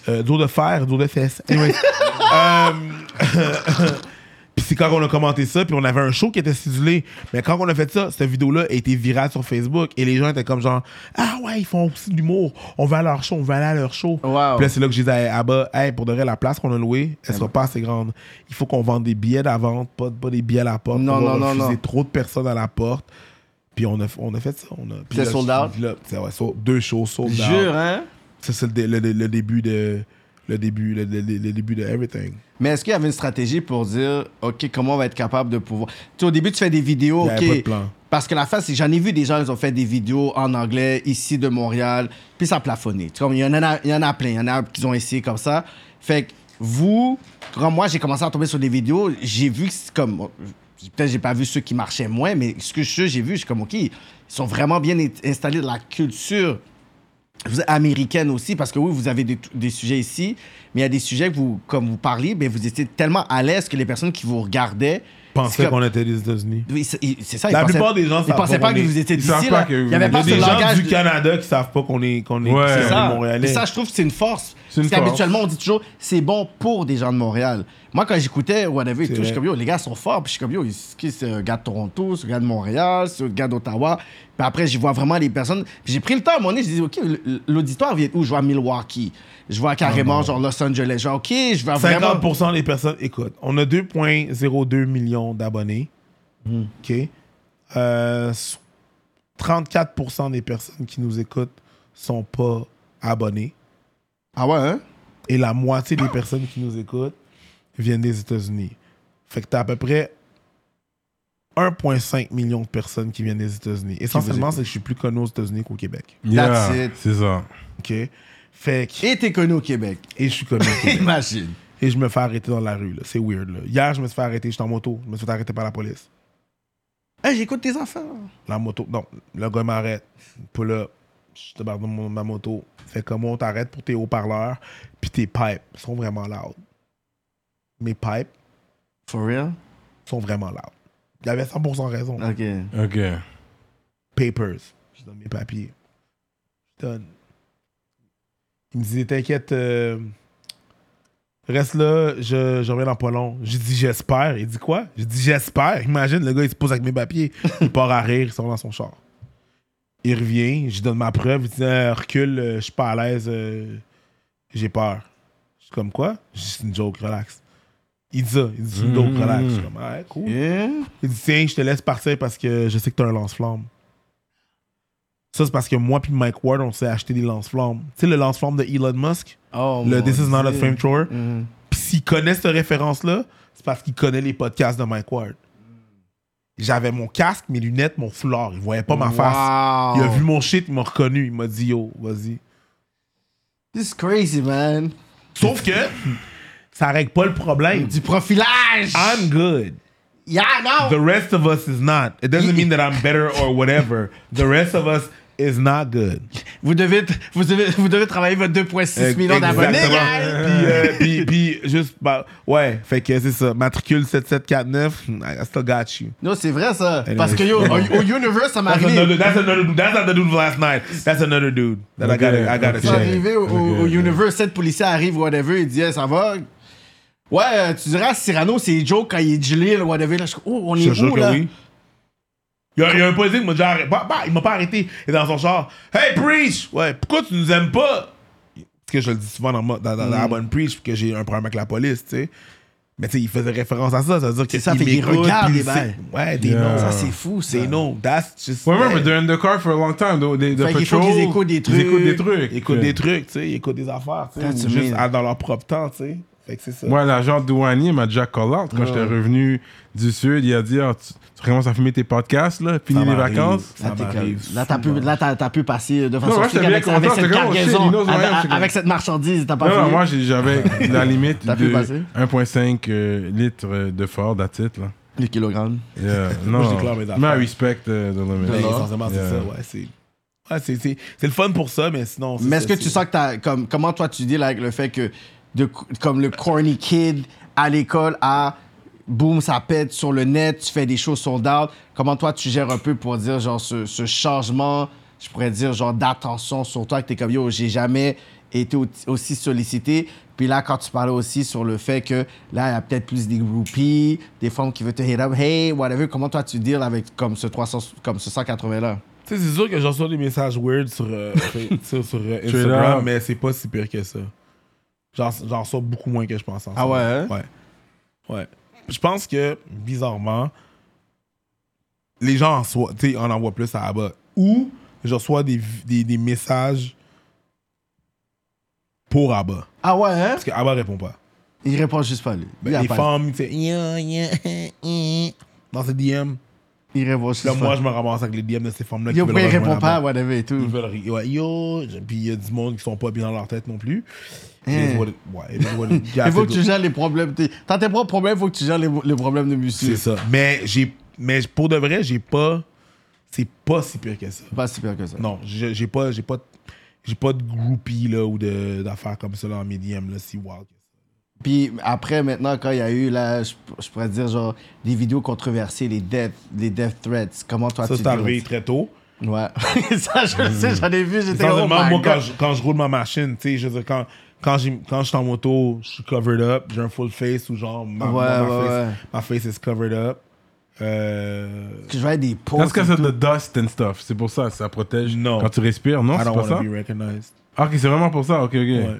Euh, duo de fer, duo de fesses. Anyways, euh, puis c'est quand on a commenté ça, puis on avait un show qui était sidulé. Mais quand on a fait ça, cette vidéo-là a été virale sur Facebook et les gens étaient comme genre ah ouais ils font aussi de l'humour, on va à leur show, on va aller à leur show.
Wow.
Puis là c'est là que j'ai dit à Abba, hey pour de vrai la place qu'on a louée, elle sera pas assez grande. Il faut qu'on vende des billets d'avant, pas, pas des billets à la porte.
Non,
on va
non, non,
refuser
non.
trop de personnes à la porte. Puis on a, on a fait ça. On a, puis
C'était
là,
sold out?
là, c'est- ouais, so- deux shows sold out.
Jure, hein?
Ça, c'est le, dé- le dé- le début de. Le début, le, dé- le- le début de everything.
Mais est-ce qu'il y avait une stratégie pour dire, OK, comment on va être capable de pouvoir. Tu sais, au début, tu fais des vidéos,
Il y avait pas de
OK.
plan.
Parce que la face, c'est j'en ai vu des gens, ils ont fait des vidéos en anglais ici de Montréal, puis ça a plafonné. Tu vois, il y, en a, il y en a plein, il y en a qui ont essayé comme ça. Fait que vous, quand moi, j'ai commencé à tomber sur des vidéos, j'ai vu que c'est comme. Peut-être j'ai pas vu ceux qui marchaient moins, mais ce que je- j'ai vu, je suis comme, OK, ils sont vraiment bien in- installés dans la culture vous êtes américaine aussi, parce que oui, vous avez des, des sujets ici, mais il y a des sujets que vous, comme vous parliez, mais vous étiez tellement à l'aise que les personnes qui vous regardaient
Pensait
c'est comme-
qu'on était des États-Unis.
Oui, c'est ils- c'est ça.
La
ils pensaient-
plupart des gens
ils
savent
pensaient
pas
pas
qu'on
que
est-
vous étiez
ils
d'ici.
savent
là.
pas que
Il
vous-
n'y avait
il y
Il y
pas
a
ce
des gens
langage.
du
de-
Canada qui savent pas qu'on est, qu'on est,
Ouais.
qu'on
C'est
est
ça.
Montréalais.
Et ça, je trouve que c'est une force.
C'est une
Parce
force.
qu'habituellement, on dit toujours, c'est bon pour des gens de Montréal. Moi, quand j'écoutais Whatever et tout, je suis
vrai.
comme, yo, les gars sont forts. Puis je suis comme, yo, c'est qui c'est un gars de Toronto, c'est un gars de Montréal, c'est un gars d'Ottawa. Puis après, j'y vois vraiment les personnes. Puis j'ai pris le temps à un moment donné, je dis, OK, l- l'auditoire vient de où Je vois à Milwaukee. Je vois carrément,
Ah
genre, Los Angeles. Genre, OK, je vois vraiment.
50% des personnes. Écoute, on a 2,02 millions d'abonnés.
Hmm.
OK? Euh, so- 34% des personnes qui nous écoutent sont pas abonnées.
Ah ouais, hein
Et la moitié des personnes qui nous écoutent viennent des États-Unis. Fait que t'as à peu près 1,5 million de personnes qui viennent des États-Unis. Essentiellement, c'est que je suis plus connu aux États-Unis qu'au Québec.
Hmm.
Yeah,
That's it.
c'est ça.
OK? Fait que-
Et t'es connu au Québec.
Et je suis connu au Québec.
Imagine.
Et je me fais arrêter dans la rue. là. C'est weird. Là. Hier, je me suis fait arrêter. J'étais en moto. Je me suis fait arrêter par la police.
Hey, j'écoute tes affaires.
La moto. Non, le gars m'arrête. Puis là, je te barre de mon- ma moto. Fait que moi, on t'arrête pour tes haut-parleurs. Puis tes pipes sont vraiment loud. Mes pipes
For real
sont vraiment loud. Il avait 100% raison.
OK.
OK.
Papers. Je donne mes papiers. Je donne. Il me dit, t'inquiète, euh, reste là, je, je reviens dans pas long. J'ai dit, j'espère. Il dit quoi? J'ai dit, j'espère. Imagine, le gars, il se pose avec mes papiers. Il part à rire, ils sont dans son char. Il revient, je lui donne ma preuve. Il dit, Euh, recule, euh, je suis pas à l'aise, euh, j'ai peur. Je suis comme quoi? Je dis, C'est une joke, relax. Il dit ça, il dit, c'est une joke, relax. Je suis comme, ah, cool.
Yeah.
Il dit Tiens, je te laisse partir parce que je sais que t'as un lance-flamme. Ça, c'est parce que moi puis Mike Ward, on s'est acheté des lance-flammes. Tu sais, le lance-flamme de Elon Musk,
Oh,
le
mon
This is not a
Dieu.
flame thrower.
Mhm.
Puis s'il connaît cette référence-là, c'est parce qu'il connaît les podcasts de Mike Ward. J'avais mon casque, mes lunettes, mon foulard. Il voyait pas ma face.
Wow.
Il a vu mon shit, il m'a reconnu. Il m'a dit Yo, vas-y.
This is crazy, man.
Sauf que ça règle pas le problème.
Du profilage.
I'm good.
Yeah,
The
no.
rest of us is not. It doesn't mean that I'm better or whatever. The rest of us is not good.
Vous devez, vous devez, vous devez travailler votre 2,6 millions d'abonnés,
Exactement.
guys.
Puis, euh, puis, puis, juste, bah, ouais, fait que c'est ça. Matricule 7749, I still got you.
Non, c'est vrai, ça.
Anyway.
Parce que yo, au, au universe, ça m'est
That's
arrivé.
another, that's another dude. That's not the dude from last night. That's another dude that I gotta, I gotta
Okay.
Ça m'est
check.
arrivé au, au- au
Ok.
universe, sept policiers arrivent, whatever, ils disent, Hey, ça va. Ouais, euh, tu diras, Cyrano, c'est Joe quand il est gelé, là, whatever. Là, je suis comme, oh, on
Je te
est
jure
où,
que
là?
oui. Il y, a, il y a un policier qui m'a déjà arrêté. Bah, bah, il m'a pas arrêté. Il est dans son char. Hey, preach! Ouais, pourquoi tu nous aimes pas? Parce que je le dis souvent dans, ma- dans, dans
Hmm.
la bonne preach, puis que j'ai un problème avec la police, tu sais. Mais tu sais, il faisait référence à ça. Ça veut dire que
ça, fait qu'il
m'écoute,
regarde
puis
les
il sait-
balles.
Ouais, des
Yeah.
noms.
Ça, c'est fou, ça.
They know. That's just.
Ouais, ouais, mais they're in the car for a long time. though. They, the
Fait qu'il faut
patrol,
qu'ils écoutent des
Ils écoutent des
trucs.
trucs. Euh,
Ils écoutent des trucs, tu sais. Ils écoutent des affaires, tu sais.
That's
ou Juste
amazing.
à- dans leur propre temps, tu sais. Fait que c'est ça.
Moi, l'agent douanier m'a déjà call out. Quand j'étais revenu du Sud, il a dit Ah, tu, tu commences à filmer tes podcasts, là, fini les
m'arrive.
vacances.
Ça
Là, t'es
m'arrive
comme- là, t'as pu,
souvent.
là, t'as- t'as pu passer de façon
moi,
chic
j'étais bien
avec, avec
content,
cette
j'étais comme, oh, shit,
cargaison,
Lino Zoya, j'étais
avec,
comme-
avec cette marchandise, t'as pas
Non, non,
fini?
moi, j'ai- j'avais la limite
T'as
de
pu passer?
1,5 euh, litres euh, de Ford à titre. Là.
Les kilogrammes.
Yeah,
Moi, je
non,
déclare mes
Mais
affaires.
I respect euh, the limit.
Mais essentiellement, c'est
Yeah.
ça, ouais. C'est. Ah, c'est c'est- c'est le fun pour ça, mais sinon. c'est-
Mais est-ce que
c'est-
tu sens que t'as. Comme, comment toi tu dis là, avec le fait que. De, comme le corny kid à l'école à. Boum, ça pète sur le net, tu fais des choses sold out. Comment toi tu gères un peu pour dire genre ce, ce changement, je pourrais dire genre d'attention sur toi, que t'es comme yo, j'ai jamais été au- aussi sollicité. Puis là, quand tu parlais aussi sur le fait que là, il y a peut-être plus des groupies, des femmes qui veulent te hit up, hey, whatever. Comment toi tu deals avec comme ce 300, comme ce 180 là?
Tu sais, c'est sûr que j'en reçois des messages weird sur, euh, sur, sur, euh,
Straight up.
Instagram, mais c'est pas si pire que ça. J'en j'en reçois beaucoup moins que je pense. en
Ah
ce moment.
ouais, hein?
Ouais. Ouais. Je pense que, bizarrement, les gens en, soient- tu sais, en envoient plus à Abba. Ou je reçois des, des, des messages pour Abba.
Ah ouais, hein?
Parce que Abba répond pas.
Il répond juste pas lui.
Ben,
Il a
les
pas-
femmes, tu sais, Yo, yo, yo, dans ses DM.
Il répond juste
Là,
pas.
moi, je me ramasse avec les DM de ces femmes-là. qui
Yo,
veulent
pourquoi il
rejoindre
répond pas,
Abba.
whatever et tout.
Ils veulent ri- ouais, yo, je- puis il y a du monde qui sont pas bien dans leur tête non plus. It
Hein.
is what it- ouais, it is what it- yeah,
Il faut que tu
c'est-
gères les problèmes. T'es- T'as tes propres problèmes, il faut que tu gères les, les problèmes de
C'est
monsieur.
ça. Mais j'ai, mais pour de vrai, j'ai pas, c'est pas si pire que ça.
C'est pas super que ça.
Non, j'ai j'ai pas, j'ai pas, j'ai pas de groupie là ou de d'affaires comme ça dans mes DM là, si wild.
Puis après, maintenant, quand il y a eu, là, je, je pourrais dire, genre, des vidéos controversées, les death, les death threats, comment toi
Ça
Ah, tu
c'est
deals?
arrivé très tôt.
Ouais. ça, je le sais, j'en ai vu, j'étais oh
Essentiellement,
my
moi, quand
God.
je, quand je roule ma machine, tu sais, je veux dire, quand, quand, j'ai- quand je suis en moto, je suis covered up, j'ai un full face ou genre, ma,
Ouais,
ma- ma
ouais,
face,
ouais.
ma face is covered up. Euh,
je voyais des
Parce
posts.
que c'est de dust and stuff. C'est pour ça, ça protège.
Non.
Quand tu respires, non,
I
c'est
don't
pas
want
ça.
to be recognized.
Ah, ok, c'est vraiment pour ça. Ok, ok.
Ouais.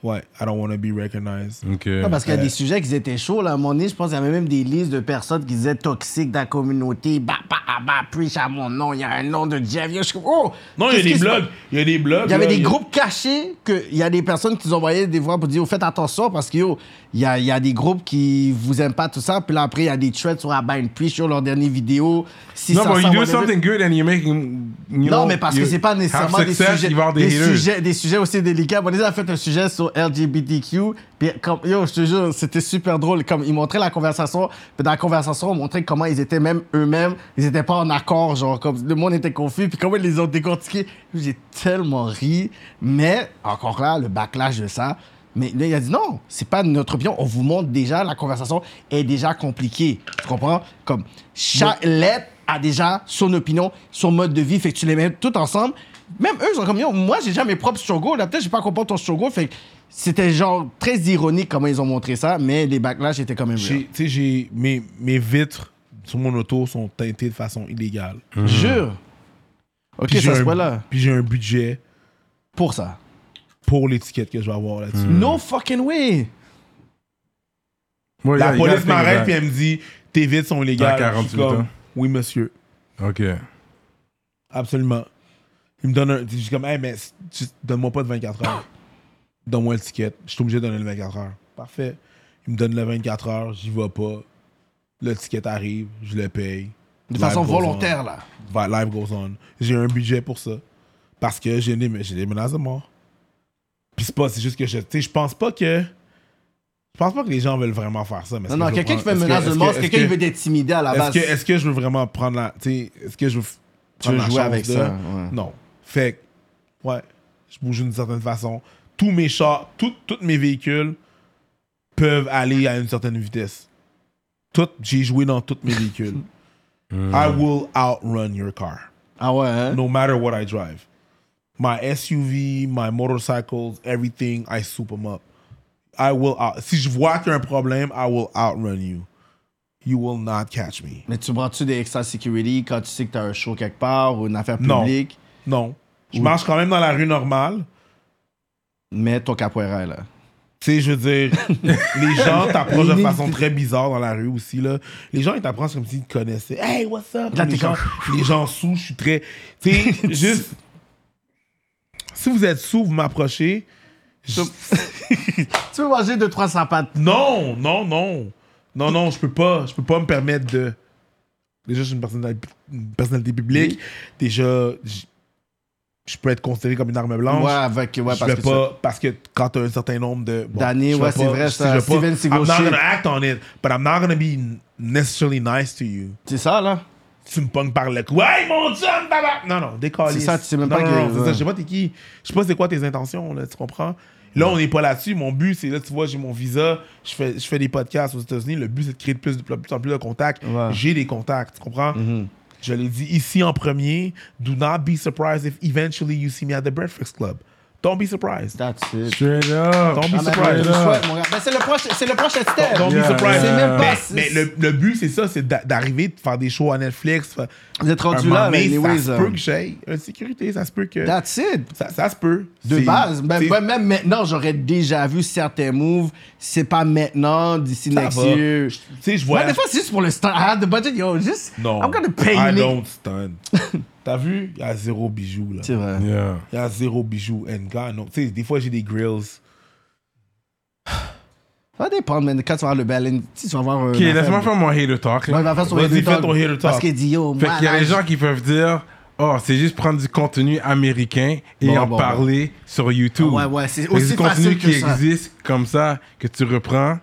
Ouais, I don't want to be recognized.
Ok.
Ah, parce qu'il y a
Euh,
des sujets qui étaient chauds, là. À un moment donné, je pense qu'il y avait même des listes de personnes qui disaient toxiques dans la communauté. Bah, bah, ah, bah, preach à mon nom. Il y a un nom de Jeff. Yo, je suis- Oh!
Non, il y
Qu'est-ce
a des
qui se
blogs. Il y a des blogs.
Il y avait
là,
des
il a-
groupes cachés que il y a des personnes qui nous envoyaient des voix pour dire oh, faites attention parce que yo, il y a, il y a des groupes qui vous aiment pas tout ça puis là après il y a des threads sur Abba and Preach sur leur dernière vidéo. Si
non,
ça,
but
ça,
you do
whatever.
something good and you make. him- you
Non,
know,
mais parce que
you
c'est pas
have
nécessairement des
success,
sujets,
il va y avoir des,
des
haters.
sujets, des sujets aussi délicats. Bon, ils ont fait un sujet sur LGBTQ. Puis, comme, yo, je te jure, c'était super drôle. Comme, ils montraient la conversation. Puis, dans la conversation, on montrait comment ils étaient même eux-mêmes. Ils étaient pas en accord. Genre, comme, le monde était confus. Puis, comment ils les ont décortiqués. J'ai tellement ri. Mais, encore là, le backlash de ça. Mais là, il a dit non, c'est pas notre opinion. On vous montre déjà, la conversation est déjà compliquée. Tu comprends? Comme chaque lettre a déjà son opinion, son mode de vie. Fait que tu les mets tout ensemble. Même eux, ils sont comme, Yo, moi, j'ai déjà mes propres struggle. Là, peut-être, j'ai pas compris ton struggle. Fait que c'était genre très ironique comment ils ont montré ça, mais les backlash étaient quand même là.
J'ai- Tu sais, j'ai. Mes, mes vitres sur mon auto sont teintées de façon illégale.
Jure. Mhm. Ok,
Puis j'ai
ça se
un-
voit là.
Puis j'ai un budget
Pour ça.
pour l'étiquette que je vais avoir là-dessus.
Mm.
No fucking way.
Ouais,
La
yeah, you
police
gotta
m'arrête
think
puis elle me dit Tes vitres sont illégales.
T'as 48
Je suis comme,
ans.
Oui, monsieur.
about it. Ok.
Absolument. Il me donne un. Je suis comme, hey, mais c- tu- donne-moi pas de 24 heures. Donne-moi l'étiquette. Je suis obligé de donner le 24 heures. Parfait. Il me donne le 24 heures, j'y vais pas. L'étiquette arrive, je le paye.
De façon
Life goes on.
volontaire là.
Va- Life goes on. J'ai un budget pour ça. Parce que j'ai des, j'ai des menaces de mort. Puis c'est pas, c'est juste que je. Tu sais, je pense pas que. Je pense pas que les gens veulent vraiment faire ça. mais
Non,
est-ce
non,
que je
quelqu'un qui
comprends-
fait
est-ce que-
menace de
est-ce
mort,
que-
c'est
est-ce
quelqu'un qui
que-
veut t'intimider à la
est-ce
base.
que, est-ce que je veux vraiment prendre la. tu sais, Est-ce que je veux. f-
Tu veux
prendre la
jouer
chance
avec
de-
ça. ouais.
Non. Fait que, ouais, je bouge d'une certaine façon. Tous mes chars, tout- tous mes véhicules peuvent aller à une certaine vitesse. Tout, j'ai joué dans tous mes véhicules. I will outrun your car,
Ah ouais, hein?
no matter what I drive. My SUV, my motorcycles, everything, I soup them up. I will out. Si je vois qu'il y a un problème, I will outrun you. You will not catch me.
Mais tu prends-tu des extra security quand tu sais que t'as un show quelque part ou une affaire
Non.
publique?
Non. Je marche quand même dans la rue normale.
Mais ton capoeira, là.
Tu sais, je veux dire, les gens t'approchent de façon très bizarre dans la rue aussi, là. Les gens, ils t'approchent comme s'ils te connaissaient. Hey, what's up?
Là,
les,
t'es
gens, les gens sous, je suis très. Tu sais, juste. Si vous êtes sous, vous m'approchez. Je-
Tu veux manger 2-300 pattes?
Non, non, non. Non, non, je peux pas. Je peux pas me permettre de. Déjà, je suis une personnalité, une personnalité publique. Déjà, j- je peux être considéré comme une arme blanche.
Ouais, avec, ouais,
je
parce
vais
que
pas, parce que quand t'as un certain nombre de. bon,
D'années,
je vais
ouais, c'est
pas-
vrai,
je-
ça,
je vais pas-
Steven Seagal
I'm not
shit.
gonna act on it, but I'm not gonna be necessarily nice to you.
c'est ça, là.
tu me pognes par le cou. Hey, mon chum, baba! Non, non, décolle.
C'est ça, tu sais même pas
non,
que-
non, c'est ça,
ouais.
je sais pas t'es qui. Je sais pas c'est quoi tes intentions, là, tu comprends? Là, on n'est pas là-dessus. Mon but, c'est là, tu vois, j'ai mon visa, je fais, je fais des podcasts aux États-Unis. Le but, c'est de créer de plus, de plus en plus de contacts.
Ouais. Mm-hmm.
J'ai des contacts, tu comprends? Je l'ai dit ici en premier. Do not be surprised if eventually you see me at the Breakfast Club. Don't be surprised.
That's it.
Straight up.
Don't be
Ah, mais
surprised.
je le souhaite, mon gars. Mais c'est le proche- c'est le prochain step.
Don't be
Yeah,
surprised.
C'est même pas-
Mais, mais le, le but, c'est ça, c'est d'a- d'arriver, de faire des shows à Netflix. fa-
Vous êtes rendu là,
un moment donné,
mais anyways,
ça se
euh,
peut que j'aille. Une sécurité, ça se peut que.
That's it.
Ça, ça se peut.
De
C'est-
base, ben,
c'est-
ben, même maintenant, j'aurais déjà vu certains moves. C'est pas maintenant, d'ici
ça
next
va.
year.
Je- Tu sais, je
Ouais,
vois.
des fois, c'est juste pour le start. I had the budget, yo, just.
Non.
I'm gonna pay
I
Nick.
don't stun. T'as vu? Il y a zéro bijou, là.
C'est vrai.
Yeah.
Il y a zéro bijou. And God, no. Tu sais, des fois, j'ai des grills.
Ça va dépendre, man. Quand tu vas avoir le bel si tu vas avoir un.
Ok, laisse-moi faire mon hater talk. là.
Ouais, il va faire son
Vas-y,
hater
fais
talk.
ton hater talk.
Parce qu'il dit, yo,
Fait
moi,
qu'il y a
là,
des
je-
gens qui peuvent dire Oh, c'est juste prendre du contenu américain et
Bon,
en
bon,
parler sur YouTube.
Ouais, ouais, c'est
Fait que
aussi
du contenu
facile
qui
que ça.
existe comme ça, que tu reprends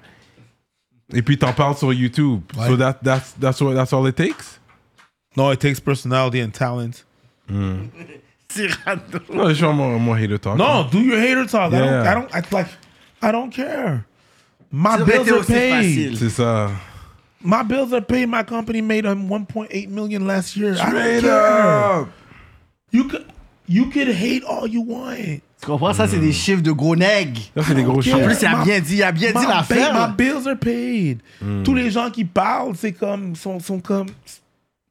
et puis t'en parles sur YouTube.
Ouais.
So that, that's, that's, what- that's all it takes?
Non, it takes personality and talent.
Non, je fais mon, mon hater talk.
Mm.
Non, do your hater talk.
Yeah.
I, don't, I don't, I, like, I don't care.
Ça
My
aurait
Ah, bills
été
are
aussi
paid.
facile.
C'est ça.
My bills are paid. My company made um, 1.8 million last year. I don't
Straight
care.
up!
You could, you could hate all you want.
Tu comprends? Ça, c'est des chiffres de gros nègres.
Là, c'est des gros
Yeah.
chiffres.
En plus, il a
Mm. Ma-
bien dit, il a bien dit
my, ba- my
l'affaire.
bills are paid. Tous les gens qui parlent, c'est comme, sont, sont comme, c'est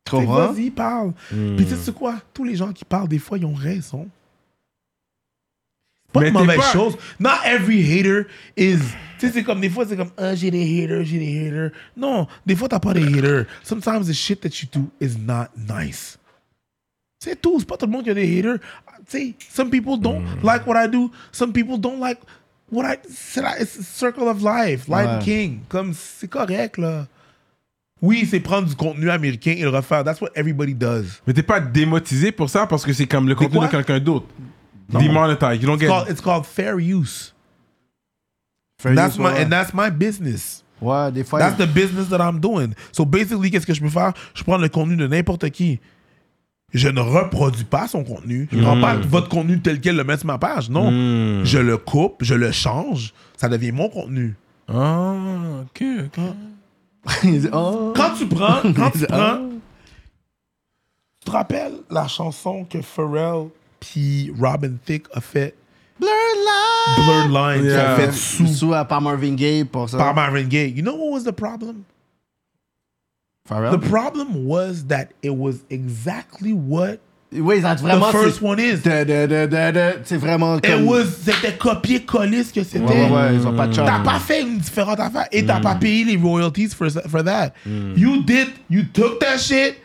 Tu comprends?
vas-y, parle. Puis tu sais quoi? Tous les gens qui parlent, des fois, ils ont raison. C'est Pas
Mais
de
t'es
mauvaise
pas-
chose. Not every hater is. Tu sais, c'est comme des fois, c'est comme, ah, j'ai des haters, j'ai des haters. Non, des fois, t'as pas des haters. Sometimes the shit that you do is not nice. C'est tout. C'est pas tout le monde qui a des haters. Tu sais, some people don't like what I do. Some people don't like what I... C'est la- it's a circle of life. Lion
Ouais.
King. Comme, c'est correct, là. Oui, c'est prendre du contenu américain et le refaire. That's what everybody does.
Mais t'es pas démotisé pour ça parce que c'est comme le contenu
quoi?
de quelqu'un d'autre. Demonetize. You don't
It's
get.
called, it's called fair use. That's my, and that's my business.
Ouais, des fois.
That's the business that I'm doing. So basically, qu'est-ce que je peux faire? Je prends le contenu de n'importe qui. Je ne reproduis pas son contenu. Je ne prends pas votre contenu tel quel le mets sur ma page. Non. Je le coupe, je le change. Ça devient mon contenu.
Ah, ok, ok.
il dit, oh.
Quand tu prends, quand tu
Ah.
prends, tu te rappelles la chanson que Pharrell puis Robin Thicke a fait
Blur line.
Blurred Lines, qui a
Yeah.
fait
Sous.
sous
Sous à par Marvin Gaye pour ça.
par Marvin Gaye. You know what was the problem? The
Pharrell.
problem was that it was exactly what
Oui, ça
the
vraiment.
first
c'est-
one is.
Da, da, da, da, da. C'est vraiment comme.
It was, c'était copier-coller ce que c'était.
Ouais, ouais, Mm. ouais, ils ont pas de chance.
T'as pas fait une différente affaire et t'as pas payé les royalties for, for that.
Mm.
You did, you took that shit,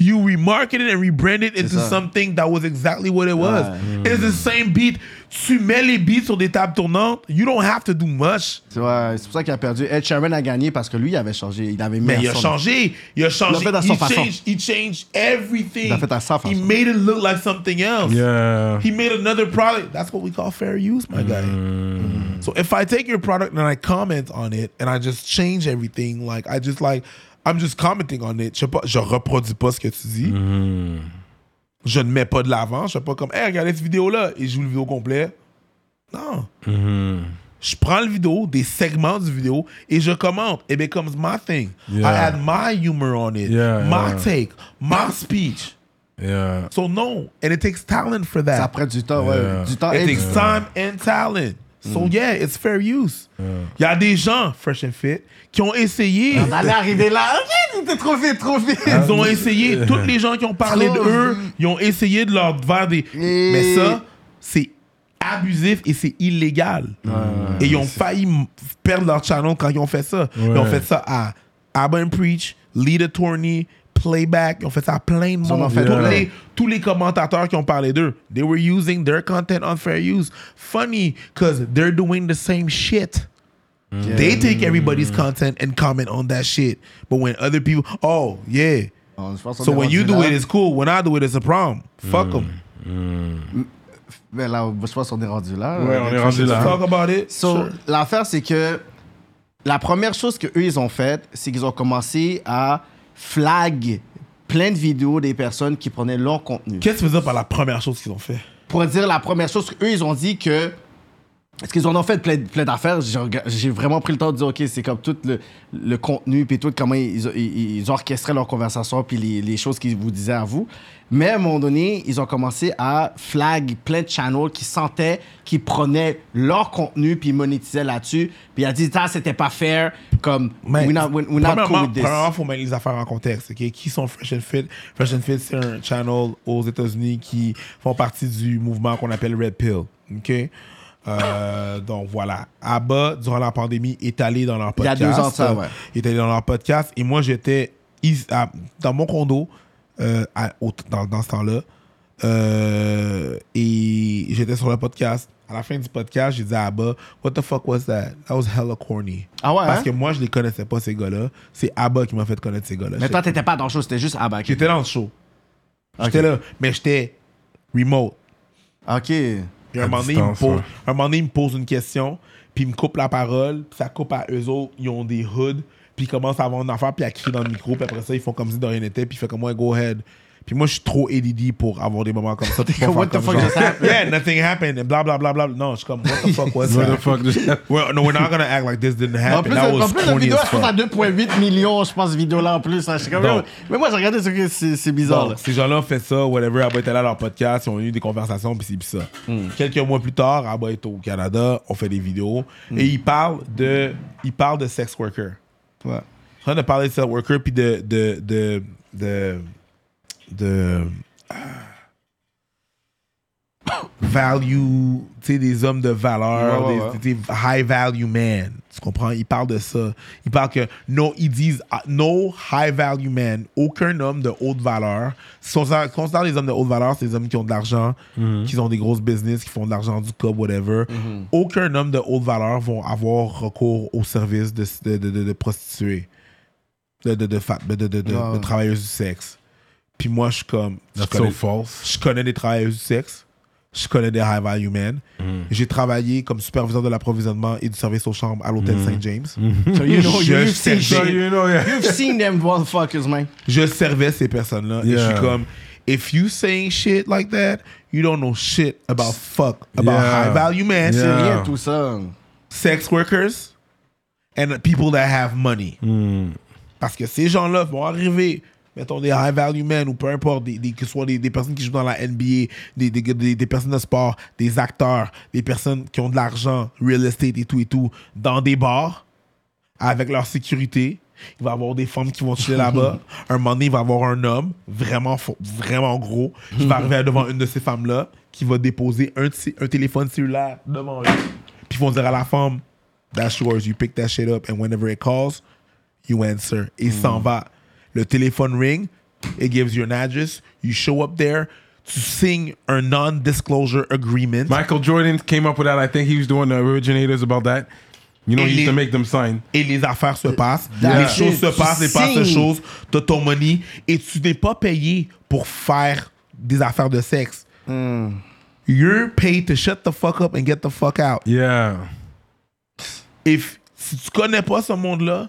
you remarketed and rebranded
ça.
into
Ah, mm.
something that was exactly what it was. It's the same beat. Tu mets les beats sur des tables tournantes, you don't have to do much.
Tu vois, C'est pour ça qu'il a perdu. Ed Sheeran a gagné parce que lui, il avait changé. Il avait mis
Mais
un
il a
son-
changé, il a changé,
fait à sa
he,
façon.
changed, he changed everything.
Il l'a fait à sa
He
façon.
made it look like something else.
Yeah.
He made another product. That's what we call fair use, my guy.
Mm.
Mm. So if I take your product and I comment on it and I just change everything, like I just like I'm just commenting on it. Je, sais pas, je reproduis pas ce que tu dis. Je ne mets pas de l'avant. Je fais pas comme, hey, regardez cette vidéo là et je joue le vidéo complet. Non.
Mm-hmm.
Je prends le vidéo, des segments du vidéo et je commente. It becomes my thing.
Yeah.
I add my humor on it,
Yeah,
my
yeah.
take, my speech.
Yeah.
So no, and it takes talent for that.
Ça prend du temps, ouais.
Yeah.
Du temps.
It
et du-
takes time and talent. So
Mm.
yeah, it's fair use. Il y a des gens, Fresh and Fit, qui ont essayé.
On allait arriver là. Ok, t'es trop vite, trop vite.
Ils ont essayé. Toutes les gens qui ont
Oh.
parlé de eux, ils ont essayé de leur faire des.
Et-
Mais ça, c'est abusif et c'est illégal. et ils ont failli m- perdre leur channel quand ils ont fait ça. Ils ont
Ouais.
fait ça à Abba and Preach, Lead Attorney, Playback. Ils ont fait ça à plein de
en
monde.
ont fait
tous,
plein.
les, tous les commentateurs qui ont parlé d'eux, they were using their content on fair use. Funny, because they're doing the same shit. They take everybody's content and comment on that shit. But when other people, oh yeah.
Bon, je pense qu'on
So
est
when you
rendu
do
là.
it, it's cool. When I do it, it's a problem. Fuck them.
Mais Ben là, je pense qu'on est rendu là.
Ouais, on est rendu là.
Talk about it.
So,
Sure.
l'affaire, c'est que la première chose qu'eux, ils ont faite, c'est qu'ils ont commencé à flag plein de vidéos des personnes qui prenaient leur contenu.
Qu'est-ce que tu veux dire par la première chose qu'ils ont fait
Pour dire la première chose, eux, ils ont dit que. Parce qu'ils en ont fait plein, plein d'affaires. J'ai rega- J'ai vraiment pris le temps de dire, OK, c'est comme tout le, le contenu, puis tout, comment ils, ils, ils orchestraient leur conversation, puis les, les choses qu'ils vous disaient à vous. Mais à un moment donné, ils ont commencé à flag plein de channels qui sentaient qu'ils prenaient leur contenu, puis ils monétisaient là-dessus. Puis ils ont dit, ça, c'était pas fair. Comme,
Mais
we're not, we're not cool
premièrement,
with this.
premièrement, faut mettre les affaires en contexte. ok? Qui sont Fresh and Fit Fresh and Fit, c'est un channel aux États-Unis qui font partie du mouvement qu'on appelle Red Pill. ok? Euh, donc voilà, Abba durant la pandémie est allé dans leur
Il y a
podcast. euh,
deux ans de ça, ouais.
Est allé dans leur podcast et moi j'étais is- à- dans mon condo euh, à- au- dans, dans ce temps-là Euh, et j'étais sur le podcast. À la fin du podcast, j'ai dit à Abba, What the fuck was that? That was hella corny.
Ah ouais,
Parce
hein?
que moi, je les connaissais pas, ces gars-là. C'est Abba qui m'a fait connaître ces gars-là.
Mais toi,
J'étais-
t'étais pas dans le show, c'était juste ah, bah, à bac.
J'étais dans le show. J'étais là, mais j'étais remote.
OK.
Puis
À
un moment, donné,
distance,
il me pose,
ouais.
un moment donné, il me pose une question, puis il me coupe la parole, puis ça coupe à eux autres, ils ont des hoods, puis ils commencent à avoir une affaire, puis à crier dans le micro, puis après ça, ils font comme si de rien n'était, puis il fait comme moi, go ahead. Puis moi, je suis trop ADD pour avoir des moments comme ça. puis pas
What
faire
the
comme
fuck
genre,
just happened?
Yeah, nothing happened, and bla bla bla bla. Non, je suis comme, what the fuck was
What the
that?
fuck does that-
Well, no, we're not gonna act like this didn't
En
happen.
plus,
That
en
was
plus, la
corny
vidéo,
as
je pense à
fuck.
2,8 millions, je pense, vidéo-là en plus. hein. Je suis comme,
Donc.
mais moi, j'ai regardé, c'est que c'est c'est bizarre.
Donc,
là.
ces gens-là ont fait ça, whatever, Abba était là à leur podcast, ils ont eu des conversations, puis c'est puis ça. Quelques mois plus tard, Abba est au Canada, on fait des vidéos, et ils parlent de, ils parlent de sex worker.
Ouais.
En train de parler de sex worker, puis de, de, de, de, de- ah. value, tu sais, des hommes de valeur,
Ouais, ouais,
des-
ouais.
des high value men. Tu comprends? Ils parlent de ça. Ils parlent que non, ils disent ah, no high value men, aucun homme de haute valeur. Si on considère- considère les hommes de haute valeur, c'est les hommes qui ont de l'argent,
Mhm.
qui ont des grosses business, qui font de l'argent du club, whatever. Aucun homme de haute valeur vont avoir recours au service de, de, de- de- de prostituées, de, de, de, fa- de- de- de- de-
Ouais,
de
ouais.
travailleuses du sexe. Puis moi, je suis comme. je
That's so
connais-
false.
je connais des travailleurs du sexe. Je connais des high value men.
Mm.
J'ai travaillé comme superviseur de l'approvisionnement et du service aux chambres à
Mm.
l'hôtel Saint-James.
So you know,
Je
you've seen
sais.
So
shit.
you know, yeah.
You've seen them motherfuckers, man.
Je servais ces personnes-là. Et je
Yeah.
suis comme, if you saying shit like that, you don't know shit about fuck, about
Yeah.
high value men,
Yeah.
C'est rien tout ça.
sex workers, and people that have money. Parce que ces gens-là vont arriver, mettons des high value men ou peu importe, des, des- que ce soit des, des personnes qui jouent dans la NBA, des, des, des- des personnes de sport, des acteurs, des personnes qui ont de l'argent, real estate et tout et tout, dans des bars, avec leur sécurité. Il va y avoir des femmes qui vont chiller là-bas. un moment donné, il va y avoir un homme vraiment, fo- vraiment gros qui va arriver devant une de ces femmes-là, qui va déposer un, t- un téléphone cellulaire devant eux. Puis ils vont dire à la femme, That's yours, you pick that shit up, and whenever it calls, you answer. Et il s'en va. Le téléphone ring, it gives you an address, you show up there, tu signes un non-disclosure agreement.
Michael Jordan came up with that. I think he was the one of the originators about that. You know, he used to
Elite.
make them sign.
et les affaires se passent.
That's
Les choses
it.
se
Tu
passent, les passent de
signes.
choses, t'as ton money et tu n'es pas payé pour faire des affaires de sexe. You're paid to shut the fuck up and get the fuck out.
Yeah.
If, si tu connais pas ce monde-là,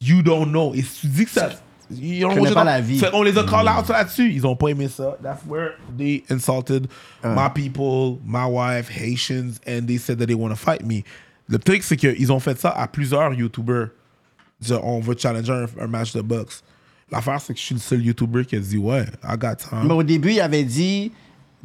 you don't know. Et si tu dis que ça. Ils ont
connais pas la vie. Mm.
On les a call out là-dessus. Ils ont pas aimé ça. That's where they insulted
Ah.
my people, my wife, Haitians, and they said that they want to fight me. Le truc, c'est qu'ils ont fait ça à plusieurs YouTubers. Ils ont dit, On veut challenger un, un match de boxe. L'affaire, c'est que je suis le seul YouTuber qui a dit Ouais, I got time.
Mais au début, il avait dit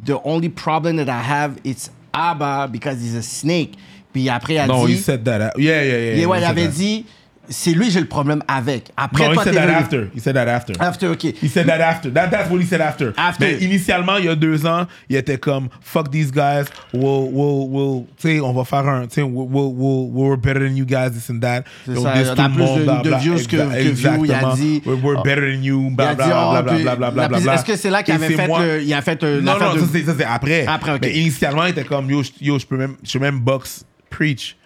The only problem that I have, it's Abba because he's a snake. Puis après, il a
Non,
dit.
he said that. Yeah, yeah, yeah.
Et ouais,
he
il
said
avait
that.
dit C'est lui, j'ai le problème avec. Après,
Non, he
toi,
said
t'es
that
venu-
after. He said that after.
After, ok.
He said that after. That, that's what he said after.
After.
Mais initialement, il y a deux ans, il était comme fuck these guys. We'll, we'll, we'll, tu sais, on va faire un, tu sais, we'll, we'll, we'll, we're better than you guys, this and that.
C'est
Ils ont
ça,
diss
on a
tout le
plus
monde,
de-
bla,
de
bla,
views que-
exa-
que views, il a
exactement.
dit- Oh.
We're, we're better than you,
Il
bla,
a dit
bla, bla,
Ah,
bla,
puis
bla, bla, bla,
la-
bla, bla.
Est-ce que c'est là qu'il
Et
avait
c'est
fait
moi-
le. Il a fait euh,
non,
l'affaire
non,
de-
ça, c'est- ça c'est après.
Après, ok.
Mais initialement, il était comme yo, je- yo, je peux même, je peux même box, preach.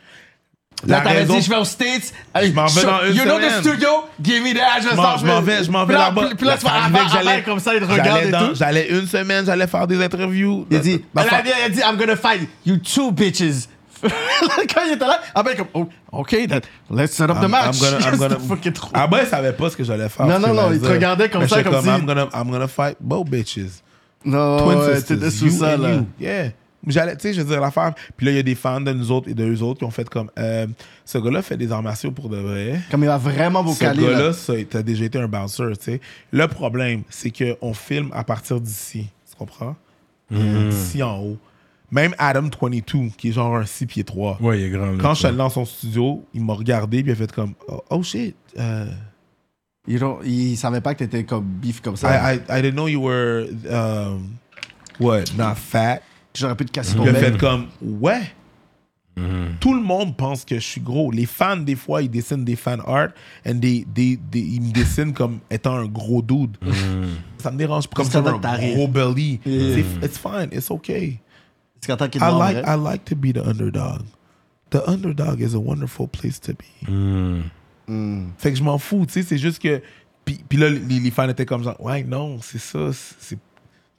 Là, t'avais dit, je vais aux States. Je
m'en vais dans une
You know the
semaine.
studio? Give me the address.
Je m'en- je m'en vais, je m'en vais
Puis là-
là-bas.
Puis là, tu vas
Ça
à
arrivait que
Bar- à
j'allais-
Bar comme ça, il te regarde
j'allais
et
dans-
tout.
J'allais une semaine, j'allais faire des interviews. Bah,
Il dit,
Ma
elle a
fa-
dit, elle a dit, I'm gonna fight you two bitches. Quand il était là, après, comme, oh, OK, that, let's set up the match.
I'm gonna, I'm
C'était
gonna...
fucking trop.
Ah ben, il savait pas ce que j'allais faire.
Non,
tu
non, non,
vas
il te
dire.
regardait comme
Mais
ça,
j'étais
comme si-
I'm gonna, I'm gonna fight both bitches.
non,
Twin
ouais,
sisters,
t'étais sous
you
ça,
and
là.
you. Yeah. J'allais, tu sais, je veux dire, l'affaire. Puis là, il y a des fans de nous autres et de eux autres qui ont fait comme. euh, ce gars-là fait des arts martiaux pour de vrai.
Comme il a vraiment
Ce
vocalé, là.
gars-là, ça, t'as déjà été un bouncer, tu sais. Le problème, c'est qu'on filme à partir d'ici. Tu comprends? Euh,
Mhm.
D'ici en haut. Même Adam 22, qui est genre un 6 pieds 3.
Ouais, il est grand. là,
Quand je suis
ça.
allé dans son studio, il m'a regardé puis il a fait comme Oh, oh shit, euh,
Ils ont- Ils savaient pas que t'étais comme beef comme ça.
I, I, I didn't know you were um, what, not fat.
J'aurais pu te casser ton
Il a
bec.
fait comme Ouais. Tout le monde pense que je suis gros. Les fans, des fois, ils dessinent des fan art et des, des, des- ils me dessinent comme étant un gros dude. Ça me dérange pas comme
Ça
ça,
doit
un
t'arriver.
gros belly. C'est- It's fine, it's okay.
C'est quand t'as qu'il
I
demande,
like,
hein.
I like to be the underdog. The underdog is a wonderful place to be.
Mm.
Fait que je m'en fous, tu sais, c'est juste que. Puis, puis là, les, les fans étaient comme genre, ouais, non, c'est ça, c'est. c'est-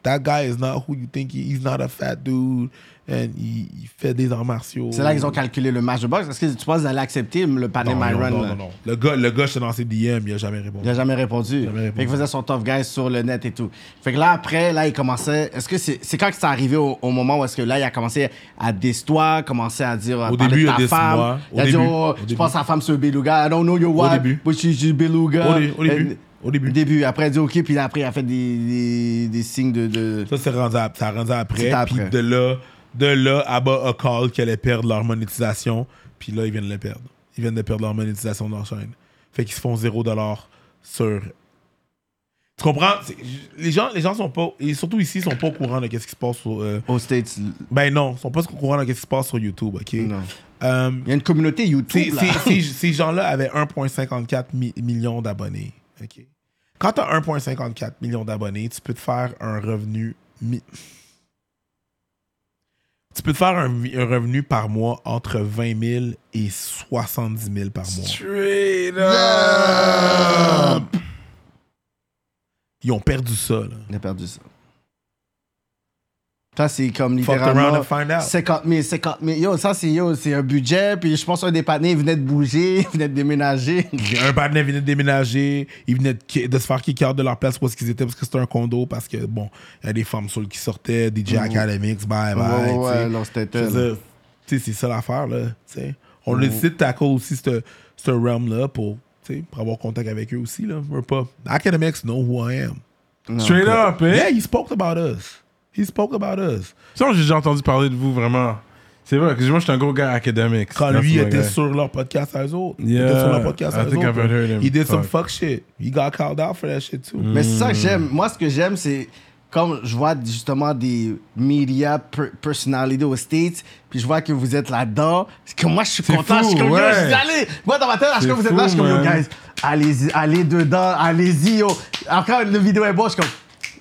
That guy is not who you think he He's not a fat dude. And il, il fait des arts martiaux.
C'est là qu'ils ont calculé le match de boxe. Est-ce que tu penses qu'ils allaient accepter le
Non,
panier
non,
Myron?
non,
là?
non, non. Le gars, le gars, j'étais dans ses DM, il a jamais répondu.
Il a jamais répondu.
Jamais répondu.
Fait qu'il faisait son tough guy sur le net et tout. Fait que là, après, là, il commençait. Est-ce que c'est c'est quand que c'est arrivé au, au moment où est-ce que là, il a commencé à diss toi, commencé à dire. à
Au
parler
début,
de ta
il a diss
femme.
moi.
Il
Au
a dit,
début.
oh,
Au
je
début.
pense à la femme, c'est un beluga. I don't know your wife.
début.
But she's a beluga. Euh,
Au dé- au début. Au début.
Après, il a dit, OK. Puis après, il a fait des, des, des signes de. de-
Ça, c'est rendu, à- ça rendu après.
C'était
Puis
après.
de là, de là, Abba a call qu'elle allait perdre leur monétisation. Puis là, ils viennent de le perdre. Ils viennent de perdre leur monétisation dans la chaîne. Fait qu'ils se font 0$ sur. Tu comprends? C'est- Les gens, les gens sont pas. Et surtout ici, ils sont pas au courant de quest ce qui se passe sur. euh,
Aux States.
ben non, ils sont pas au courant de quest ce qui se passe sur YouTube, OK?
Non.
Euh,
Il y a une communauté
ces,
YouTube. là.
ces- ces- ces gens-là avaient 1,54 mi- millions d'abonnés. OK? Quand tu as 1,54 millions d'abonnés, tu peux te faire un revenu. mi- tu peux te faire un, vi- un revenu par mois entre 20 000 et 70 000 par mois.
Straight up.
Ils ont perdu ça. Là.
Il a perdu ça. Ça, c'est comme
Fuck around and
littéralement.
find out.
50 000, 50 000. Yo, ça, c'est yo, c'est un budget. Puis je pense qu'un des panneaux, il venait de bouger, il venait de déménager.
Un partenaire venait de déménager, ils venaient de, ki- de se faire kick out de leur place parce qu'ils étaient, parce que c'était un condo, parce que, bon, il y a des femmes seules qui sortaient, DJ
Mm.
Academics, bye bye.
ouais, ouais,
tu sais.
ouais, non, c'était
Je veux
tel.
dire, tu sais, c'est ça l'affaire, là. tu sais. On
Mm.
a décidé de tackle aussi ce, ce realm-là pour, tu sais, pour avoir contact avec eux aussi, là. Veux pas. Academics know who I am.
Straight up, hein?
Yeah, he spoke about us. He spoke about us.
Ça, j'ai déjà entendu parler de vous, vraiment. C'est vrai, parce que moi, je suis un gros gars académique.
Quand
That's
lui
my
était
guy.
sur leur podcast à eux autres. Il
Yeah,
était sur leur podcast
I
à eux
think
autres.
I've heard him.
He did some
Fuck.
fuck shit. He got called out for that shit too.
Mais c'est ça
Hmm.
que j'aime. Moi, ce que j'aime, c'est comme je vois justement des media per- personalities aux States, puis je vois que vous êtes là-dedans. C'est que moi, je suis content.
fou,
je suis comme, yo,
ouais.
je suis allé. Moi, dans ma tête, à chaque
C'est
fois que vous êtes
fou,
là, je suis comme, yo,
man.
guys, allez-y, allez dedans, allez-y, yo. Après, quand la vidéo est bonne, je suis comme.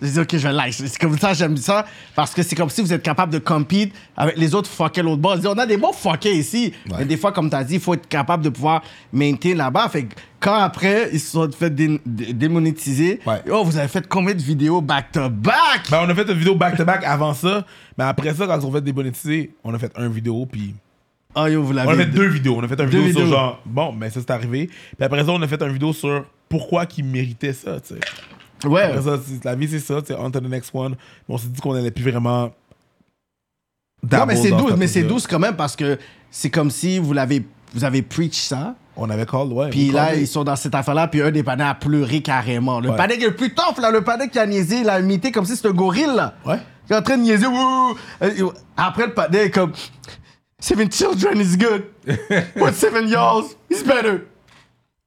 Je dis, OK, je vais like. C'est comme ça, j'aime ça. Parce que c'est comme si vous êtes capable de compete avec les autres fuckers l'autre bord. Je dis, On a des bons fuckers ici. Mais des fois, comme tu as dit, il faut être capable de pouvoir maintenir là-bas. Fait que quand après, ils se sont fait dé- dé- démonétiser,
Ouais.
oh, vous avez fait combien de vidéos back-to-back?
Ben, on a fait une vidéo back-to-back avant ça, mais après ça, quand ils ont fait démonétiser, on a fait une vidéo, puis
Oh, yo, vous l'avez.
On a fait deux vidéos. On a fait un vidéo sur
vidéos.
genre, bon, mais ça c'est arrivé. Puis après ça, on a fait un vidéo sur pourquoi qu'il méritait ça, tu sais.
Ouais.
Après ça, c'est- la vie c'est ça, c'est on to the next one. Mais on s'est dit qu'on allait plus vraiment.
Non, mais c'est
dans
douce,
cette
mais c'est
affaire-là.
douce quand même parce que c'est comme si vous l'avez, vous avez preach ça.
On avait call, ouais.
Puis
on
là,
callait.
ils sont dans cette affaire-là, puis un des panneaux a pleuré carrément. Le
Ouais.
panneau qui est le plus tough, là, le panneau qui a niaisé, il a imité comme si c'était un gorille, là.
Ouais.
Il est en train de niaiser, wouh! Euh, yo. Après, le panneau est comme, Seven children is good, but seven yours is better.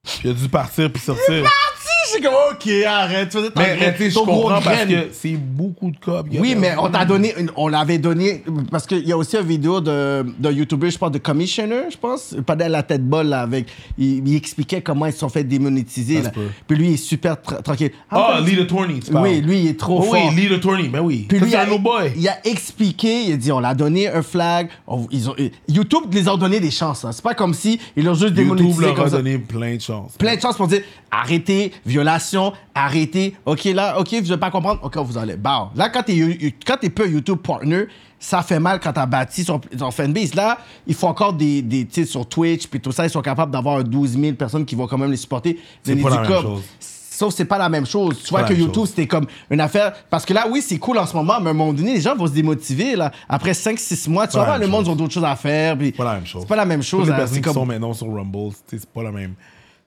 Puis il a dû partir puis sortir.
Ah, si, j'ai comme, ok, arrête, tu faisais ton
Mais
gros-
mais, tu sais, je
ton gros
comprends parce
graine.
que c'est beaucoup de cops. il y a
Oui,
vraiment-
mais on t'a donné, une- on l'avait donné, parce qu'il y a aussi une vidéo de, de YouTuber, je pense, de Commissioner, je pense, pendant la tête bol, là, avec, il, il expliquait comment ils se sont fait démonétiser,
Ça
là.
se peut.
Puis lui, il est super tra- tranquille.
Ah,
ben,
Lee the Tourney, tu parles.
Oui, lui, il est trop
Oh,
fort.
Oui, Lee the Tourney, ben oui.
Puis
Ça,
lui,
c'est
il a,
un no boy.
il a expliqué, il a dit, on l'a donné un flag. on- ils ont, YouTube les a donné des chances. hein. C'est pas comme si ils l'ont juste
YouTube
démonétisé
leur
comme
a
ça.
donné plein de chances.
Plein de chances pour dire arrêtez, violation, arrêtez. Ok, là, ok, vous ne pas comprendre. Ok, vous allez. Bah, là, quand t'es, you- you- quand t'es peu YouTube partner, ça fait mal quand t'as bâti son, son fanbase. Là, il faut encore des, des tu sais, sur Twitch, puis tout ça, ils sont capables d'avoir 12 000 personnes qui vont quand même les supporter.
C'est
Donner
pas
du
la même
com.
chose.
Sauf que c'est pas la même chose. Tu vois
pas
que
la même
YouTube,
chose.
c'était comme une affaire. Parce que là, oui, c'est cool en ce moment, mais à un moment donné, les gens vont se démotiver. Là. Après 5-6 mois, tu
Pas
vas
la
voir, le
même
monde,
chose.
ils ont d'autres choses à faire. puis
pas la même chose.
C'est pas la même
Toutes
chose.
les
hein.
personnes
C'est
qui sont
comme.
maintenant sur Rumble, tu sais, c'est pas la même.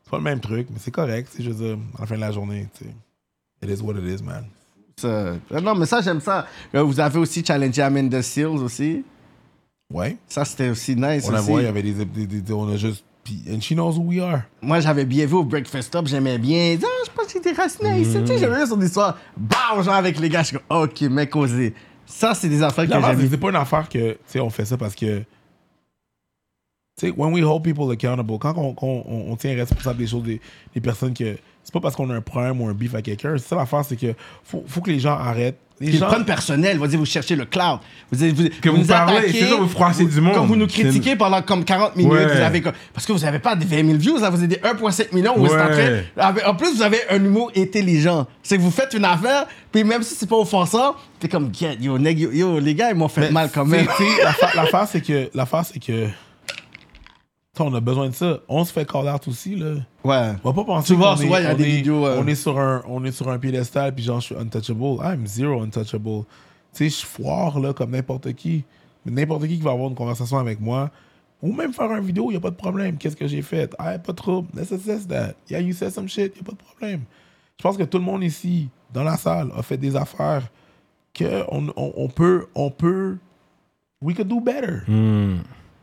C'est pas le même truc, mais c'est correct. tu sais, Je veux dire, à la fin de la journée, tu sais. It is what it is, man.
euh, Non, mais ça, j'aime ça. Euh, Vous avez aussi challengé Amanda Seals aussi.
Ouais.
Ça, c'était aussi nice.
On la
aussi.
voit, il y avait des, des- des- des- On a juste. Puis, and she knows who we are.
Moi, j'avais bien vu au Breakfast Up, j'aimais bien. Ah, je pense que j'étais raciné ici.
Mm.
Tu sais, j'aimais bien son histoire. Bah, genre avec les gars, je suis comme, ok, mec, causé. Ça, c'est des affaires que
Là,
j'aime.
c'est- c'est pas une affaire que, tu sais, on fait ça parce que, tu sais, when we hold people accountable, quand on, qu'on- on- on tient responsable des choses des, des personnes que, c'est pas parce qu'on a un problème ou un beef à quelqu'un, c'est ça l'affaire, c'est que faut, faut que les gens arrêtent. Les
Ils
gens,
prennent personnel. Vous dites, vous cherchez le cloud. Vous, dites, vous,
Que vous
nous
parlez,
attaquez,
c'est ça, vous froissez du monde.
Quand vous nous
C'est-
critiquez pendant comme 40 minutes,
Ouais.
vous avez comme- parce que vous n'avez pas des 20 000 views, là, vous avez des 1,7 million. où
Ouais.
c'est en train- avec- en plus, vous avez un humour intelligent. C'est que vous faites une affaire, puis même si c'est pas offensant, t'es comme, get, yo, neg, yo, yo, les gars, ils m'ont fait
Mais,
mal quand même.
tu sais, tu sais, l'affaire- L'affaire, c'est que, l'affaire, c'est que, tu sais, on a besoin de ça. On se fait call out aussi, là.
Ouais.
On va pas penser
Souvent,
qu'on
souvent,
est-
il y a
on
des
est-
vidéos, euh.
On est sur un, on est sur un piédestal, puis genre, je suis untouchable. I'm zero untouchable. Tu sais, je suis foire, là, comme n'importe qui. Mais N'importe qui qui va avoir une conversation avec moi, ou même faire une vidéo, il a pas de problème. Qu'est-ce que j'ai fait? Ah, pas de trouble. Let's assess that. Yeah, you said some shit. Il a pas de problème. Je pense que tout le monde ici, dans la salle, a fait des affaires que on, on- on peut... On peut... We could do better.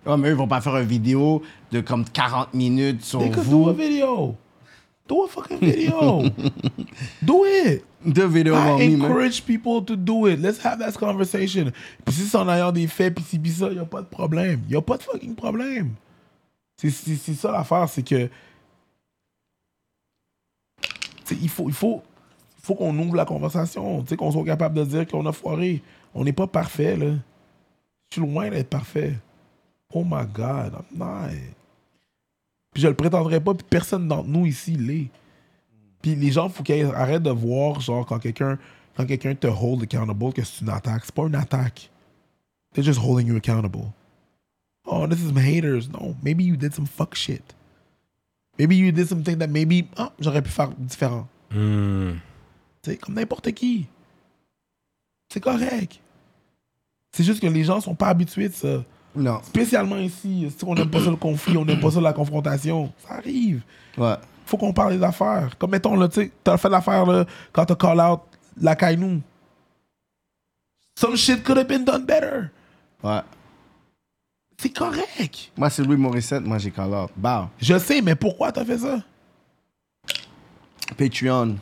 Ouais, mais eux, ils vont pas faire une vidéo de comme 40 minutes sur
They could do a
vous.
video. Do a fucking video. do it.
Deux vidéos
Ah,
en
I
mime. hein.
encourage people to do it. Let's have that conversation. Puis si c'est en ayant des faits, puis si pis ça, y a pas de problème. Y a pas de fucking problème. C'est- C'est c'est ça l'affaire, c'est que. T'sais, il faut, il faut, il faut qu'on ouvre la conversation. T'sais, qu'on soit capable de dire qu'on a foiré. On n'est pas parfait, là. Je suis loin d'être parfait. Oh my God, I'm not. Puis je le prétendrai pas, puis personne d'entre nous ici l'est. Puis les gens, faut qu'ils arrêtent de voir, genre, quand quelqu'un quand quelqu'un te hold accountable, que c'est une attaque. C'est pas une attaque. They're just holding you accountable. Oh, this is some haters. No, maybe you did some fuck shit. Maybe you did something that maybe, ah, j'aurais pu faire différent. Tu sais, comme n'importe qui. C'est correct. C'est juste que les gens sont pas habitués de ça.
Non.
Spécialement ici, si on n'aime pas ça le conflit, on n'aime pas ça la confrontation. Ça arrive
Ouais.
faut qu'on parle des affaires. Comme mettons, là, tu sais, t'as fait l'affaire là, quand t'as call out la Kainou. Some shit could have been done better.
Ouais.
C'est correct.
Moi, c'est Louis Morissette, moi, j'ai call out. Bah,
Je sais, mais pourquoi t'as fait ça?
Patreon.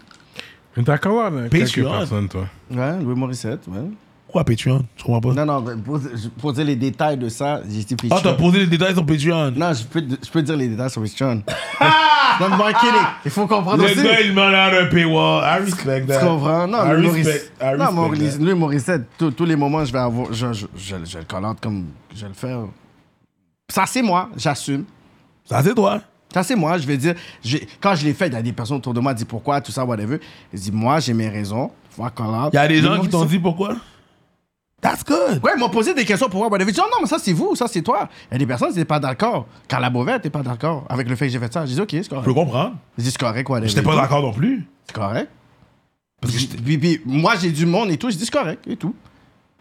Mais t'as quand même quelques
Patreon.
personnes, toi.
Ouais, Louis Morissette, ouais.
Pourquoi Patreon? Je comprends pas.
Non, non, mais pour, pour dire les détails de ça, j'ai dit Patreon.
Ah, t'as posé les détails sur Patreon.
Non, je peux, je peux dire les détails sur Patreon.
Ah!
non, mais moi, kidding. Il faut comprendre aussi.
il m'en a un paywall. I respect
Tu comprends? Non,
ben, I
Louis
respect-
Morissette.
I
Non,
respect ben.
Maurice-
that.
Louis Morissette, tous tous les moments, je vais avoir. Je, je, je, je le call out comme je le fais. Ça, c'est moi, j'assume.
Ça, c'est toi.
Ça, c'est moi. Je vais dire, je- quand je l'ai fait, il y a des personnes autour de moi qui disent pourquoi, tout ça, whatever. Je dis, moi, j'ai mes raisons. Faut qu'on
Il y a des gens qui t'ont dit pourquoi. That's good.
Ouais, ils m'ont posé des questions pourquoi, whatever. Je dis, oh, non, mais ça, c'est vous, ça, c'est toi. Il y a des personnes qui n'étaient pas d'accord. Quand la Beauvais n'était pas d'accord avec le fait que j'ai fait ça, je dis, OK, c'est
Je peux
correct.
comprendre.
Je dis, c'est correct, whatever.
J'étais pas d'accord non plus.
C'est correct.
Parce que
Puis, puis, puis moi, j'ai du monde et tout. Je dis, c'est correct et tout.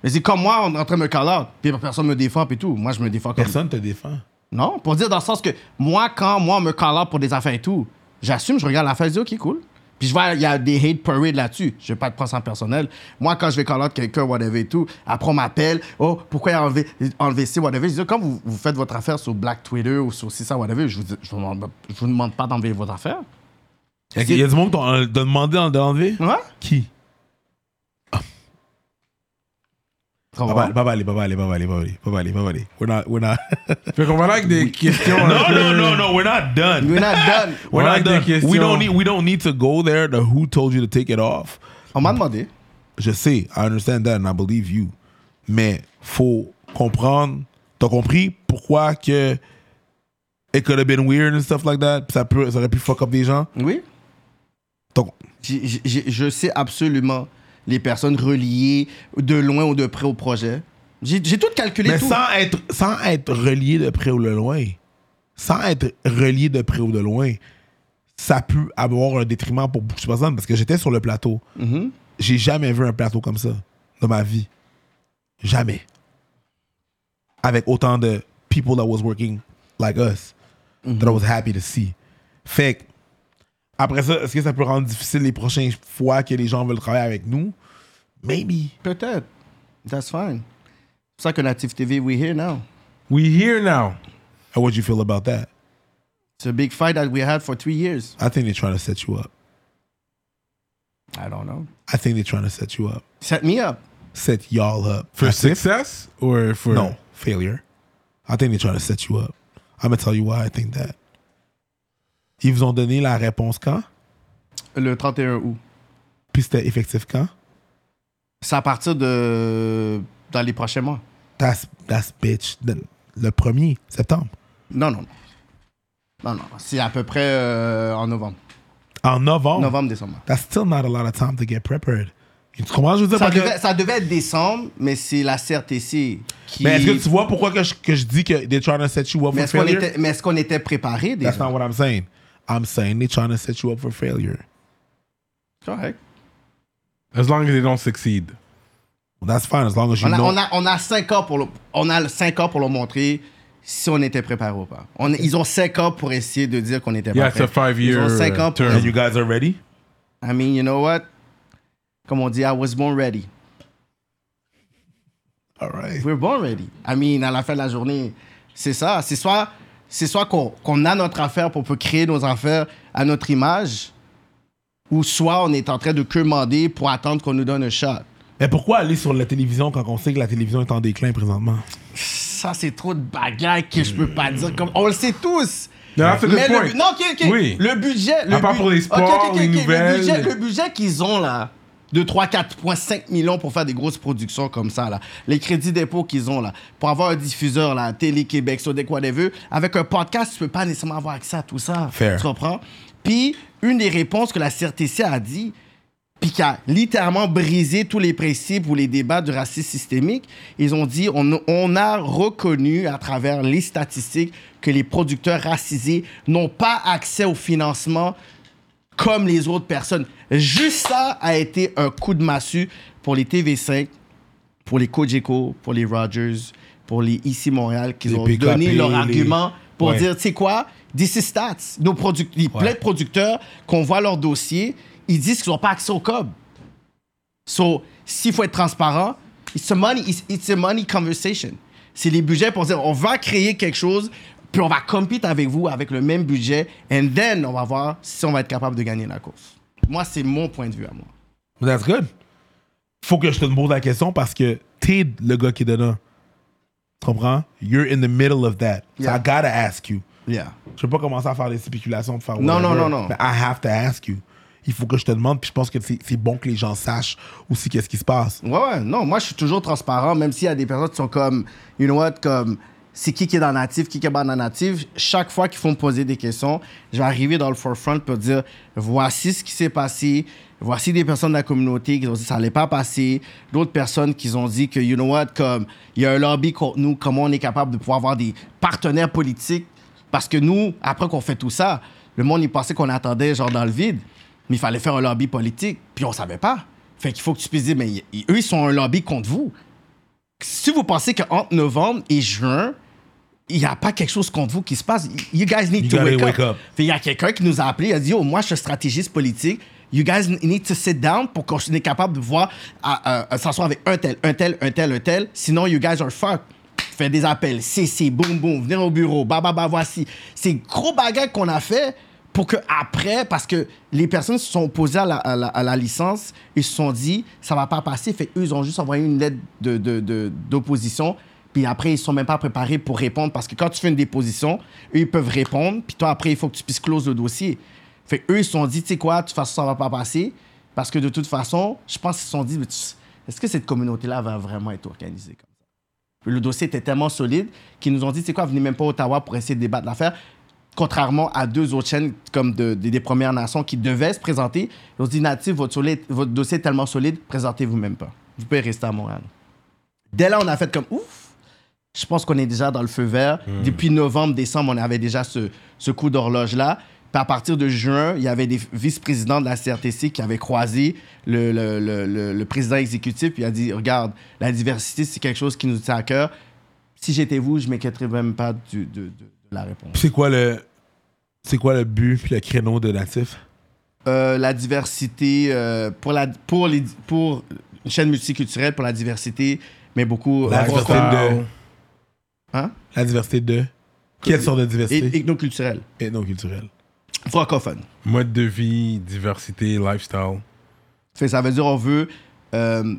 Je dis, comme moi, on est en train de me caler. Puis personne me défend et tout. Moi, je me défends comme
personne te défend.
Non, pour dire dans le sens que moi, quand moi, on me call out pour des affaires et tout, j'assume, je regarde l'affaire, je dis, OK, cool. Puis je vois, il y a des hate parades là-dessus. Je vais pas de prendre ça en personnel. Moi, quand je vais call out quelqu'un, whatever et tout, après, on m'appelle, oh, pourquoi il a enlevé, enlevé ci, whatever. Je dis, quand vous, vous faites votre affaire sur Black Twitter ou sur ci, ça, whatever, je vous, je vous, demande- je vous demande pas d'enlever votre affaire.
Il y a du monde qui t'ont t'ont demandé d'en- de l'enlever.
Ouais?
Qui?
Trop
Pas
bon.
mal, pas mal, pas mal, pas mal, pas mal, pas mal, pas mal. We're not, we're not.
Fait qu'on va là avec des questions.
No, no, no, no. We're not done.
We're not done.
We're
Voilà
not
des
done.
questions.
We don't need. We don't need to go there. The who told you to take it off.
On m'a demandé.
Je sais. I understand that and I believe you. Mais faut comprendre. T'as compris pourquoi que it could have been weird and stuff like that. Ça peut, ça aurait pu fuck up des gens.
Oui?
Donc,
J'ai- j'ai- j'ai- je sais absolument les personnes reliées de loin ou de près au projet. J'ai j'ai tout calculé,
Mais
tout.
sans être, sans être relié de près ou de loin. Sans être relié de près ou de loin. Ça peut avoir un détriment pour beaucoup de personnes parce que j'étais sur le plateau. J'ai jamais vu un plateau comme ça dans ma vie. Jamais. Avec autant de people that was working like us that I was happy to see. Fait que, après ça, est-ce que ça peut rendre difficile les prochaines fois que les gens veulent travailler avec nous? Maybe.
Peut-être. That's fine. C'est pour ça que Native TV, we here now.
We here now.
How would you feel about that?
It's a big fight that we had for three years.
I think they're trying to set you up.
I don't know.
I think they're trying to set you up.
Set me up.
Set y'all up.
For
I think-
success or for
No, failure. I think they're trying to set you up. I'm going to tell you why I think that. Ils vous ont donné la réponse quand?
Le 31 août.
Puis c'était effectif quand?
C'est à partir de. dans les prochains mois.
That's, that's bitch. Le, le 1er septembre.
Non, non. Non, non. C'est à peu près euh, en novembre.
En novembre.
Novembre, décembre.
That's still not a lot of time to get prepared. Tu comprends ce que je veux dire?
Ça
Parce que-
devait, ça devait être décembre, mais c'est la CRTC qui.
Mais est-ce que tu vois pourquoi que je, que je dis que they're trying to set you up
Mais
for
est-ce qu'on
failure?
était, mais est-ce qu'on était préparé déjà?
That's not what I'm saying. I'm saying they're trying to set you up for failure.
Correct.
As long as they don't succeed.
Well, that's fine as long as you
On a,
know.
on, a, on a cinq ans pour le, on a le cinq ans pour leur montrer si on était préparé ou pas. On- ils ont cinq ans pour essayer de dire qu'on était
Yeah,
pas
it's a
prêt.
five-year
Ils ont cinq ans
uh,
pour-
And
term.
you guys are ready?
I mean, you know what? Comme on dit, I was born ready.
All right.
We're born ready. I mean, à la fin de la journée, c'est ça. C'est soit, c'est soit qu'on, qu'on a notre affaire pour peut créer nos affaires à notre image, ou soit on est en train de quemander pour attendre qu'on nous donne un shot.
Mais pourquoi aller sur la télévision quand on sait que la télévision est en déclin présentement?
Ça, c'est trop de bagailles que je peux pas dire. Comme, on le sait tous.
No, that's a good
Mais le,
point.
bu- non, ok, ok.
Oui.
Le budget. Le
À part pour les sports,
Ok, ok, ok,
les
ok.
nouvelles.
Le budget, le budget qu'ils ont là, de 3, 4,5 millions pour faire des grosses productions comme ça là. Les crédits dépôt qu'ils ont là, pour avoir un diffuseur là, Télé-Québec, Sodec, whatever. Avec un podcast, tu peux pas nécessairement avoir accès à tout ça.
Fair.
Tu comprends? Puis, une des réponses que la CRTC a dit, puis qui a littéralement brisé tous les principes ou les débats du racisme systémique, ils ont dit on, on a reconnu à travers les statistiques que les producteurs racisés n'ont pas accès au financement comme les autres personnes. Juste ça a été un coup de massue pour les TV5, pour les Cogeco, pour les Rogers, pour les ICI Montréal, qui
Les
ont
PKP,
donné leur
les-
argument pour
Ouais.
dire, tu sais quoi, this is stats. Nos produc- les- Plein de producteurs, qu'on voit leur dossier, ils disent qu'ils n'ont pas accès au COB. So, s'il faut être transparent, it's a money, it's, it's a money conversation. C'est les budgets pour dire on va créer quelque chose, puis on va compete avec vous avec le même budget, and then on va voir si on va être capable de gagner la course. Moi, c'est mon point de vue à moi.
Well, that's good. Faut que je te pose la question parce que t'es le gars qui est dedans. Tu comprends? You're in the middle of that. So
Yeah.
I gotta ask you.
Yeah.
Je vais pas commencer à faire des spéculations pour faire
Non,
whatever,
non, non, non.
Mais I have to ask you. Il faut que je te demande, puis je pense que c'est c'est bon que les gens sachent aussi qu'est-ce qui se passe.
Ouais, ouais, non, moi je suis toujours transparent, même s'il y a des personnes qui sont comme, you know what, comme, c'est qui qui est dans natif, qui qui est pas dans natif. Chaque fois qu'ils font me poser des questions, je vais arriver dans le forefront pour dire, voici ce qui s'est passé, voici des personnes de la communauté qui ont dit ça n'allait pas passer, d'autres personnes qui ont dit que, you know what, comme, il y a un lobby contre nous, comment on est capable de pouvoir avoir des partenaires politiques, parce que nous, après qu'on fait tout ça, le monde, il pensait qu'on attendait genre dans le vide. Mais il fallait faire un lobby politique, puis on savait pas. Fait qu'il faut que tu puisses dire, mais y- y- eux, ils sont un lobby contre vous. Si vous pensez qu'entre novembre et juin, il n'y a pas quelque chose contre vous qui se passe, you guys need
You
to
gotta
wake,
wake
up.
up.
Fait il y a quelqu'un qui nous a appelé, il a dit, oh, moi, je suis un stratégiste politique. You guys need to sit down pour qu'on soit capable de voir, à- à- à s'asseoir avec un tel, un tel, un tel, un tel. Sinon, you guys are fucked fait des appels, CC, boum boum, venez au bureau, bah bah bah voici. C'est gros bagage qu'on a fait pour que après, parce que les personnes se sont opposées à la, à la- à la licence, ils se sont dit ça va pas passer, fait eux ils ont juste envoyé une lettre de, de- de- d'opposition. Puis après, ils sont même pas préparés pour répondre parce que quand tu fais une déposition, eux, ils peuvent répondre. Puis toi, après, il faut que tu puisses close le dossier. Fait eux, ils se sont dit, tu sais quoi, de toute façon, ça va pas passer. Parce que de toute façon, je pense qu'ils se sont dit, Mais tu- est-ce que cette communauté-là va vraiment être organisée comme ça? Le dossier était tellement solide qu'ils nous ont dit, c'est quoi, venez même pas à Ottawa pour essayer de débattre l'affaire. Contrairement à deux autres chaînes comme de- de- des Premières Nations qui devaient se présenter, ils ont dit, Natif, votre, soli- votre dossier est tellement solide, présentez-vous même pas. Vous pouvez rester à Montréal. Dès là, on a fait comme ouf. Je pense qu'on est déjà dans le feu vert. Depuis novembre, décembre, on avait déjà ce, ce coup d'horloge-là. Puis à partir de juin, il y avait des vice-présidents de la CRTC qui avaient croisé le, le- le- le- le président exécutif. Puis il a dit Regarde, la diversité, c'est quelque chose qui nous tient à cœur. Si j'étais vous, je ne m'inquiéterais même pas du- de, de- de la réponse.
C'est quoi le. C'est quoi le but puis le créneau de Natif?
Euh, la diversité euh, pour la pour les pour une chaîne multiculturelle pour la diversité mais beaucoup
La
euh,
diversité
pour-
de.
Hein?
La diversité de. Quelle sorte de
et
diversité?
ethnoculturelle
Ethno-culturelle.
francophone
Mode de vie, diversité, lifestyle.
Fait que ça veut dire on veut euh,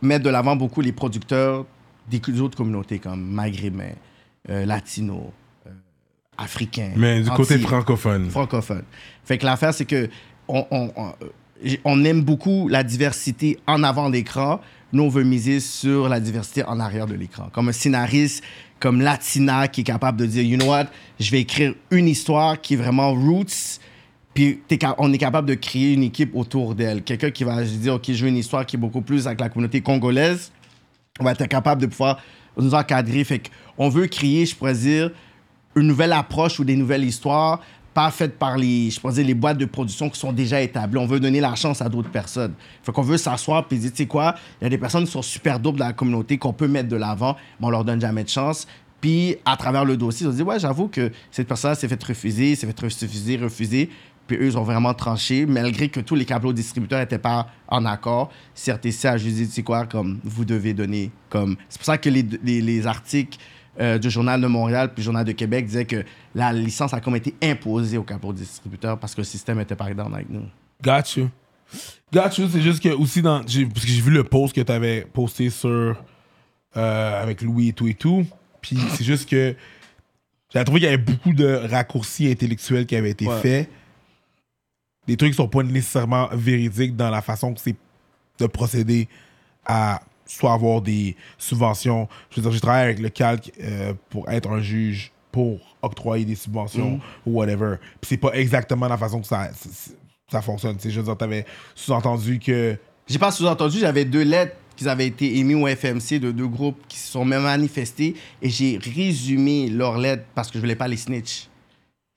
mettre de l'avant beaucoup les producteurs des cu- des autres communautés comme maghrébins euh, latinos euh, africains
Mais du côté
antillais.
francophone.
francophone. Fait que l'affaire, c'est que on, on- on- j'ai- on aime beaucoup la diversité en avant de l'écran. Nous, on veut miser sur la diversité en arrière de l'écran. Comme un scénariste, comme Latina, qui est capable de dire, you know what, je vais écrire une histoire qui est vraiment roots. Puis t'es ca- on est capable de créer une équipe autour d'elle. Quelqu'un qui va dire, OK, je veux une histoire qui est beaucoup plus avec la communauté congolaise on va être capable de pouvoir nous encadrer. Fait qu'on veut créer, je pourrais dire, une nouvelle approche ou des nouvelles histoires, pas faites par les, je pourrais dire, les boîtes de production qui sont déjà établies. On veut donner la chance à d'autres personnes. Fait qu'on veut s'asseoir puis dire, tu sais quoi, il y a des personnes qui sont super doubles dans la communauté qu'on peut mettre de l'avant, mais on leur donne jamais de chance. Puis, à travers le dossier, ils ont dit, ouais, j'avoue que cette personne-là s'est fait refuser, s'est fait refuser, refuser. Puis eux, ils ont vraiment tranché, malgré que tous les câbles distributeurs n'étaient pas en accord. CRTC a juste dit, tu sais quoi, comme vous devez donner. comme C'est pour ça que les, les- les articles euh, du Journal de Montréal puis Journal de Québec disaient que la licence a comme été imposée aux câbles distributeurs parce que le système était par exemple avec nous.
Got you. Got you, c'est juste que aussi dans. j'ai- Parce que j'ai vu le post que t'avais posté sur. euh, avec Louis et tout et tout. Puis c'est juste que. J'ai trouvé qu'il y avait beaucoup de raccourcis intellectuels qui avaient été faits. Des trucs qui sont pas nécessairement véridiques dans la façon que c'est de procéder à soit avoir des subventions. Je veux dire, j'ai travaillé avec le calque euh, pour être un juge, pour octroyer des
Mhm.
subventions ou whatever. Puis c'est pas exactement la façon que ça, c- c- ça fonctionne. Tu sais, Je veux dire, t'avais sous-entendu que.
J'ai pas sous-entendu, j'avais deux lettres qui avaient été émises au FMC de deux groupes qui se sont même manifestés et j'ai résumé leurs lettres parce que je voulais pas les snitch.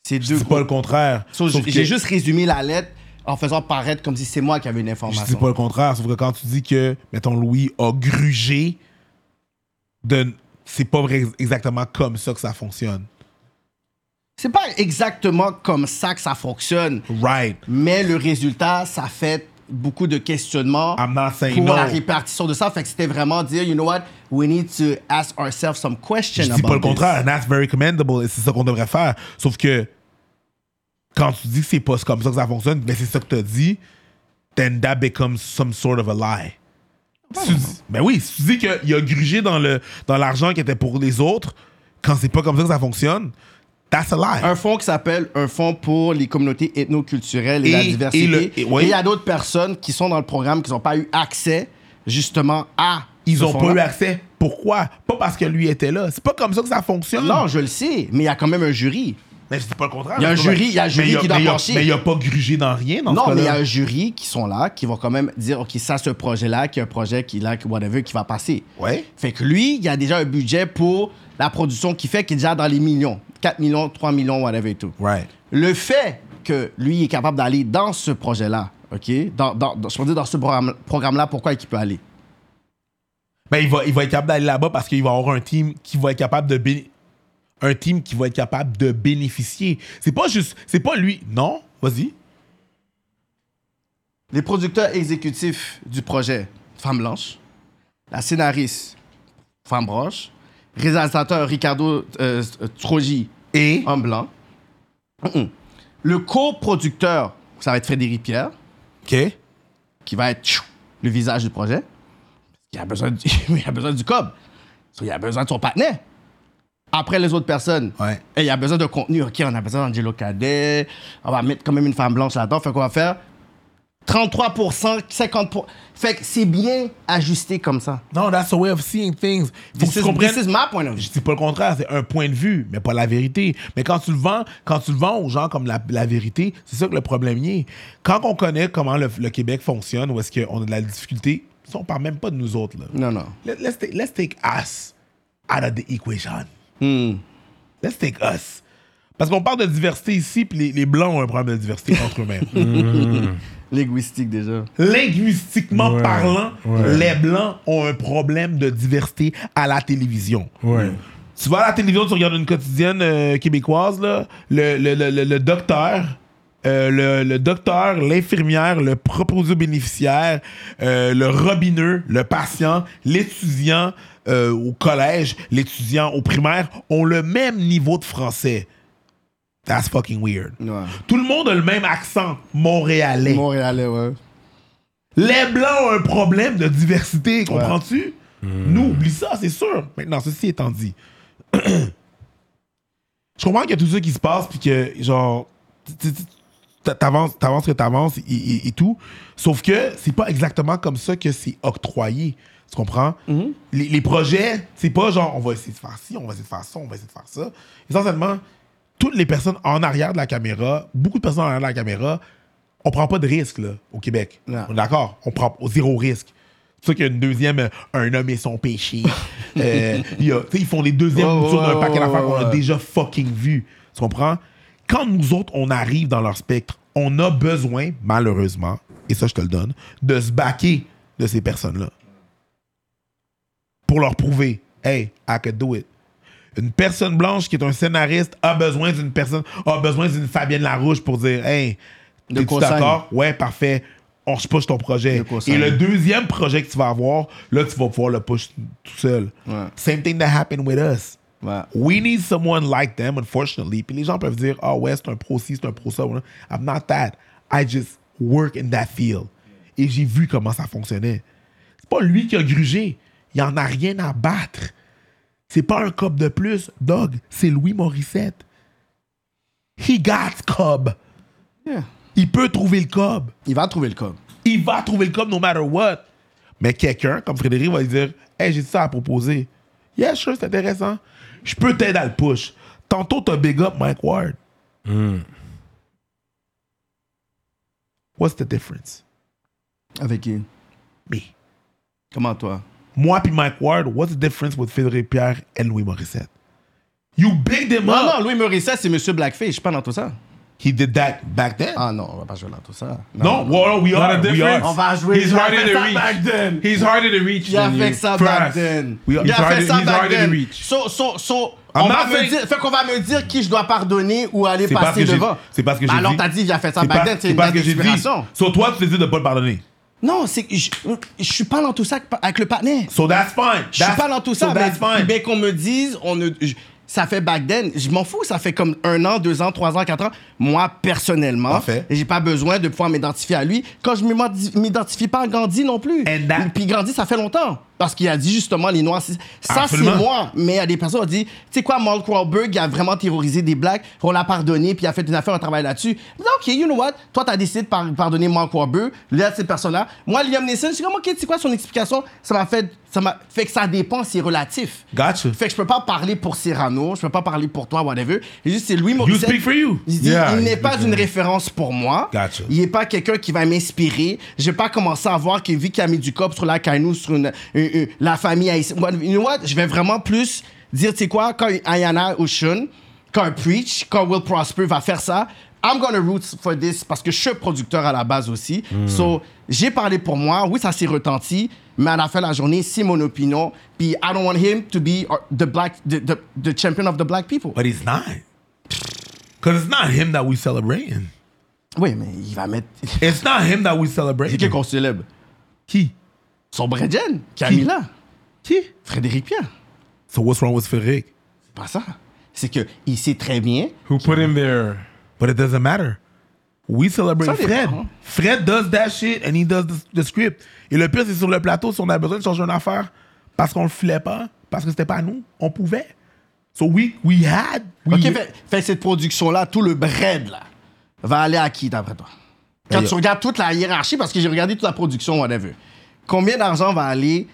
C'est deux
C'est pas le
groupes.
contraire.
So,
Sauf
j'ai
que-
j'ai juste résumé la lettre en faisant paraître comme si c'est moi qui avais une
Je
information.
dis pas le contraire, sauf que quand tu dis que, mettons, Louis a grugé, de... c'est pas vrai- exactement comme ça que ça fonctionne.
C'est pas exactement comme ça que ça fonctionne,
Right.
mais le résultat, ça fait beaucoup de questionnements.
I'm not saying
pour
no.
la répartition de ça. Fait que c'était vraiment dire, you know what, we need to ask ourselves some questions.
Je dis pas
about
le
this.
contraire, and that's very commendable, et c'est ça qu'on devrait faire. Sauf que quand tu dis que c'est pas comme ça que ça fonctionne, mais c'est ça que t'as dit, then that becomes some sort of a lie. Si tu dis- ben oui, si tu dis qu'il a grugé dans le dans l'argent qui était pour les autres, quand c'est pas comme ça que ça fonctionne, that's a lie.
Un fonds qui s'appelle un fonds pour les communautés ethnoculturelles et,
Et-
la
et
diversité.
le- et-
Et
oui.
il y a d'autres personnes qui sont dans le programme qui n'ont pas eu accès justement à.
Ils
ce
ont pas
fonds-là.
eu accès. Pourquoi? Pas parce que lui était là. C'est pas comme ça que ça fonctionne.
Non, je le sais, mais il y a quand même un jury.
mais c'est pas le contraire.
Il y a un
C'est pas-
jury- il y a un
Mais
jury
il y
qui doit
mais il y a-
pencher.
Mais il a pas grugé dans rien dans
Non,
ce
mais il y a
cas-là.
un jury qui sont là, qui vont quand même dire, OK, ça, ce projet-là, qui est un projet qui, là, qui- whatever, qui va passer.
Ouais.
Fait que lui, il y a déjà un budget pour la production qu'il fait, qui est déjà dans les millions. 4 millions, 3 millions, whatever et tout.
Right.
Le fait que lui est capable d'aller dans ce projet-là, OK, dans, dans, dans- je peux dire dans ce programme- programme-là, pourquoi il peut aller?
Ben, il va, il va être capable d'aller là-bas parce qu'il va avoir un team qui va être capable de béné- un team qui va être capable de bénéficier. C'est pas juste, c'est pas lui. Non, vas-y.
Les producteurs exécutifs du projet, Femme Blanche, la scénariste, Femme Blanche, réalisateur Ricardo euh, Trogi,
Et
Homme Blanc, Mm-mm. le coproducteur, ça va être Frédéric Pierre,
ok,
qui va être tchou, le visage du projet. Il a besoin du, il a besoin du cob. So, Il a besoin de son partenaire. Après les autres personnes,
Ouais.
et il a besoin de contenu. OK, on a besoin d'Angelo Cadet. On va mettre quand même une femme blanche là-dedans. Fait qu'on va faire 33 50 Fait que c'est bien ajusté comme ça.
non, that's a way of seeing things. Faut que
This
tu
is,
comprennes.
this is my point of
Je
view.
dis pas le contraire, c'est un point de vue, mais pas la vérité. Mais quand tu le vends, quand tu le vends aux gens comme la, la vérité, c'est ça que le problème y est. Quand on connaît comment le, le Québec fonctionne, où est-ce qu'on a de la difficulté, Ça, on parle même pas de nous autres, là.
Non, non.
Let- Let's take, let's take us out of the equation.
Hmm.
Let's take us. Parce qu'on parle de diversité ici, puis les, les Blancs ont un problème de diversité entre eux-mêmes.
Linguistique déjà.
Linguistiquement
Ouais,
parlant,
ouais.
les Blancs ont un problème de diversité à la télévision.
Ouais.
Tu vas à la télévision, tu regardes une quotidienne euh, québécoise, là, le, le- le- le- le docteur, euh, le, le docteur, l'infirmière, le proposio-bénéficiaire, euh, le robineux, le patient, l'étudiant euh, au collège, l'étudiant au primaire ont le même niveau de français. That's fucking weird.
Ouais.
Tout le monde a le même accent
Eh.
montréalais.
Montréalais, ouais.
Les Blancs ont un problème de diversité, comprends-tu? Nous, oublie ça, c'est sûr. Maintenant, ceci étant dit, je comprends qu'il y a tout ça qui se passe, puis que, genre, tu- tu- tu- t'a- t'avances, t'avances que t'avances et, et- et tout. Sauf que c'est pas exactement comme ça que c'est octroyé. Tu comprends? les, les projets, c'est pas genre on va essayer de faire ci, on va essayer de faire ça, on va essayer de faire ça. Essentiellement, toutes les personnes en arrière de la caméra, beaucoup de personnes en arrière de la caméra, on prend pas de risque là, au Québec.
Non.
On est d'accord? On prend zéro risque. C'est sûr qu'il y a une deuxième, euh, un homme et son péché. Euh, il y a- tu sais, ils font les deuxièmes
Ouais, ouais,
moutures d'un
ouais,
paquet
ouais,
d'affaires
ouais,
qu'on a
ouais.
déjà fucking vu. Tu comprends? Quand nous autres, on arrive dans leur spectre, on a besoin, malheureusement, et ça je te le donne, de se baquer de ces personnes-là pour leur prouver, hey, I could do it. Une personne blanche qui est un scénariste a besoin d'une personne, a besoin d'une Fabienne Larouche pour dire, hey,
De
t'es
consigne.
d'accord? Ouais, parfait. On je push ton projet.
De consigne.
Et le deuxième projet que tu vas avoir, là, tu vas pouvoir le push tout seul.
Ouais.
Same thing that happened with us.
Ouais.
We need someone like them, unfortunately. Puis les gens peuvent dire, ah ouais, c'est un pro ci, c'est un pro ça. I'm not that. I just work in that field. Et j'ai vu comment ça fonctionnait. C'est pas lui qui a grugé. Il en a rien à battre. C'est pas un cob de plus, dog. C'est Louis Morissette. He got cob.
Yeah.
Il peut trouver le cob.
Il va trouver le code.
Il va trouver le cob no matter what. Mais quelqu'un, comme Frédéric, va lui dire Hey, j'ai ça à proposer. Yeah, sure, c'est intéressant. Je peux t'aider à le push. Tantôt, t'as big up Mike Ward. What's the difference?
Avec qui
Me.
Comment toi
Moi puis Mike Ward, what's the difference with Frédéric Pierre et Louis Morissette? You big them
Non,
up.
Ah non, Louis Morissette, c'est Monsieur Blackface. Je suis pas dans tout ça.
He did that back then.
Ah non, on va pas jouer dans tout ça.
non, well, we
Not a
are. We
difference.
are.
On va jouer.
He's
il a
harder
fait
to
ça
reach.
back then.
He's harder to reach.
Il a
than
fait
you.
ça
For
back
us.
then.
We
Il
are-
a
He's
fait ça
harder- he's
back
harder
then.
to reach.
So, so, so,
I'm
on va
not
me
saying-
dire, fait qu'on va me dire qui je dois pardonner ou aller
C'est parce
passer
que j'ai-
devant. Bah
c'est parce que j'ai
Alors
dit-
t'as dit, il a fait ça
C'est
back
pas-
then, c'est
c'est
une
parce
date
que j'ai dit.
d'expiration.
Sur toi, tu te dis de pas le pardonner.
Non, c'est que je, je suis pas dans tout ça avec le partenaire.
So that's fine.
Je suis
That's-
pas dans tout
so
ça,
that's
mais,
fine.
mais qu'on me dise, on ne, je- ça fait back then, je m'en fous, ça fait comme un an, deux ans, trois ans, quatre ans. Moi, personnellement,
Parfait.
j'ai pas besoin de pouvoir m'identifier à lui quand je m'identi- m'identifie pas à Gandhi non plus.
And that-
Puis Gandhi, ça fait longtemps. Parce qu'il a dit justement, les Noirs, c'est- ça c'est
Absolument.
moi. Mais il y a des personnes qui ont dit, tu sais quoi, Mark Wahlberg, il a vraiment terrorisé des Blacks, on l'a pardonné, puis il a fait une affaire, un travail là-dessus. Mais OK, you know what, toi t'as décidé de par- pardonner Mark Wahlberg, là, ces personnes-là. Moi, Liam Neeson, je suis comme, OK, tu sais quoi, son explication, ça m'a fait, ça m'a fait que ça dépend, c'est relatif.
Gotcha.
Fait que je peux pas parler pour Cyrano, je peux pas parler pour toi, whatever. Et juste, c'est Louis
You
Morissette.
speak for you.
Il dit,
Yeah,
il
you
n'est pas
speak for
une
me.
référence pour moi.
Gotcha.
Il n'est pas quelqu'un qui va m'inspirer. J'ai pas commencé à voir que vu qu'il a mis du cop sur la Kainou, sur une, une- une- la famille haïtienne. Moi, You know what? Je vais vraiment plus dire, tu sais quoi, quand Ayana Ocean, quand Preach, quand Will Prosper va faire ça, I'm gonna root for this parce que je suis producteur à la base aussi. So, j'ai parlé pour moi. Oui, ça s'est retenti, mais à la fin de la journée, c'est mon opinion. Puis, I don't want him to be uh, the black, the, the, the champion of the black people.
But it's not. Because it's not him that we celebrating.
Oui, mais il va mettre.
It's not him that we
C'est qui
celebrating.
qu'on célèbre?
Qui?
Son Bredjen, Camilla,
Qui?
Frédéric Pierre.
So what's wrong with Frédéric?
C'est Pas ça. C'est que il sait très bien.
Who put him there?
But it doesn't matter. We celebrate
Ça
Fred.
dépend.
Fred does that shit and he does the, the script. Et le pire, c'est sur le plateau, si on a besoin de changer une affaire parce qu'on le filait pas, parce que c'était pas nous, on pouvait. So we, we had. we-
Ok, fait, fait que cette production-là, tout le bread, là, va aller à qui, d'après toi? Quand
D'ailleurs.
tu regardes toute la hiérarchie, parce que j'ai regardé toute la production, whatever, combien d'argent va aller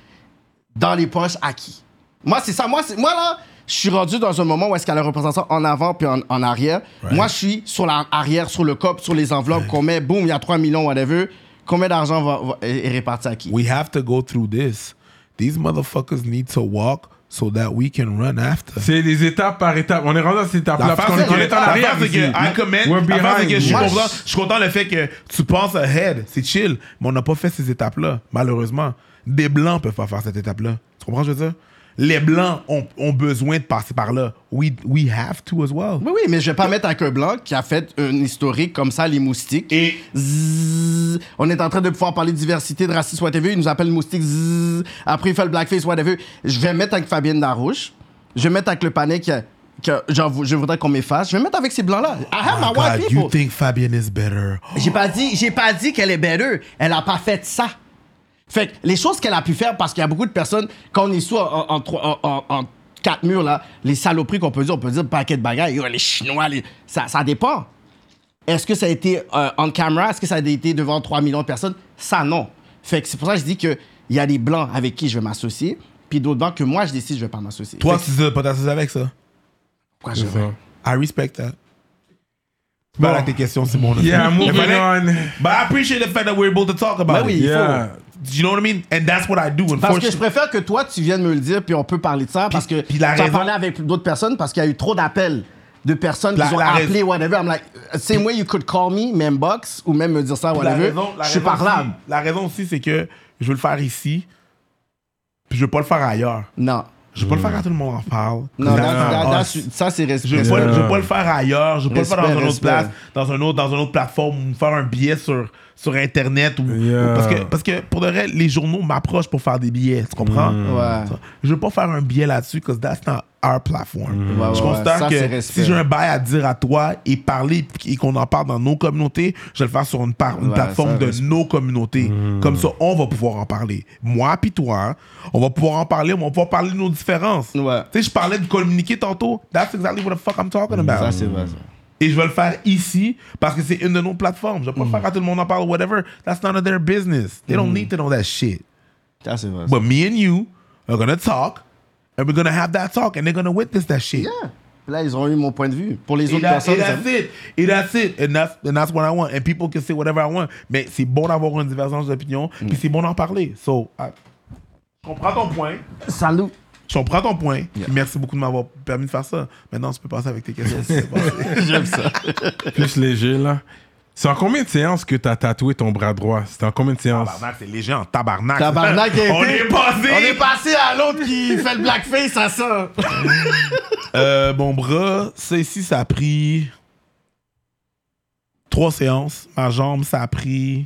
dans les poches à qui? Moi, c'est ça. Moi, c'est- moi là, je suis rendu dans un moment où est-ce qu'il y a la représentation en avant puis en, en arrière. Moi, je suis sur l'arrière, sur le cop, sur les enveloppes qu'on met. Boum, il y a 3 millions, whatever. combien d'argent va, va- est est réparti à qui?
We have to go through this. These motherfuckers need to walk so that we can run after.
C'est les étapes par étapes. On est rendu à cette
La
étape-là.
face,
parce qu'on
c'est que,
est en
la
arrière.
face, c'est que
ici.
I commit,
We're
la face, c'est que
behind.
je suis
Moi,
content, je suis content le fait que tu penses ahead, c'est chill, mais on n'a pas fait ces étapes-là, malheureusement. Des blancs peuvent pas faire cette étape-là. Tu comprends ce que je veux dire? Les blancs ont, ont besoin de passer par là. We, we have to as well.
Oui, oui, mais je vais pas mettre un queue blanc qui a fait un historique comme ça, les moustiques.
Et
Zzzz. On est en train de pouvoir parler de diversité, de racisme, whatever. Il nous appelle moustique. Zzzz. Après, il fait le blackface, whatever. Je vais mettre avec Fabienne Larouche. Je vais mettre avec le panier qui a- que genre, vous- je voudrais qu'on m'efface. Je vais mettre avec ces blancs-là. I have my
Oh Ah, God,
white
you
people.
think Fabian is better.
J'ai pas dit, j'ai pas dit qu'elle est better. Elle a pas fait ça. Fait que les choses qu'elle a pu faire, parce qu'il y a beaucoup de personnes, quand on est sous en, en- en trois- en- en- en quatre murs, là, les saloperies qu'on peut dire, on peut dire paquet de bagages, Yo, les Chinois, les- ça, ça dépend. Est-ce que ça a été euh, on camera? Est-ce que ça a été devant 3 millions de personnes? Ça, non. Fait que c'est pour ça que je dis qu'il y a des blancs avec qui je vais m'associer, puis d'autres blancs que moi, je décide, je vais pas m'associer.
Toi,
Fait
tu veux pas t'associer avec ça.
que pourquoi je vais?
I respect that. Voilà tes questions, c'est bon.
Yeah, moving
Mais fallait-
on.
But I appreciate the fact that we're able to talk about
Ben oui,
it.
il faut.
Yeah.
Do you know what I mean? And that's what I do.
Parce que je
unfortunately.
préfère que toi, tu viennes me le dire, puis on peut parler de ça, parce que
puis la
tu as
raison-
parlé avec d'autres personnes, parce qu'il y a eu trop d'appels de personnes
La-
qui ont
la
appelé,
raison-
whatever. I'm like, uh, same way you could call me, même box, ou même me dire ça,
la
whatever.
raison, la
je suis
raison
parlable.
aussi- la raison aussi, c'est que je veux le faire ici, puis je veux pas le faire ailleurs.
Non.
Je veux
Hmm.
pas le faire quand tout le monde en parle.
Non,
That's
là,
not
là, là,
us.
ça, c'est
Ah, je veux,
respect.
pas, le- je veux pas le faire ailleurs, je veux pas le faire dans
Respect,
une autre
respect.
place, dans, un autre, dans une autre plateforme, ou faire un billet sur, sur Internet. Ou,
Yeah.
ou- parce, que, parce que pour de vrai, les journaux m'approchent pour faire des billets, tu comprends?
Ouais.
Ça, Je veux pas faire un billet là-dessus, parce que that's not our platform.
Mm-hmm. Ouais, ouais,
je
ouais,
considère
ça, c'est
que
respect.
si j'ai un bail à dire à toi et parler et qu'on en parle dans nos communautés, je vais le faire sur une, par- une
Ouais, ça,
plateforme de
respect. Mm-hmm.
nos communautés. Comme ça, on va pouvoir en parler. Moi puis toi, hein, on va pouvoir en parler, on va pouvoir parler de nos différences.
Ouais.
Tu sais, je parlais de communiquer tantôt. That's exactly what the fuck I'm talking about.
Ça, c'est vrai. ça.
Et je vais le faire ici parce que c'est une de nos plateformes. Je vais
Mm-hmm.
pas le faire quand tout le monde en parle, whatever. That's none of their business. They don't need to know that shit.
Ça, c'est vrai. ça.
But me and you are gonna talk, and we're gonna have that talk, and they're gonna witness that shit.
Yeah. Là, ils ont eu mon point de vue. Pour les
And,
autres
that,
personnes,
and
ça-
that's it. And that's it. And that's, and that's what I want. And people can say whatever I want. Mais c'est bon d'avoir une divergence d'opinion,
Mm.
puis c'est bon d'en parler. So, I- je comprends ton point.
salut.
Je comprends ton point. puis Merci beaucoup de m'avoir permis de faire ça. Maintenant, tu peux passer avec tes questions. si c'est pas-
Plus léger, là. C'est en combien de séances que t'as tatoué ton bras droit? C'était en combien de séances?
Tabarnak, c'est léger en tabarnak.
Tabarnak,
on
été-
est passé.
On est passé à l'autre qui fait le blackface à ça.
Euh, mon bras, ça ici, ça a pris trois séances. Ma jambe, ça a pris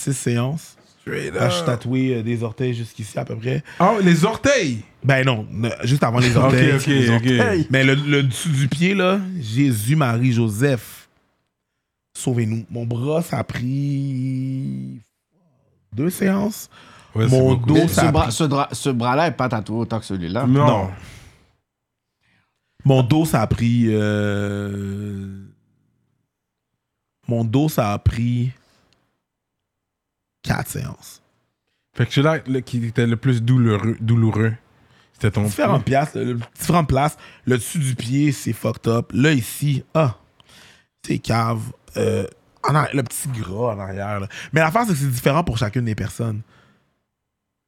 six séances. Là, je suis tatoué euh, des orteils jusqu'ici à peu près.
Oh, les orteils!
Ben non, ne- juste avant bah. les orteils.
ok,
les
ok,
orteils.
ok.
Mais le, le dessous du pied, là, Jésus-Marie-Joseph, sauvez-nous. Mon bras, ça a pris deux séances.
Ouais, c'est
mon
beaucoup.
dos, ça
ce
a
bras-
pris
ce dra- ce bras-là est pas tatoué autant que celui-là.
Non.
Non. Mon dos, ça a pris. euh, Mon dos, ça a pris. Quatre séances.
Fait que celui-là le- qui était le plus douloureux, douloureux c'était ton
Différentes places, le, différentes places. Le dessus du pied, c'est fucked up. Là, ici, ah, c'est cave. Euh, en arrière- le petit gras en arrière. là. Mais l'affaire, c'est que c'est différent pour chacune des personnes.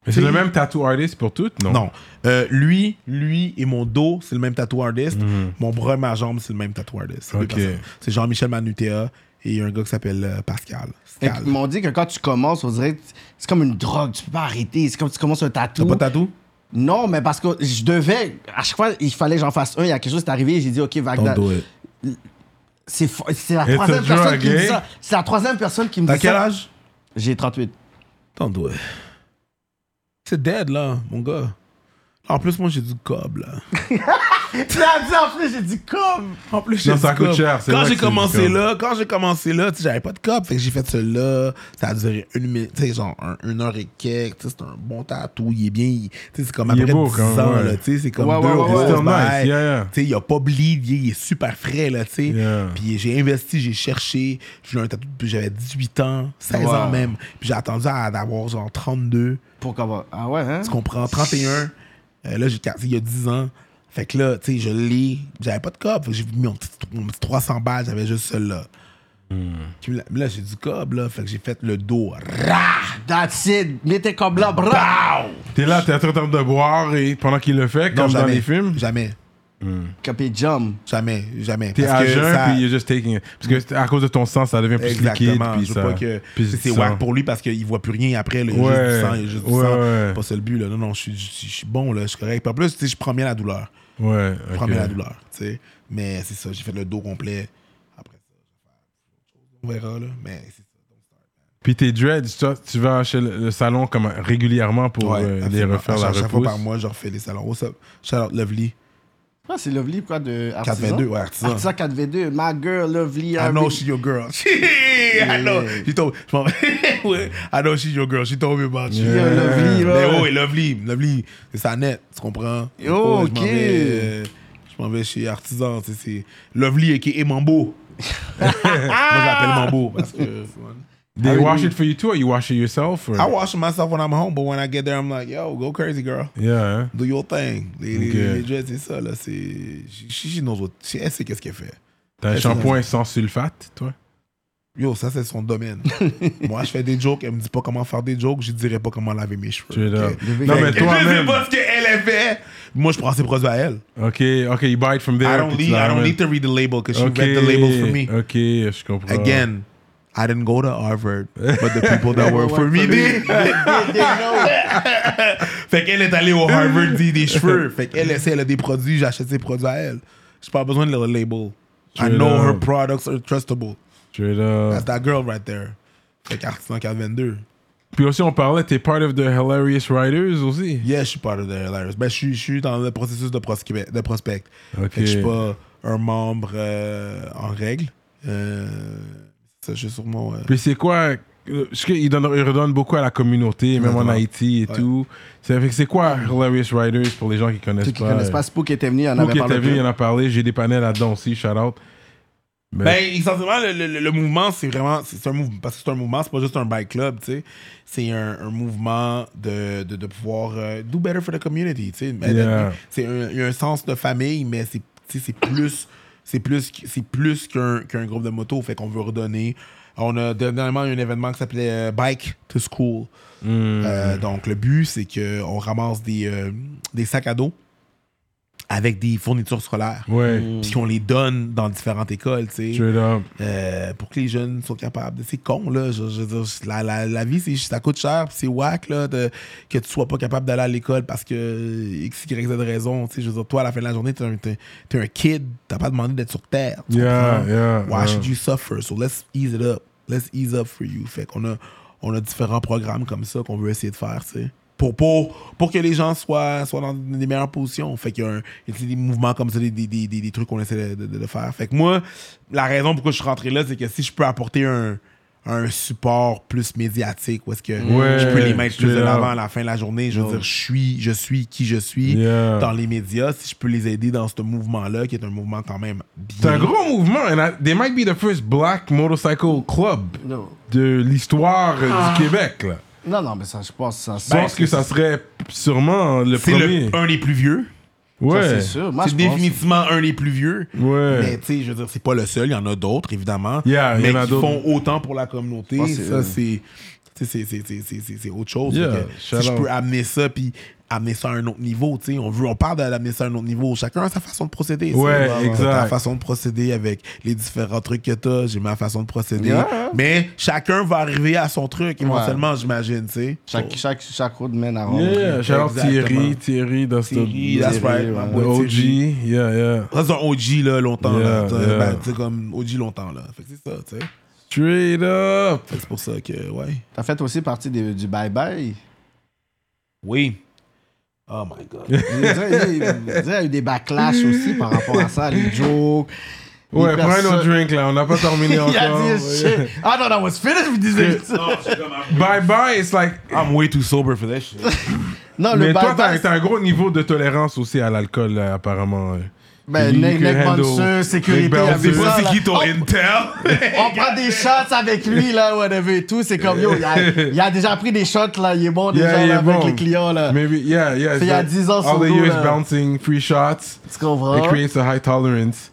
Mais c'est le même tattoo artist pour toutes? Non.
Non. Euh, lui, lui et mon dos, c'est le même tattoo artist. Mon bras et ma jambe, c'est le même tattoo artist. C'est
Mhm.
deux
Ok.
personnes. C'est Jean-Michel Manutea et il y a un gars qui s'appelle euh, Pascal.
Fait
Pascal.
qu'ils m'ont dit que quand tu commences, on dirait que c'est comme une drogue, tu peux pas arrêter. C'est comme tu commences un tatou.
T'as pas de tatou?
non, mais parce que je devais, à chaque fois, il fallait que j'en fasse un, il y a quelque chose qui est arrivé, j'ai dit, OK, Vagda. C'est fo- c'est la
It's a
troisième personne
drug,
qui me dit
eh?
ça. C'est la troisième personne qui me
T'as
dit
quel
ça.
âge?
J'ai 38.
Don't do it. C'est dead, là, mon gars. En plus, moi, j'ai du cob, là.
Tu l'as dit en plus, j'ai dit comme.
En plus,
Non,
j'ai
ça
du
coûte
cob.
cher, c'est
Quand
vrai
j'ai
que c'est du
commencé
cob.
là, quand j'ai commencé là, tu sais, j'avais pas de cob. Fait que j'ai fait celui-là. Ça a duré une minute, tu sais, genre un- une heure et quelques. Tu sais, c'est un bon tatou. Il est bien. il- Tu sais, c'est comme
Il est
après 10
beau, quand même,
ans,
ouais.
là. Tu sais, c'est comme
Ouais,
deux
ouais, ouais,
grosses
ouais.
Still nice,
bails.
yeah, yeah.
Tu sais, il a pas bleed. Il est- il est super frais, là, tu sais.
Yeah.
Puis j'ai investi, j'ai cherché. Je voulais un tatou depuis que j'avais 18 ans, 16 ans
Wow.
même. Puis j'ai attendu à d'avoir genre 32.
Pour comment Ah ouais, hein?
Tu comprends? 31. Euh, là, j'ai cassé il y a 10 ans. Fait que là, tu sais, je l'ai. J'avais pas de cop. Fait que j'ai mis mon petit, mon petit 300 balles, j'avais juste celle-là.
Hmm.
Puis là- Là, j'ai du cob, là. Fait que j'ai fait le dos.
That's it. Mettez comme là, bras.
T'es là, t'es en train de boire et pendant qu'il le fait, comme dans les films.
Jamais.
Copy jump.
Jamais. Jamais.
T'es
Parce
à
que
jeun,
ça-
puis you're just taking it. Parce que c'est- à cause de ton sang, ça devient plus
Exactement.
liquide.
je
Puis
veux
ça,
pas que.
puis
c'est- C'est
ça-
wack pour lui parce qu'il voit plus rien après. là. Il y a juste
Ouais.
du sang. Il y a juste du
Ouais,
sang.
ouais.
C'est Pas ça le but. Là. Non, non, je suis- je suis je suis bon, là. Je suis correct. Puis En plus, tu sais, je prends bien la douleur.
Ouais,
Je
ok.
prends bien la douleur. tu sais. Mais c'est ça. J'ai fait le dos complet. Après ça, je vais faire autre chose. On verra, là. Mais c'est ça.
Puis tes dreads, toi, tu vas chez le, le salon comme régulièrement pour
Ouais,
euh, les
absolument.
refaire
À
la
chaque- chaque fois
repousse.
par mois, je refais les salons. What's up? Shout out Lovely.
Ah, c'est Lovely, quoi, de Artisan?
422, ouais, Artisan.
Artisan 4v2, my girl, Lovely.
I
Harvey.
know she's your girl. I know. She told je m'en- Ouais. I know she's your girl. She told me about you.
Yeah, lovely,
Mais
ouais.
oui, lovely. Lovely. C'est sa nette, tu comprends?
Oh,
Je m'en
ok.
vais, euh, je m'en vais chez Artisan. tu sais, C'est Lovely et qui est Mambo. Moi, je l'appelle
Ah!
Ah Mambo parce que.
Ah! They wash it for you too, or you wash it yourself? Or?
I wash myself when I'm home, but when I get there, I'm like, yo, go crazy, girl.
Yeah. hein?
Do your thing. Les, les-
Ok.
les, dreads, c'est ça, là. C'est. She, she knows what. she- non, elle sait qu'est-ce qu'elle fait.
T'as un
Ouais,
shampoing sans sulfate, toi?
Yo, ça, c'est son domaine. Moi, je fais des jokes, elle me dit pas comment faire des jokes, je dirais pas comment laver mes cheveux.
Tu es là.
Ok.
Non, mais
Je sais
toi-même.
pas ce qu'elle elle fait. Moi, je prends ses produits à elle.
Ok, ok, you buy it from there.
I don't,
puis
need,
tu la
I don't
ramènes.
need to read the label because she
Ok,
read the label for me.
Ok, je comprends.
Again, I didn't go to Harvard, but the people that work for me did. fait qu'elle est allée au Harvard des, des cheveux. Fait qu'elle essaie, elle a des produits, j'achète ses produits à elle. J'ai pas besoin de le label. I
Tu es
know
là.
her products are trustable.
Tu es là.
That's that girl right there. Fait qu'Artisan 422.
Puis aussi, on parlait, t'es part of the Hilarious Riders aussi.
Yeah, je suis part of the Hilarious. Ben, je suis, je suis dans le processus de prospect. De prospect.
Ok.
Fait que je suis pas un membre euh, en règle. Euh, ça, je suis sur mon. euh,
Puis c'est quoi euh, Parce qu'ils donnent- ils redonnent beaucoup à la communauté, même en
Exactement.
Haïti et
Ouais.
tout. C'est fait que c'est quoi Hilarious Riders pour les gens qui connaissent euh,
Ceux qui connaissent pas, Spook était venu, il en
Spook
avait
était
parlé.
venu, il en a parlé. J'ai des panels là-dedans aussi, shout out. Mais-
Ben, essentiellement, le, le- le mouvement, c'est vraiment. C'est c'est un mouvement. Parce que c'est un mouvement, c'est pas juste un bike club, tu sais. C'est un, un mouvement de, de, de pouvoir euh, do better for the community, tu sais. Mais-
Yeah.
C'est un, il y a un sens de famille, mais c'est tu sais, c'est plus. C'est plus, qu- c'est plus qu'un qu'un groupe de moto, fait qu'on veut redonner. On a dernièrement eu un événement qui s'appelait euh, Bike to School.
Mm.
Euh, donc, le but, c'est qu'on ramasse des, euh, des sacs à dos avec des fournitures scolaires.
Ouais,
Puis qu'on les donne dans différentes écoles, tu sais.
straight up.
Euh, pour que les jeunes soient capables. de- C'est con, là. Je, je veux dire, c'est- la, la- la vie, c'est- ça coûte cher, puis c'est whack, là, de- que tu sois pas capable d'aller à l'école parce que X, Y, Z raison. Tu sais, je veux dire, toi, à la fin de la journée, t'es un, t'es- t'es un kid, t'as pas demandé d'être sur Terre. tu
Yeah,
comprends?
yeah,
Why
yeah.
should you suffer? So let's ease it up. Let's ease up for you. Fait qu'on a, on a différents programmes comme ça qu'on veut essayer de faire, tu sais. Pour, pour, pour que les gens soient, soient dans des meilleures positions. Fait qu'il y a, un- il y a des mouvements comme ça, des, des, des, des- des trucs qu'on essaie de, de- de faire. Fait que moi, la raison pourquoi je suis rentré là, c'est que si je peux apporter un, un support plus médiatique, où est-ce que
Ouais,
je peux les mettre plus de
yeah.
l'avant à la fin de la journée, je veux dire, je suis, je suis qui je suis
Yeah.
dans les médias, si je peux les aider dans ce mouvement-là, qui est un mouvement quand même bien.
C'est un gros mouvement. and I- they might be the first black motorcycle club
Non.
de l'histoire euh, du Québec. Là.
Non, non, mais ça, je pense que ça.
Je pense que ça serait sûrement le
C'est
premier.
le- un des plus vieux.
ouais.
c'est sûr. Moi,
c'est
Ah, je pense.
définitivement un des plus vieux.
Ouais.
Mais tu sais, je veux dire, c'est pas le seul. Il y en a d'autres, évidemment.
Yeah, il y
mais
en a
qui
d'autres.
font autant pour la communauté.
Ah, c'est-
ça, c'est. tu sais, C'est c'est- c'est- c'est- c'est- c'est autre chose.
Yeah,
Fait que
shout
si je
out.
peux amener ça, puis amener ça à un autre niveau, tu sais, on, veut, on parle d'amener ça à un autre niveau. Chacun a sa façon de procéder. tu sais.
Ouais,
T'as
exact.
Ta façon de procéder avec les différents trucs que t'as. J'ai ma façon de procéder.
Yeah.
Mais chacun va arriver à son truc éventuellement, j'imagine, tu sais.
Chaque, chaque, chaque route mène à Rome.
Yeah, shout out
Exactement.
Thierry, Thierry, that's
Thierry,
the,
that's right.
ouais.
my
the
boy
OG.
Thierry.
Yeah, yeah.
Ça, c'est un OG, là, longtemps, là.
Yeah,
T'sais,
yeah.
ben, t'sais, comme OG longtemps, là. Fait que c'est ça, tu sais.
Straight up.
Fait que C'est pour ça que, ouais.
T'as fait aussi partie des- du bye-bye.
Oui. Oh my God.
Il y a il y a- il y a eu des backlash aussi par rapport à ça, les jokes. les
Ouais, prends un autre
personnes-
drink là, on n'a pas terminé
Il a
encore.
dit shit. Ah, I thought I was finished, il disait ça.
Bye bye, it's like.
I'm way too sober for that shit.
Non, le
Mais toi, t'as
bye-bye.
t'as un gros niveau de tolérance aussi à l'alcool, là, apparemment. euh.
Ben,
You
Nick-
can
Nick
handle-
Bonsoir, sécurité,
Nick Bonsoir.
abusant,
C'est
là. Oh,
intel?
On prend des shots avec lui, là, whatever et tout. C'est comme, yo, il a, il a déjà pris des shots, là. Il est bon
Yeah,
déjà
il est
là, avec
bon.
les clients, là.
Maybe, yeah, yeah.
Fait il y a 10 ans
All
sur
the
le dos,
years
là. Hein?
bouncing, free shots.
tu comprends?
It creates a high tolerance.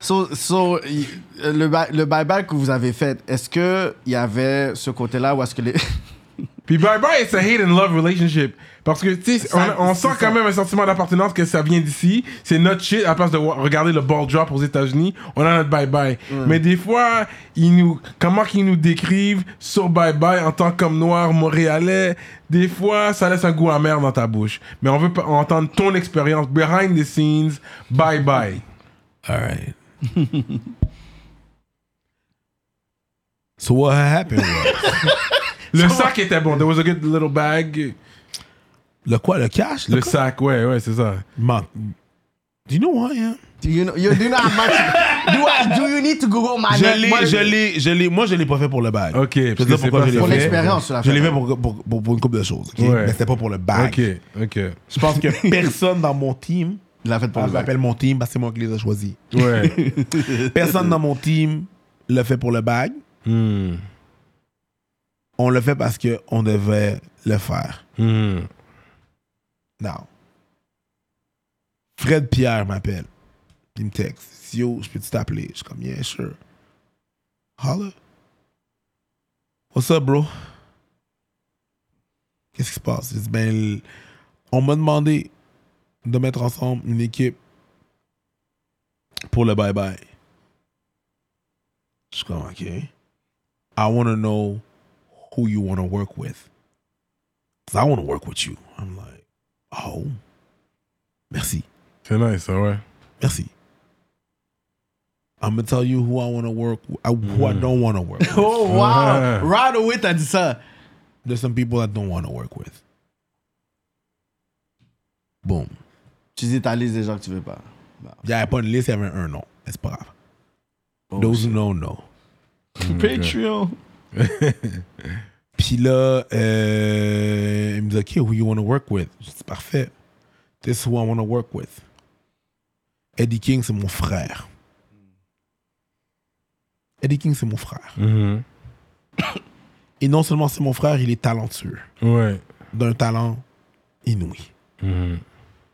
So, so, y- euh, le, ba- le buyback que vous avez fait, est-ce que il y avait ce côté-là ou est-ce que les.
Puis bye bye, it's a hate and love relationship. Parce que, tu sais,
Ça-
on, on
c'est
sent quand
ça.
même un sentiment d'appartenance que ça vient d'ici. C'est notre shit. À place de wa- regarder le ball drop aux États-Unis, on a notre bye bye.
Mm.
Mais des fois, ils nous, comment qu'ils nous décrivent sur bye bye en tant qu'homme noir montréalais, des fois, ça laisse un goût amer dans ta bouche. Mais on veut pas entendre ton expérience behind the scenes, bye bye.
Alright. so what happened? was-
Le sac était bon. There was a good little bag.
le quoi, le cash?
Le
quoi?
sac, ouais, ouais, c'est ça.
Man, do you know hein? what, yeah?
Do you know, you, do you know how much. Do, I- do you need to Google my
Je
name? Ah, Moi,
l'ai, je l'ai, je l'ai. Moi, je l'ai pas fait pour le bag.
Ok,
Je
parce que
veux dire
c'est
pourquoi
pas-
je l'ai
Pour
fait.
l'expérience, tu l'as
Je l'ai
fait.
fait pour, pour, pour, pour une couple de choses. ok?
Ouais.
Mais c'était pas pour le bag.
Ok, ok.
Je pense que personne dans mon team.
Il l'a fait pour
Ah,
le
je
buyback.
l'appelle mon team parce que c'est moi qui les ai choisis.
Ouais.
Personne dans mon team le fait pour le bag.
Hmm.
On le fait parce qu'on devait le faire.
Hmm.
Non. Fred Pierre m'appelle. Il me texte. Il dit, Yo, je peux-tu t'appeler? Je suis comme, yeah, sure. Holla. What's up, bro? Qu'est-ce qui se passe? Je dis, ben, l- on m'a demandé de mettre ensemble une équipe pour le bye-bye. Je suis comme, OK. I want to know who you want to work with. Because I want to work with you. I'm like, Oh. Merci.
C'est nice, ça, ouais.
Merci. I'm gonna tell you who I want to work with, who I don't want to work with.
Oh, wow!
Ouais.
Right away, t'as dit ça.
There's some people I don't want to work with. Boom.
Tu dis ta liste des gens que tu veux pas.
Il n'y avait pas une liste, il y avait un nom. Mais C'est pas grave.
Oh,
Those who know, know.
Patreon.
Puis là, euh, il me dit, OK, who you want to work with? Je dis, parfait. This is who I want to work with. Eddie King, c'est mon frère. Eddie King, c'est mon frère.
Mhm.
Et non seulement c'est mon frère, il est talentueux,
Ouais.
d'un talent inouï.
Mhm.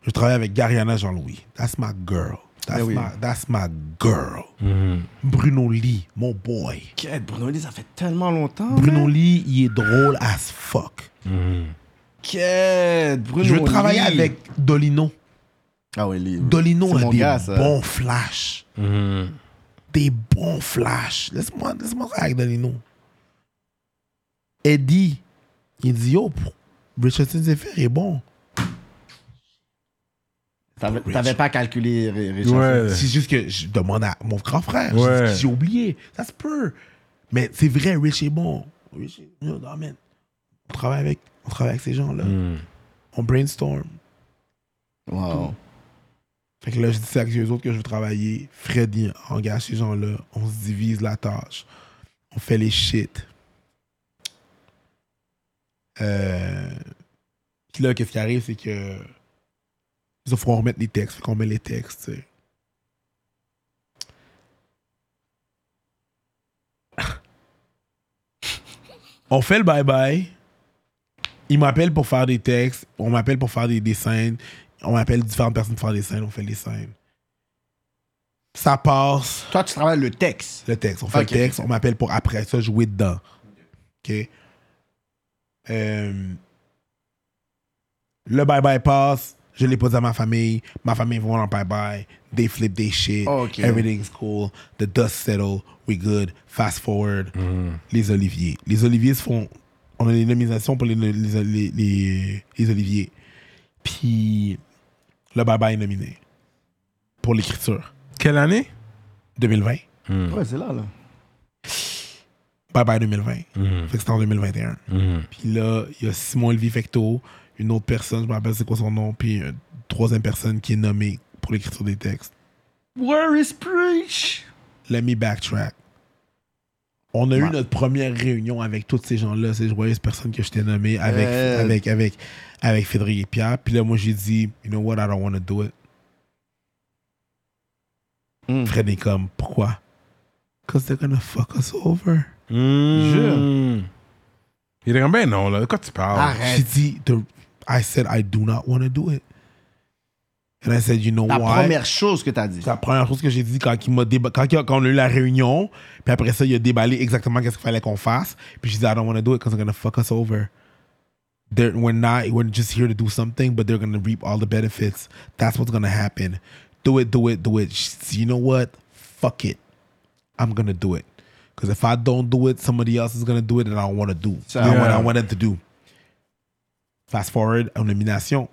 Je travaille avec Gariana Jean-Louis. That's my girl. That's,
Eh oui.
my, that's my girl.
Mhm.
Bruno Lee, mon boy.
Quête, Bruno Lee, ça fait tellement longtemps.
Bruno Lee, il est drôle as fuck.
Mhm.
Quête, Bruno
Je veux travailler
Lee.
avec Dolino.
Ah ouais, Lee.
Dolino
C'est
a
mon
des
gars, ça.
bons flashs.
Mhm.
Des bons flashs. Laisse-moi laisse avec Dolino. Eddie, il dit, yo, Richardson Zephyr est bon.
T'avais
Rich.
t'avais pas calculé, Ri- Richard.
Ouais.
C'est juste que je demande à mon grand frère.
Ouais.
J'ai dit, J'ai oublié. Ça se peut. Mais c'est vrai, Rich est bon. Rich est... Yo, non, man. On travaille avec, on travaille avec ces gens-là.
Mhm.
On brainstorm.
Wow.
Fait que là, je dis ça avec les autres que je veux travailler. Freddy engage ces gens-là. On se divise la tâche. On fait les shit. Euh... Puis là, qu'est-ce qui arrive, c'est que. Il faut qu'on remette les textes. Fait qu'on met les textes, tu sais. On fait le bye-bye. Il m'appelle pour faire des textes. On m'appelle pour faire des, des scènes. On m'appelle différentes personnes pour faire des scènes. On fait les scènes. Ça passe
Toi, tu travailles le texte.
le texte. On fait
Ok.
le texte, on m'appelle pour après ça jouer dedans. OK? Euh, le bye-bye passe. Je l'ai pas dit à ma famille. Ma famille va dans le bye-bye. They flip des shit.
Oh, Ok.
Everything's cool. The dust settle. We good. Fast forward. Les oliviers. Les oliviers se font... On a des nominations pour les, les, les- les- les oliviers. Puis le bye-bye est nominé pour l'écriture.
Quelle année
2020.
Ouais, c'est là, là.
Bye bye 2020.
Mhm.
Fait que c'était en 2021. Puis là, il y a Simon Elvie Fecto, une autre personne, je me rappelle c'est quoi son nom, puis une troisième personne qui est nommée pour l'écriture des textes.
Where is Preach?
Let me backtrack. On a eu notre première réunion avec tous ces gens-là, ces joyeuses personnes que je t'ai nommées, avec,
Euh.
avec, avec, avec Fédric et Pierre. Puis là, moi, j'ai dit, you know what, I don't want to do it.
Mm.
Fred est comme, pourquoi? Because they're gonna fuck us over. Mm.
Jure. Il était comme, ben non,
Ah,
là, de quoi tu parles
Arrête.
She did the I said I do not want to do it. And I said, you know
La
what?
première chose que t'as dit.
C'est la première chose que j'ai dit quand, il m'a déba- quand, il a- quand on a eu la réunion. Puis après ça, il a déballé exactement qu'est-ce qu'il fallait qu'on fasse. Puis j'ai dit, I don't want to do it because they're going to fuck us over. They're- we're not, we're just here to do something, but they're going to reap all the benefits. That's what's going to happen. Do it, do it, do it. She said, you know what? Fuck it. I'm going to do it. Because if I don't do it, somebody else is going to do it and I don't want to do. I want- I want them to do. Fast forward, en nomination,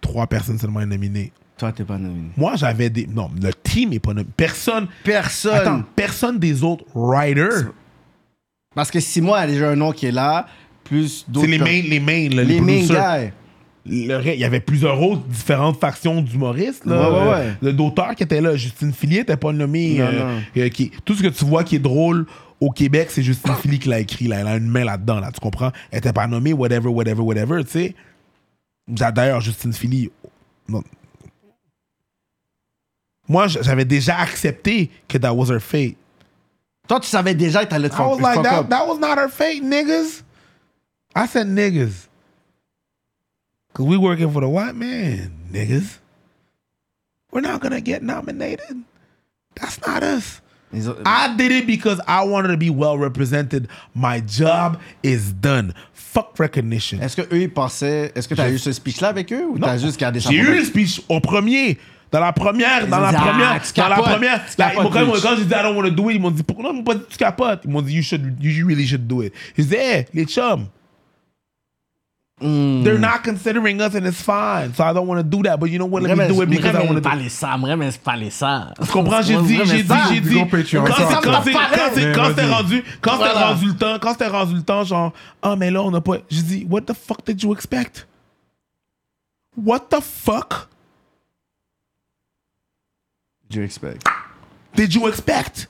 trois personnes seulement nominées.
Toi, t'es pas nominé.
Moi, j'avais des. Non, le team est pas nommé. Personne.
Personne.
Attends, personne des autres writers.
Parce que Simon a déjà un nom qui est là, plus d'autres.
C'est les mains, les mains, là, les,
Les main
producers.
guys.
Le ré- Il y avait plusieurs autres différentes factions d'humoristes. là.
Ouais, ouais, ouais.
Euh, Le d'auteur qui était là, Justine Philly était pas nommé.
Non,
euh,
non.
euh, qui- tout ce que tu vois qui est drôle au Québec, c'est Justine Philly qui l'a écrit. Là. Elle a une main là-dedans, là, tu comprends? Elle était pas nommée, whatever, whatever, whatever, tu sais. J'a- D'ailleurs, Justine Philly. non. Moi, j- j'avais déjà accepté que that was her fate.
Toi, tu savais déjà que t'allais te
I
faire
was like,
fuck
that,
up.
that was not her fate, niggas. I said niggas. Cause we working for the white man, niggas. We're not gonna get nominated. That's not us.
Ils ont-
I did it because I wanted to be well represented. My job is done. Fuck recognition.
Est-ce que eux ils pensaient. Est-ce que t'as eu ce speech-là avec eux ou t'as juste gardé ça
J'ai
pour
eu
toi?
le speech au premier. Dans la première, dans la
Ah,
première,
tu
dans la
capotes,
première.
tu
là, ils m'ont-
capotes,
Quand ils m'ont-
Rich.
quand j'ai dit I don't want to do it, ils m'ont dit pourquoi non, ils m'ont pas dit tu capotes. Ils m'ont dit you should, you really should do it. Ils disaient, hey, les chums,
Hmm.
they're not considering us and it's fine. So I don't want to do that, but you know what, let me do it because I want to do it.
ça, mais c'est pas les ça.
Tu comprends? J'ai dit, j'ai dit, j'ai dit. Quand c'est-
Patreon, ça.
quand c'est- quand c'est- quand c'était
Vas-y.
rendu, quand c'était
Voilà.
rendu le temps, quand c'était rendu le temps, genre, ah, mais là, on n'a pas. J'ai dit, what the fuck did you expect? What the fuck?
Do you expect?
Did you expect?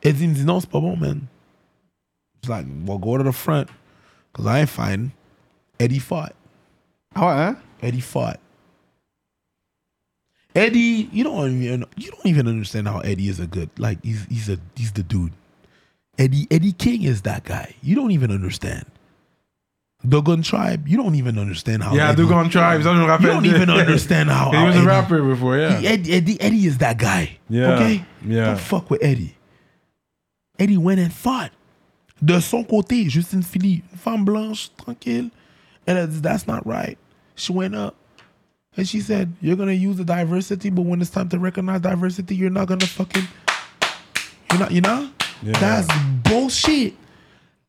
Eddie me dit non, c'est pas bon, man. It's like, well, go to the front. Because I ain't fighting. Eddie fought.
Ah ouais, hein?
Eddie fought. Eddie, you don't even you don't even understand how Eddie is a good like he's he's a he's the dude. Eddie Eddie King is that guy. You don't even understand. Dogon Tribe, you don't even understand how.
Yeah,
Eddie-
Dugan Tribe, ça je me
You
rappelle.
don't even understand how.
He
how
was a
Eddie-
rapper before, yeah.
Eddie, Eddie, Eddie is that guy.
Yeah.
Okay?
Yeah.
Don't fuck with Eddie. Eddie went and fought. De son côté, Justine Philly, une femme blanche, tranquille. Elle a dit, that's not right. She went up. And she said, you're going to use the diversity, but when it's time to recognize diversity, you're not going to fucking. You're not, you know?
Yeah.
That's bullshit.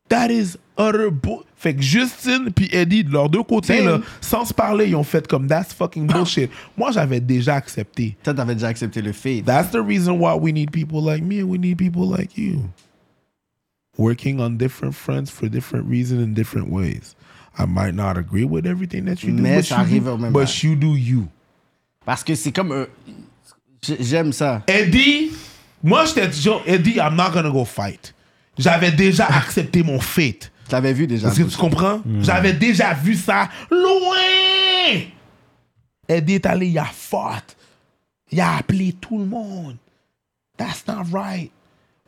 That is utter bull. Fait que Justine puis Eddie, de leurs deux côtés,
Damn.
là, sans se parler, ils ont fait comme that's fucking bullshit. Moi, j'avais déjà accepté.
Toi, t'avais déjà accepté le fait.
That's the reason why we need people like me and we need people like you. Working on different fronts for different reasons in different ways. I might not agree with everything that you do,
Mais
but,
ça
you
arrive au
do,
même
but you do you.
Parce que c'est comme. euh, j'ai- J'aime ça.
Eddie, moi, j'étais toujours, Eddie, I'm not gonna go fight. J'avais déjà accepté mon fate.
Je l'avais vu déjà.
Est-ce que tu comprends? J'avais déjà vu ça loin! Eddie est allé, il a fought. Il a appelé tout le monde. That's not right.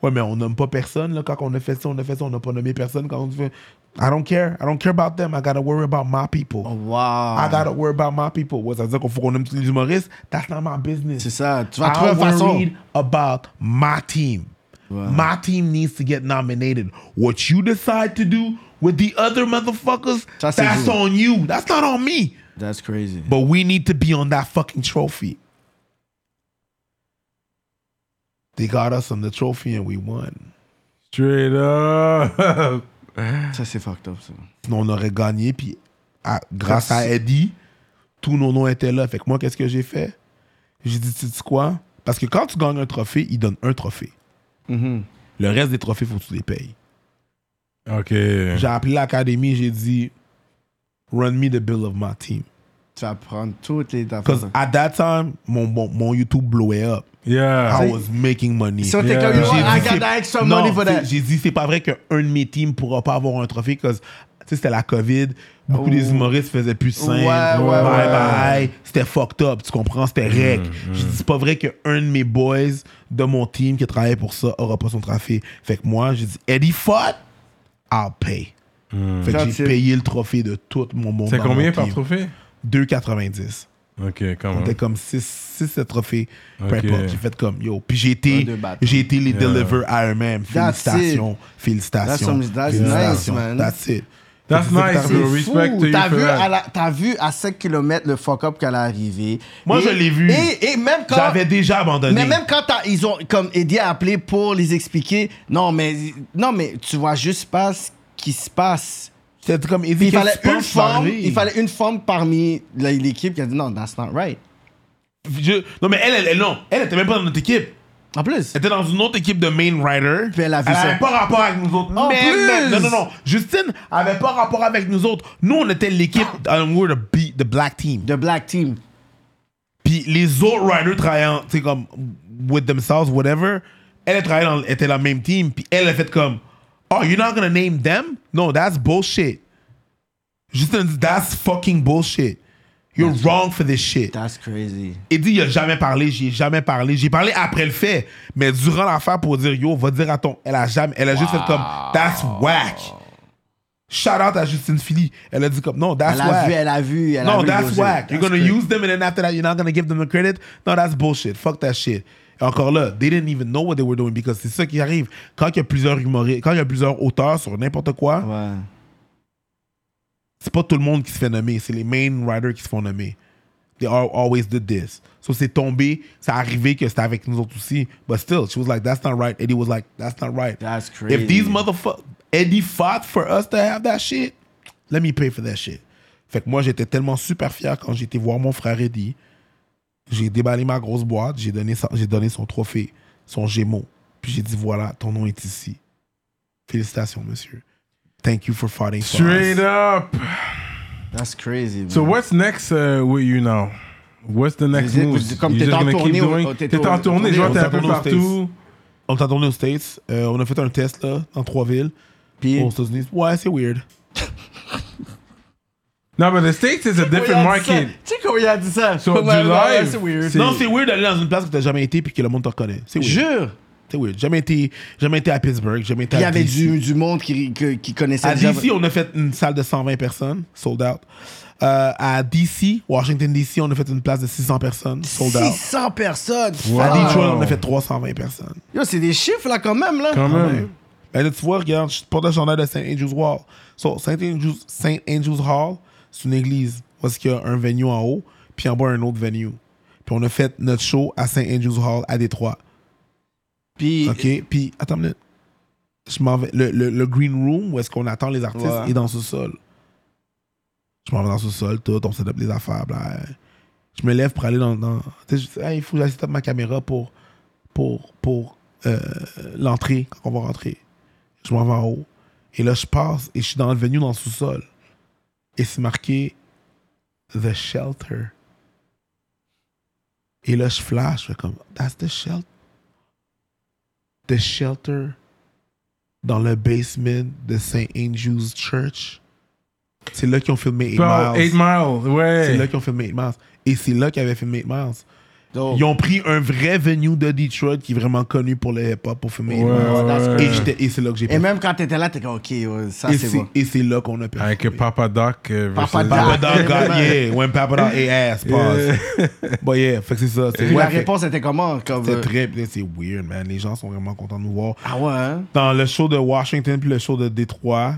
Ouais, mais on nomme pas personne. Là, quand on a fait ça, on a fait ça, on n'a pas nommé personne. Quand on fait, I don't care. I don't care about them. I gotta worry about my people. I
Oh, Wow.
gotta worry about my people. Ouais, ça veut dire qu'il faut qu'on nomme tous les humoristes. That's not my business.
C'est ça. Tu vas trouver une façon.
Ah, worried about my team. My team needs to get nominated. What you decide to do with the other motherfuckers,
Ça, c'est
that's
vous.
on you. That's not on me.
That's crazy.
But we need to be on that fucking trophy. They got us on the trophy and we won.
Straight up.
Ça, c'est fucked up, ça.
Sinon, on aurait gagné. Puis, à- grâce à Eddie, tous nos noms étaient là. Fait que moi, qu'est-ce que j'ai fait? J'ai dit, tu sais quoi? Parce que quand tu gagnes un trophée, ils donnent un trophée. Mm-hmm. Le reste des trophées, faut que tu les payes.
Ok.
J'ai appelé l'académie, j'ai dit, run me the bill of my team.
Tu vas prendre toutes les affaires.
Because at that time, mon, mon, mon YouTube blowait up.
Yeah.
I was making money.
So t'es
Yeah.
comme,
J'ai
yo, I
dit,
got that extra
Non,
money for that.
c'est- J'ai dit, c'est pas vrai qu'un de mes teams pourra pas avoir un trophée, parce que c'était la COVID. Beaucoup des humoristes faisaient plus simple.
Ouais, ouais,
bye
ouais.
bye. C'était fucked up, tu comprends? C'était rec. J'ai dit, c'est pas vrai qu'un de mes boys de mon team qui travaille pour ça aura pas son trophée. Fait que moi, j'ai dit, Eddie Fott, I'll pay. Fait que
That's
j'ai
it.
payé le trophée de tout mon monde.
C'est
dans mon
combien par
team.
trophée?
2,90.
Ok, quand
On était
même.
comme 6-7 trophées. Peu
Ok.
importe. J'ai fait comme yo. Puis j'ai été,
deux battes.
j'ai été les
Yeah.
deliver à eux-mêmes.
That's it.
Félicitations.
That's
Félicitations.
some- that's
félicitations.
nice, man.
That's it.
That's nice,
C'est
bro.
fou.
Respect to you
T'as
for
vu, à
that.
la- t'as vu à 5 km le fuck-up qu'elle a arrivé.
Moi,
Et-
je l'ai vu.
Et, et même quand.
J'avais déjà abandonné.
Mais même quand t'as- ils ont, comme Eddie a appelé pour les expliquer, non, mais, non, mais tu vois juste pas ce qui se passe.
C'était comme
Puis il
qu'est-ce
fallait,
que tu
une
penses, ça
forme,
arrive?
il fallait une forme parmi la- l'équipe qui a dit non, that's not right.
Je- Non, mais elle, elle, elle, non. Elle était même pas dans notre équipe.
En plus,
Elle était dans une autre équipe de main rider.
Puis elle a vu ça.
avait pas rapport avec nous autres.
En
Mais-
plus!
mais- non, non, non. Justine avait pas rapport avec nous autres. Nous, on était l'équipe.
Ah!
um, we were the, B- the black team.
the black team.
Puis les autres riders travaillant, tu sais, comme with themselves, whatever, elle travaillait dans, était dans le même team. Puis elle a fait comme, oh, you're not gonna name them? No, that's bullshit. Justine dit, that's fucking bullshit. You're wrong for this shit.
That's crazy.
Et dit, il a jamais parlé, j'y ai jamais parlé. J'ai parlé après le fait, mais durant l'affaire pour dire, yo, va dire à ton. Elle a jamais. Elle a juste fait comme, that's whack. Shout out à Justine Philly. Elle a dit comme, non, that's
Elle a
whack.
vu, elle a vu, elle a
no,
vu.
that's
José.
whack. You're gonna
crazy.
use them and then after that, you're not gonna give them the credit. No, that's bullshit. Fuck that shit. Et encore là, they didn't even know what they were doing because c'est ça qui arrive. Quand il y a plusieurs humoristes, quand il y a plusieurs auteurs sur n'importe quoi,
Ouais.
c'est pas tout le monde qui se fait nommer, c'est les main riders qui se font nommer. They al- always did this. So c'est tombé, ça arrivé que c'était avec nous autres aussi. But still, she was like, that's not right. Eddie was like, that's not right.
That's crazy.
If these motherfuckers, Eddie fought for us to have that shit, let me pay for that shit. Fait que moi, j'étais tellement super fier quand j'étais voir mon frère Eddie. J'ai déballé ma grosse boîte, j'ai donné, sa- j'ai donné son trophée, son gémeau. Puis j'ai dit, voilà, ton nom est ici. Félicitations, monsieur. Thank you for fighting for us.
Straight up.
That's crazy. man.
So what's next uh, with you now? What's the next
Vous êtes-
move?
vous- comme t'es en tournée au-
Oh,
doing?
au- t'es
T'es en
au-
tournée, je vois
tournée
t'es
au-
un peu
tournée aux States.
partout.
On t'a tourné aux States. Euh, on a fait un test là, dans trois villes.
Puis-
Aux États-Unis. Ouais, c'est weird.
No, but the States is a different market.
Tu sais comment il a dit ça?
So,
Comment-
du
ouais,
live,
c'est weird.
c'est-
Non, c'est weird d'aller dans une place que t'as jamais été puis que le monde te reconnaît. C'est weird.
Jure!
C'est weird. Jamais été, jamais été à Pittsburgh. Jamais été
Il y
à
avait
DC.
du, du monde qui, que- qui connaissait
À
déjà-
DC, on a fait une salle de 120 personnes, sold out. Euh, à DC, Washington DC, on a fait une place de 600 personnes, sold out.
600 personnes.
À
Fuck.
Detroit, on a fait 320 personnes.
Yo, c'est des chiffres là quand même là.
Quand même.
Ben là, tu vois, regarde, je porte le journal de St. Andrew's Hall. So, St. Andrew's, Saint Andrew's Hall, c'est une église parce qu'il y a un venue en haut, puis en bas, un autre venue. Puis on a fait notre show à St. Andrew's Hall à Détroit.
Puis
OK? Puis, attends une minute. Je m'en vais. Le, le- le green room où est-ce qu'on attend les artistes
Ouais.
est dans ce sol. Je m'en vais dans ce sol, tout, on s'adapte les affaires. bla. Je me lève pour aller dans. dans- tu sais, je dis, Hey, il faut que j'assiste ma caméra pour, pour, pour euh, l'entrée, quand on va rentrer. Je m'en vais en haut. Et là, je passe et je suis dans le venue dans le sous-sol. Et c'est marqué The Shelter. Et là, je flash, je fais comme That's the shelter. The shelter dans le basement de St. Andrew's Church. C'est là qu'ils ont filmé 8
Bro, 8
Miles.
Mile,
C'est là
ouais.
qu'ils ont filmé 8 Miles. Et c'est là qu'ils avaient filmé 8 Miles.
donc,
Ils ont pris un vrai venue de Detroit qui est vraiment connu pour le hip-hop pour filmer 8
Ouais,
Miles.
ouais,
Et,
ouais.
j'étais- et c'est là que j'ai
et
perdu.
même quand t'étais là, t'es comme ok, ouais, ça
Et
c'est
c'est-
bon.
Et c'est là qu'on a perdu.
Avec Papa Doc euh, versus...
Papa Doc.
Papa ah, Dog got, yeah, when Papa Dog ate ass, pause. But yeah, fait que c'est ça. C'est
Puis la
ouais, fait que
réponse était comment comme,
c'est
euh,
très, c'est weird, man. Les gens sont vraiment contents de nous voir.
Ah ouais. Hein?
Dans le show de Washington puis le show de Détroit,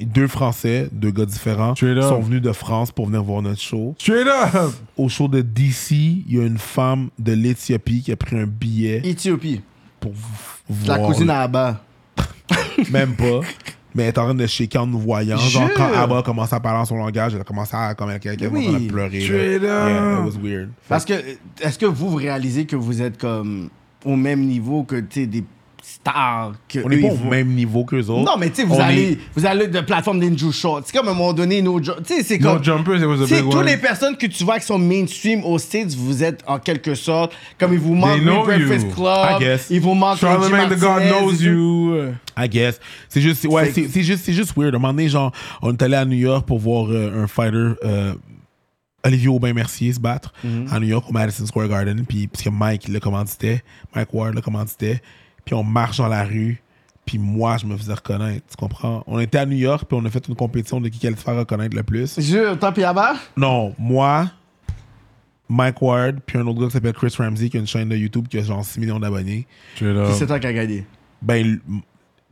deux Français, deux gars différents,
Straight up.
sont venus de France pour venir voir notre show.
Straight up!
Au show de DC, il y a une femme de l'Éthiopie qui a pris un billet
Éthiopie.
pour v-
La
voir.
cousine à Abba.
Même pas. Mais elle est en train de shaker en nous voyant. Genre,
Jure.
quand Abba a commencé à parler en son langage, elle a commencé à, comme elle, elle, elle,
Oui.
elle a pleuré. là.
Straight up.
Yeah, it was weird.
Parce que euh, est-ce que vous vous réalisez que vous êtes comme au même niveau que tu sais, des stars que
On n'est
eux,
pas
ils
au
vont-
même niveau qu'eux autres.
Non mais tu sais vous
On
allez
est-
vous allez de plateforme d'Inju Short. C'est comme à un moment donné nos jo- tu sais c'est
No
comme
Jumpers, it was a
Tu sais,
big
toutes
one.
les personnes que tu vois qui sont mainstream aux States, vous êtes en quelque sorte, comme ils vous
They
manquent le
know
Breakfast
you.
I
Club,
guess.
ils vous manquent les Jim
Charlemagne the God
Martinez
knows
et tout.
you.
I guess. C'est juste, c'est- ouais,
C'est-
c'est c'est juste, c'est juste weird. À un moment donné, genre, on est allé à New York pour voir euh, un fighter, euh, Olivier Aubin-Mercier, se battre à New York au Madison Square Garden. Puis, parce que Mike le commanditait, Mike Ward le commanditait. Puis on marche dans la rue. Puis moi, je me faisais reconnaître. Tu comprends? On était à New York, puis on a fait une compétition de qui allait se faire reconnaître le plus.
Jure, toi pis Abba?
Non, moi, Mike Ward, puis un autre gars qui s'appelle Chris Ramsey, qui a une chaîne de YouTube qui a genre 6 millions d'abonnés.
C'est toi qui as gagné.
Ben, l-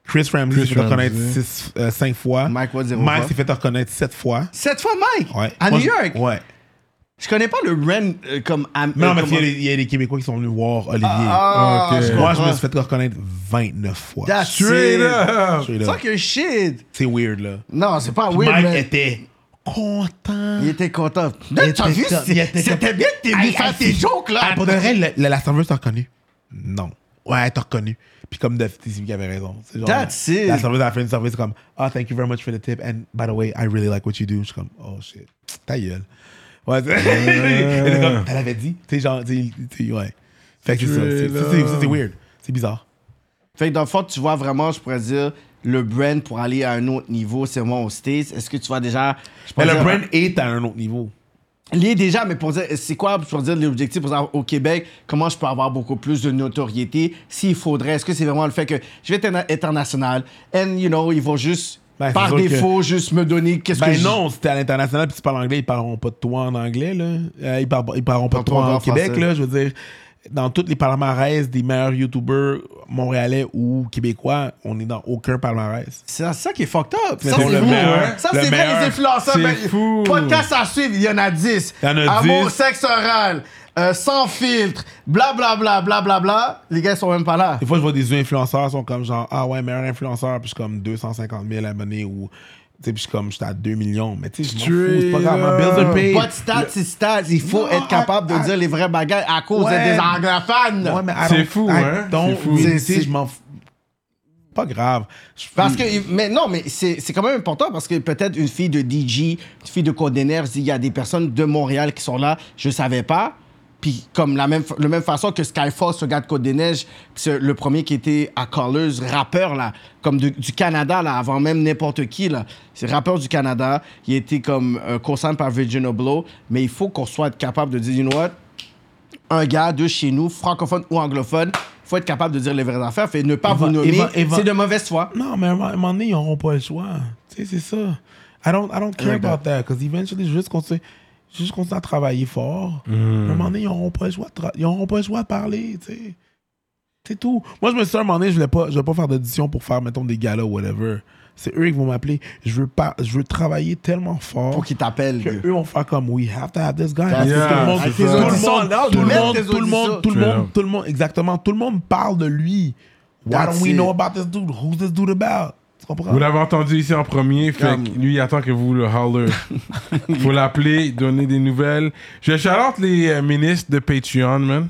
Chris Ramsey
Chris
s'est fait reconnaître
Ramsey.
5 fois.
Mike Ward, zéro
Mike
fois.
s'est fait reconnaître 7 fois.
Cette fois, Mike,
Ouais.
à
Moi,
New
je-
York. Euh,
Ouais.
Je connais pas le Ren euh, comme. am-
Mais non,
euh,
mais
comme-
il y a des- il y, a des Québécois qui sont venus voir Olivier.
Ah,
Ok.
je
Moi, je
comprends.
me suis fait reconnaître 29 fois.
That's
Straight
it.
up.
Straight up.
Fuck your shit.
C'est weird, là.
Non, c'est pas weird,
Mike
mais
était content.
il était content. Là, t'as
était
vu,
comme-
c'est-
il était
c'était
comme-
bien que t'es venu
Aïe,
faire
aïe,
tes
c'est-
jokes, là.
Ah, pour de vrai, le- le- la serveuse t'a reconnu? Non. Ouais, elle t'a reconnu. Puis comme Dave Tizzy qui avait raison. C'est genre,
That's it.
La serveuse à la fin du service, c'est comme, ah, thank you very much for the tip. And by the way, I really like what you do. Je suis comme, oh shit, ta gueule. Ouais, c'est- Elle est comme, elle avait dit. Tu sais, genre, tu sais, tu sais, ouais. Fait que c'est ça. C'est- c'est- c'est- c'est- C'est weird. C'est bizarre.
Fait que dans le fond, tu vois vraiment, je pourrais dire, le brand pour aller à un autre niveau, c'est moi au States. Est-ce que tu vois déjà. je
Mais
pourrais
le
dire-
brand est à un autre niveau.
Il est déjà, mais pour dire, c'est quoi, pour dire l'objectif, pour dire, au Québec, comment je peux avoir beaucoup plus de notoriété, s'il faudrait, est-ce que c'est vraiment le fait que je vais être interna- international, and, you know, ils vont juste,
Ben, c'est
par
sûr que-
défaut, juste me donner qu'est-ce que
Ben
je-
non, c'était à l'international, puis tu parles anglais, ils parleront pas de toi en anglais, là. Euh, ils, par- ils parleront pas de
Parleront
toi
pas
en
en
Québec,
français.
là. Je veux dire, dans tous les palmarès des meilleurs YouTubers montréalais ou québécois, on est dans aucun palmarès.
C'est ça- ça qui est fucked up. Ça,
c'est
c'est
le
vrai.
meilleur.
Ça,
Le
c'est vrai,
meilleur.
les influenceurs.
C'est
ben,
fou.
Podcast à suivre, il y en a 10.
Il y en a
Amour,
10.
sexe oral, euh, sans filtre, blablabla, blablabla. Les gars, ils sont même pas là.
Des fois, je vois des influenceurs ils sont comme genre, ah ouais, meilleur influenceur, puis je suis comme 250 000 abonnés ou. Tu sais, puis je suis comme, j'étais à 2 millions. Mais tu sais, je m'en fous, c'est pas grave,
Straight
man.
up.
Build
Pas
a
de stats, c'est stats. Il faut
Non,
être capable
à-
de
à-
dire les vrais bagages à cause
Ouais.
des anglophones.
page. Ouais, mais I
C'est
don't-
fou,
I
hein?
don't-
C'est fou.
Tu sais,
C'est-
je m'en fous. Pas grave. Je-
Parce que,
Hmm.
mais non, mais c'est c'est quand même important parce que peut-être une fille de DJ, une fille de Codener, il y a des personnes de Montréal qui sont là, je savais pas. Puis comme la même, la même façon que Skyforce regarde Côte des Neiges, puis c'est le premier qui était à Colors, rappeur là, comme de- du Canada là, avant même n'importe qui là, c'est rappeur du Canada, il était comme euh, co-signé par Virginia Blow, mais il faut qu'on soit capable de dire, you know what, un gars de chez nous, francophone ou anglophone, faut être capable de dire les vraies affaires, et ne pas vous
Éva-
nommer,
Éva- Éva-
c'est de mauvaise foi.
Non, mais à un mo- à un moment donné, ils n'auront pas le choix. Tu sais, c'est ça. I don't, I don't care
Like uh, that.
about that, because eventually, je veux juste continuer, je veux juste continuer à travailler fort.
Mm.
À un moment donné, ils n'auront pas le choix de, tra- ils auront pas le choix de parler, tu sais. C'est tout. Moi, je me suis dit, à un moment donné, je ne voulais, pas faire d'audition pour faire, mettons, des galas ou whatever. C'est eux qui vont m'appeler. Je veux, pas, je veux travailler tellement fort
pour qu'il t'appelle.
que eux vont faire comme we have to have this guy.
Yeah,
Tout le monde-
avec
tout
tes
le monde-
auditions, là,
tout le
même
monde,
tes
tout le monde,
auditions.
tout le
Yeah.
monde, tout le monde, exactement. Tout le monde parle de lui. Why
That's
don't we
it.
know about this dude? Who's this dude about? Tu comprends?
Vous l'avez entendu ici en premier, fait que lui, il attend que vous le holler. Faut l'appeler, donner des nouvelles. Je chalote les euh, ministres de Patreon, man.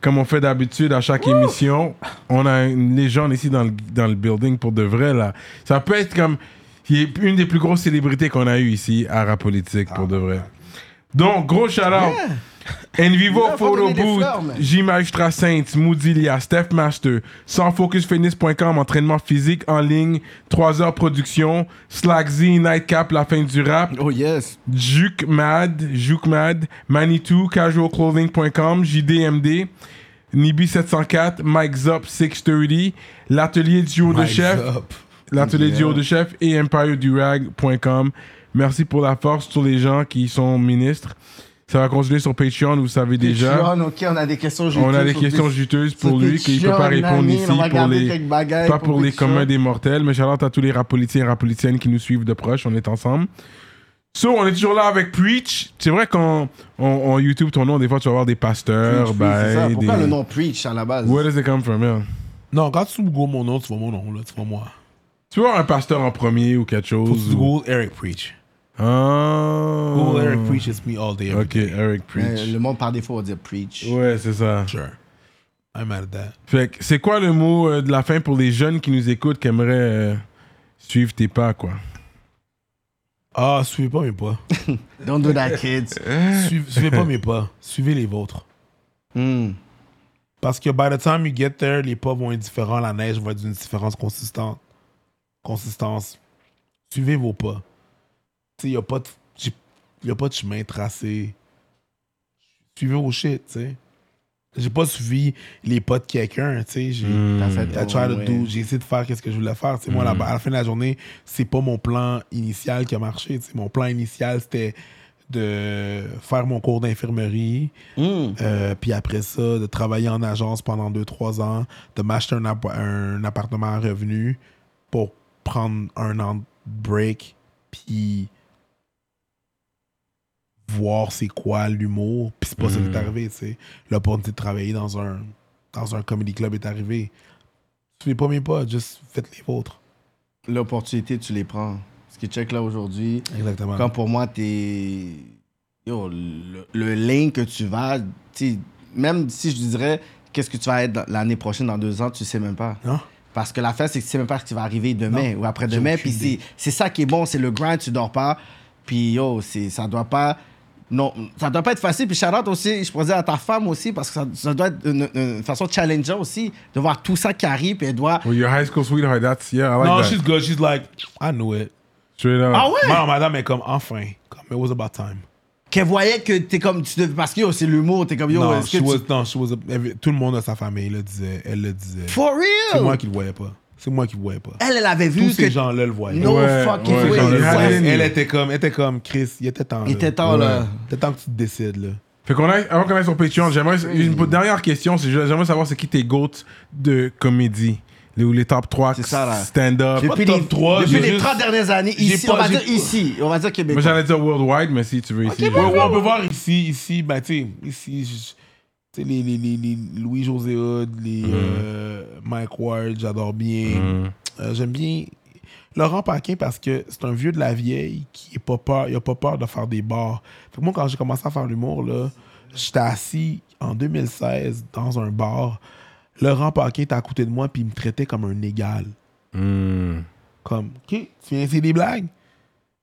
Comme on fait d'habitude à chaque émission, on a une légende ici dans le, dans le building pour de vrai, là. Ça peut être comme... Il est une des plus grosses célébrités qu'on a eues ici à Rap Politique,
Ah,
pour de vrai. Donc, gros shout-out. Envivo
Yeah, faut
Photo
donner des
Booth,
fleurs, man.
J Magistra Saints, Moodilia, Steph Master, sansfocusfitness.com, entraînement physique en ligne, 3 heures production, Slack Z, Nightcap, la fin du rap,
Oh yes.
Juke Mad, Juke Mad, Manitou, casualclothing.com, JDMD, Nibi704, Mike Zop 630, l'atelier du haut de chef, l'atelier du haut de chef et empiredurag.com. Merci pour la force tous les gens qui sont ministres. Ça va continuer sur Patreon, vous savez déjà.
John, ok, on a des questions juteuses.
On a des questions juteuses pour lui qu'il ne peut pas répondre ici, pour les, pas pour les communs des mortels, mais shout-out à tous les rapolitiens et rapolitiennes qui nous suivent de proche, on est ensemble. So, on est toujours là avec Preach. C'est vrai qu'en en- en YouTube, ton nom, des fois, tu vas avoir des pasteurs, ben,
Pourquoi
des...
le nom Preach à la base Euh,
Where does it come from, yeah?
Non, quand tu googles mon nom, tu vois mon nom, là, tu vois moi.
Tu vas avoir un pasteur en premier ou quelque
Faut que tu
chose. Ou...
googles Eric Preach.
Ah.
Google Eric Preach, it's me all day. every
Ok,
day.
Eric
Euh,
Preach.
Le monde par défaut va dire Preach.
Ouais, c'est ça.
Sure. I'm mad at that.
Fait que c'est quoi le mot euh, de la fin pour les jeunes qui nous écoutent, qui aimeraient euh, suivre tes pas, quoi?
Ah, suivez pas mes pas.
Don't do that, kids.
Suivez, suivez pas mes pas. Suivez les vôtres.
Hmm.
Parce que by the time you get there, les pas vont être différents, la neige va être d'une différence consistante. Consistance. Suivez vos pas. Tu sais, il n'y a, pas de- j'ai- y a pas de chemin tracé. Suivez vos shit, tu sais. J'ai pas suivi les pas de quelqu'un, tu sais. J'ai
T'as fait
I tried to do- j'ai essayé de faire ce que je voulais faire. Tu sais, Moi, à la, à la fin de la journée, c'est pas mon plan initial qui a marché. tu sais. Mon plan initial, c'était de faire mon cours d'infirmerie, euh, puis après ça, de travailler en agence pendant 2-3 ans, de m'acheter un, app- un appartement à revenu pour prendre un an de break, puis voir c'est quoi l'humour, puis c'est pas ça qui est arrivé, tu sais. L'opportunité de travailler dans un, dans un comedy club est arrivée. Suivez pas mes pas, juste faites les vôtres.
L'opportunité, tu les prends. Ce qui check là aujourd'hui,
Exactement.
quand pour moi, t'es. Yo, le, le lane que tu vas, t'sais, même si je dirais qu'est-ce que tu vas être dans- l'année prochaine, dans deux ans, tu sais même pas.
Non.
Parce que la fin, c'est que tu sais même pas ce qui va arriver demain ou après-demain.
aucune
Puis c'est- c'est ça qui est bon, c'est le grind, tu dors pas. Puis yo, c'est- ça doit pas. Non, ça doit pas être facile. Puis Charlotte aussi, je pourrais dire à ta femme aussi, parce que ça, ça doit être une, une façon challengeant aussi, de voir tout ça qui arrive, puis elle doit.
Well, your high school sweetheart, that's, yeah, I like
Non,
that.
she's good. She's like, I knew it.
Straight up.
Ah ouais?
Ma madame est comme, enfin, comme, it was about time.
Qu'elle voyait que t'es comme. Tu devais- parce que yo, c'est l'humour, t'es comme yo,
non,
est-ce que tu-
she was, non, she was a- every- tout le monde dans sa famille le disait. Elle le disait.
For real!
C'est moi qui le voyais pas. C'est moi qui le voyais pas.
Elle, elle avait vu
Tous
que.
ces gens-là le voyaient.
No
Ouais,
fucking
ouais,
way.
genre,
Elle,
you had it in
elle
you.
était comme, elle était comme Chris, il était temps.
Il
là.
était temps, là.
Il était temps que tu te décides, là.
Fait qu'on aille, avant qu'on aille sur Patreon, j'aimerais, une dernière question, c'est, j'aimerais savoir c'est qui tes goats de comédie? Les, ou les top 3
C'est ça, là.
stand-up?
Depuis
top
les,
trois,
depuis
j'ai
les
juste-
30 dernières années,
j'ai
ici,
pas-
on va
j'ai-
dire ici, on va dire Québec.
Moi, j'allais dire worldwide, mais si tu veux ici. je-
Ouais, ouais, on peut voir ici, ici, ben, tu sais, ici, je- tu sais, les, les, les, les Louis-José Hood, les euh, Mike Ward, j'adore bien. Euh, J'aime bien Laurent Paquin parce que c'est un vieux de la vieille qui est pas peur, il a pas peur de faire des bars. Fait que moi, quand j'ai commencé à faire l'humour, là, j'étais assis en 2016 dans un bar. Laurent Paquin était à côté de moi, puis il me traitait comme un égal. Comme, OK, tu viens essayer des blagues?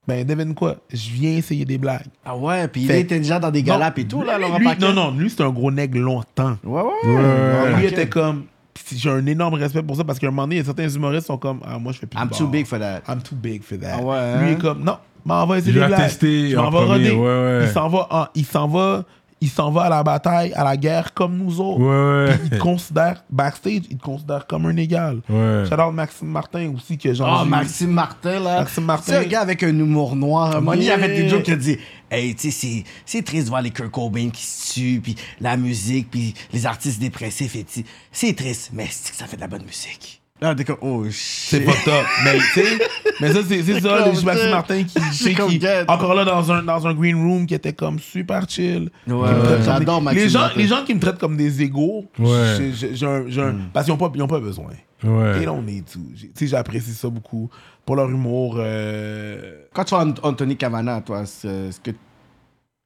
Ben, devine quoi? Je viens essayer des blagues.
Ah ouais, puis il
Fait-
était déjà dans des galas et tout, là,
lui,
Laurent
lui-
Paquin. Euh,
Non, non, lui, c'est un gros nègre longtemps.
Ouais, ouais. Laurent
Lui
Paquin.
était comme. pis J'ai un énorme respect pour ça parce qu'à un moment donné, il y a certains humoristes sont comme Ah, moi, je fais plus de
I'm
bar.
too big for that.
I'm too big for that.
Ah ouais,
Lui
hein?
est comme Non, m'en va essayer
Je
des
vais
blagues.
tester
Je
en
m'en vais
premier,
roder.
ouais, ouais.
Il s'en va, en- il s'en va, il s'en va à la bataille, à la guerre comme nous autres.
Ouais,
Il te considère, backstage, il te considère comme un égal.
ouais.
J'adore Maxime Martin aussi, que genre.
Oh,
j'ai-
Maxime Martin, là.
Ah, Maxime Martin.
C'est un gars avec un humour noir. Un moment donné, Il y avait
Yeah.
des jokes qui a dit Hey, tu sais, c'est- c'est triste de voir les Kurt Cobain qui se tuent, puis la musique, puis les artistes dépressifs. et tout. C'est triste, mais c'est que ça fait de la bonne musique. Là, on était comme, oh
C'est
shit.
pas top. Mais, tu sais, mais ça, c'est c'est ça,
comme
le
ça.
Maxime Martin qui, tu sais,
comme
qui-
dead.
encore là, dans un, dans un green room qui était comme super chill. Qui me
Ouais,
traite comme
j'adore
des-
Maxime
les gens,
Martin.
les gens qui me traitent comme des égaux,
Ouais.
j'ai- j'ai- j'ai un- j'ai un-
Mm.
parce qu'ils n'ont pas, ils ont pas besoin.
Ouais.
They don't need to. J'ai- Tu sais, j'apprécie ça beaucoup pour leur humour. euh,
Quand tu vois Ant- Anthony Cavana, toi, ce ce que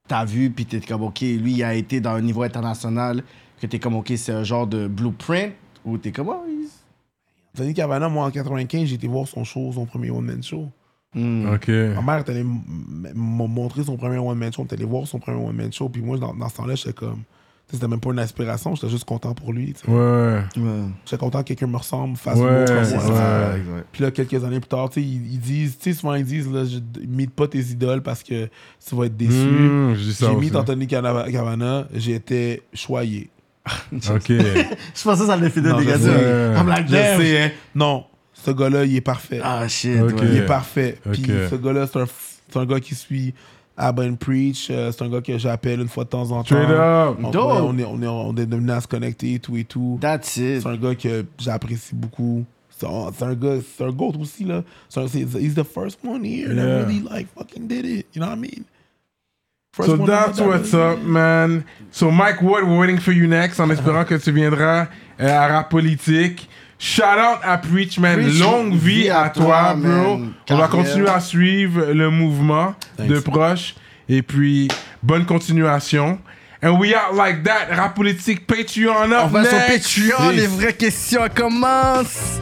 t'as vu, puis t'es comme, OK, lui, il a été dans un niveau international, que t'es comme, OK, c'est un genre de blueprint, ou t'es comme, oh, il-
Tony Cavana, moi, en 95, j'ai été voir son show, son premier one-man show.
Hmm.
Ok.
Ma mère est allée m- m- m'a montré son premier one-man show, on est allé voir son premier one-man show, puis moi, dans, dans ce temps-là, j'étais comme... tu sais, C'était même pas une aspiration, j'étais juste content pour lui. tu sais.
Ouais.
J'étais content que quelqu'un me ressemble, fasse
Ouais,
ouais, comme
ouais.
moi. Puis là, quelques années plus tard, tu sais, ils, ils disent, tu sais, souvent ils disent, là, je mets pas tes idoles parce que tu vas être déçu.
Hmm, je dis ça
J'ai mis
aussi.
Anthony Cana- Cavana, j'ai été choyé.
Ok.
Je pensais que ça allait finir
Non, je
négatif.
sais.
I'm like,
Je
damn.
sais, hein. Non, ce gars-là, il est parfait.
Ah, shit,
Ok.
Il
ouais.
est parfait. Puis
Ok.
ce gars-là, c'est un, f- c'est un gars qui suit Abin Preach. euh, c'est un gars que j'appelle une fois de temps en temps.
Straight up.
On, ouais,
Dope.
on est, on, est, on est devenu à se connecter, tout et tout.
That's it.
C'est un gars que j'apprécie beaucoup. C'est un, c'est un gars, c'est un goat aussi, là. C'est un- c'est- he's the first one here
Yeah.
that really, like, fucking did it. You know what I mean? First
So
one
that's
that-
what's up, man. So Mike Ward, we're waiting for you next en espérant que tu viendras euh, à Rap Politique. Shout out à Preach, man.
Preach,
Longue vie à toi,
man.
bro. On va
Carrière.
continuer à suivre le mouvement de proche. Et puis, bonne continuation. And we out like that. Rap Politique, Patreon up
On va sur
next.
Patreon, les vraies questions commencent.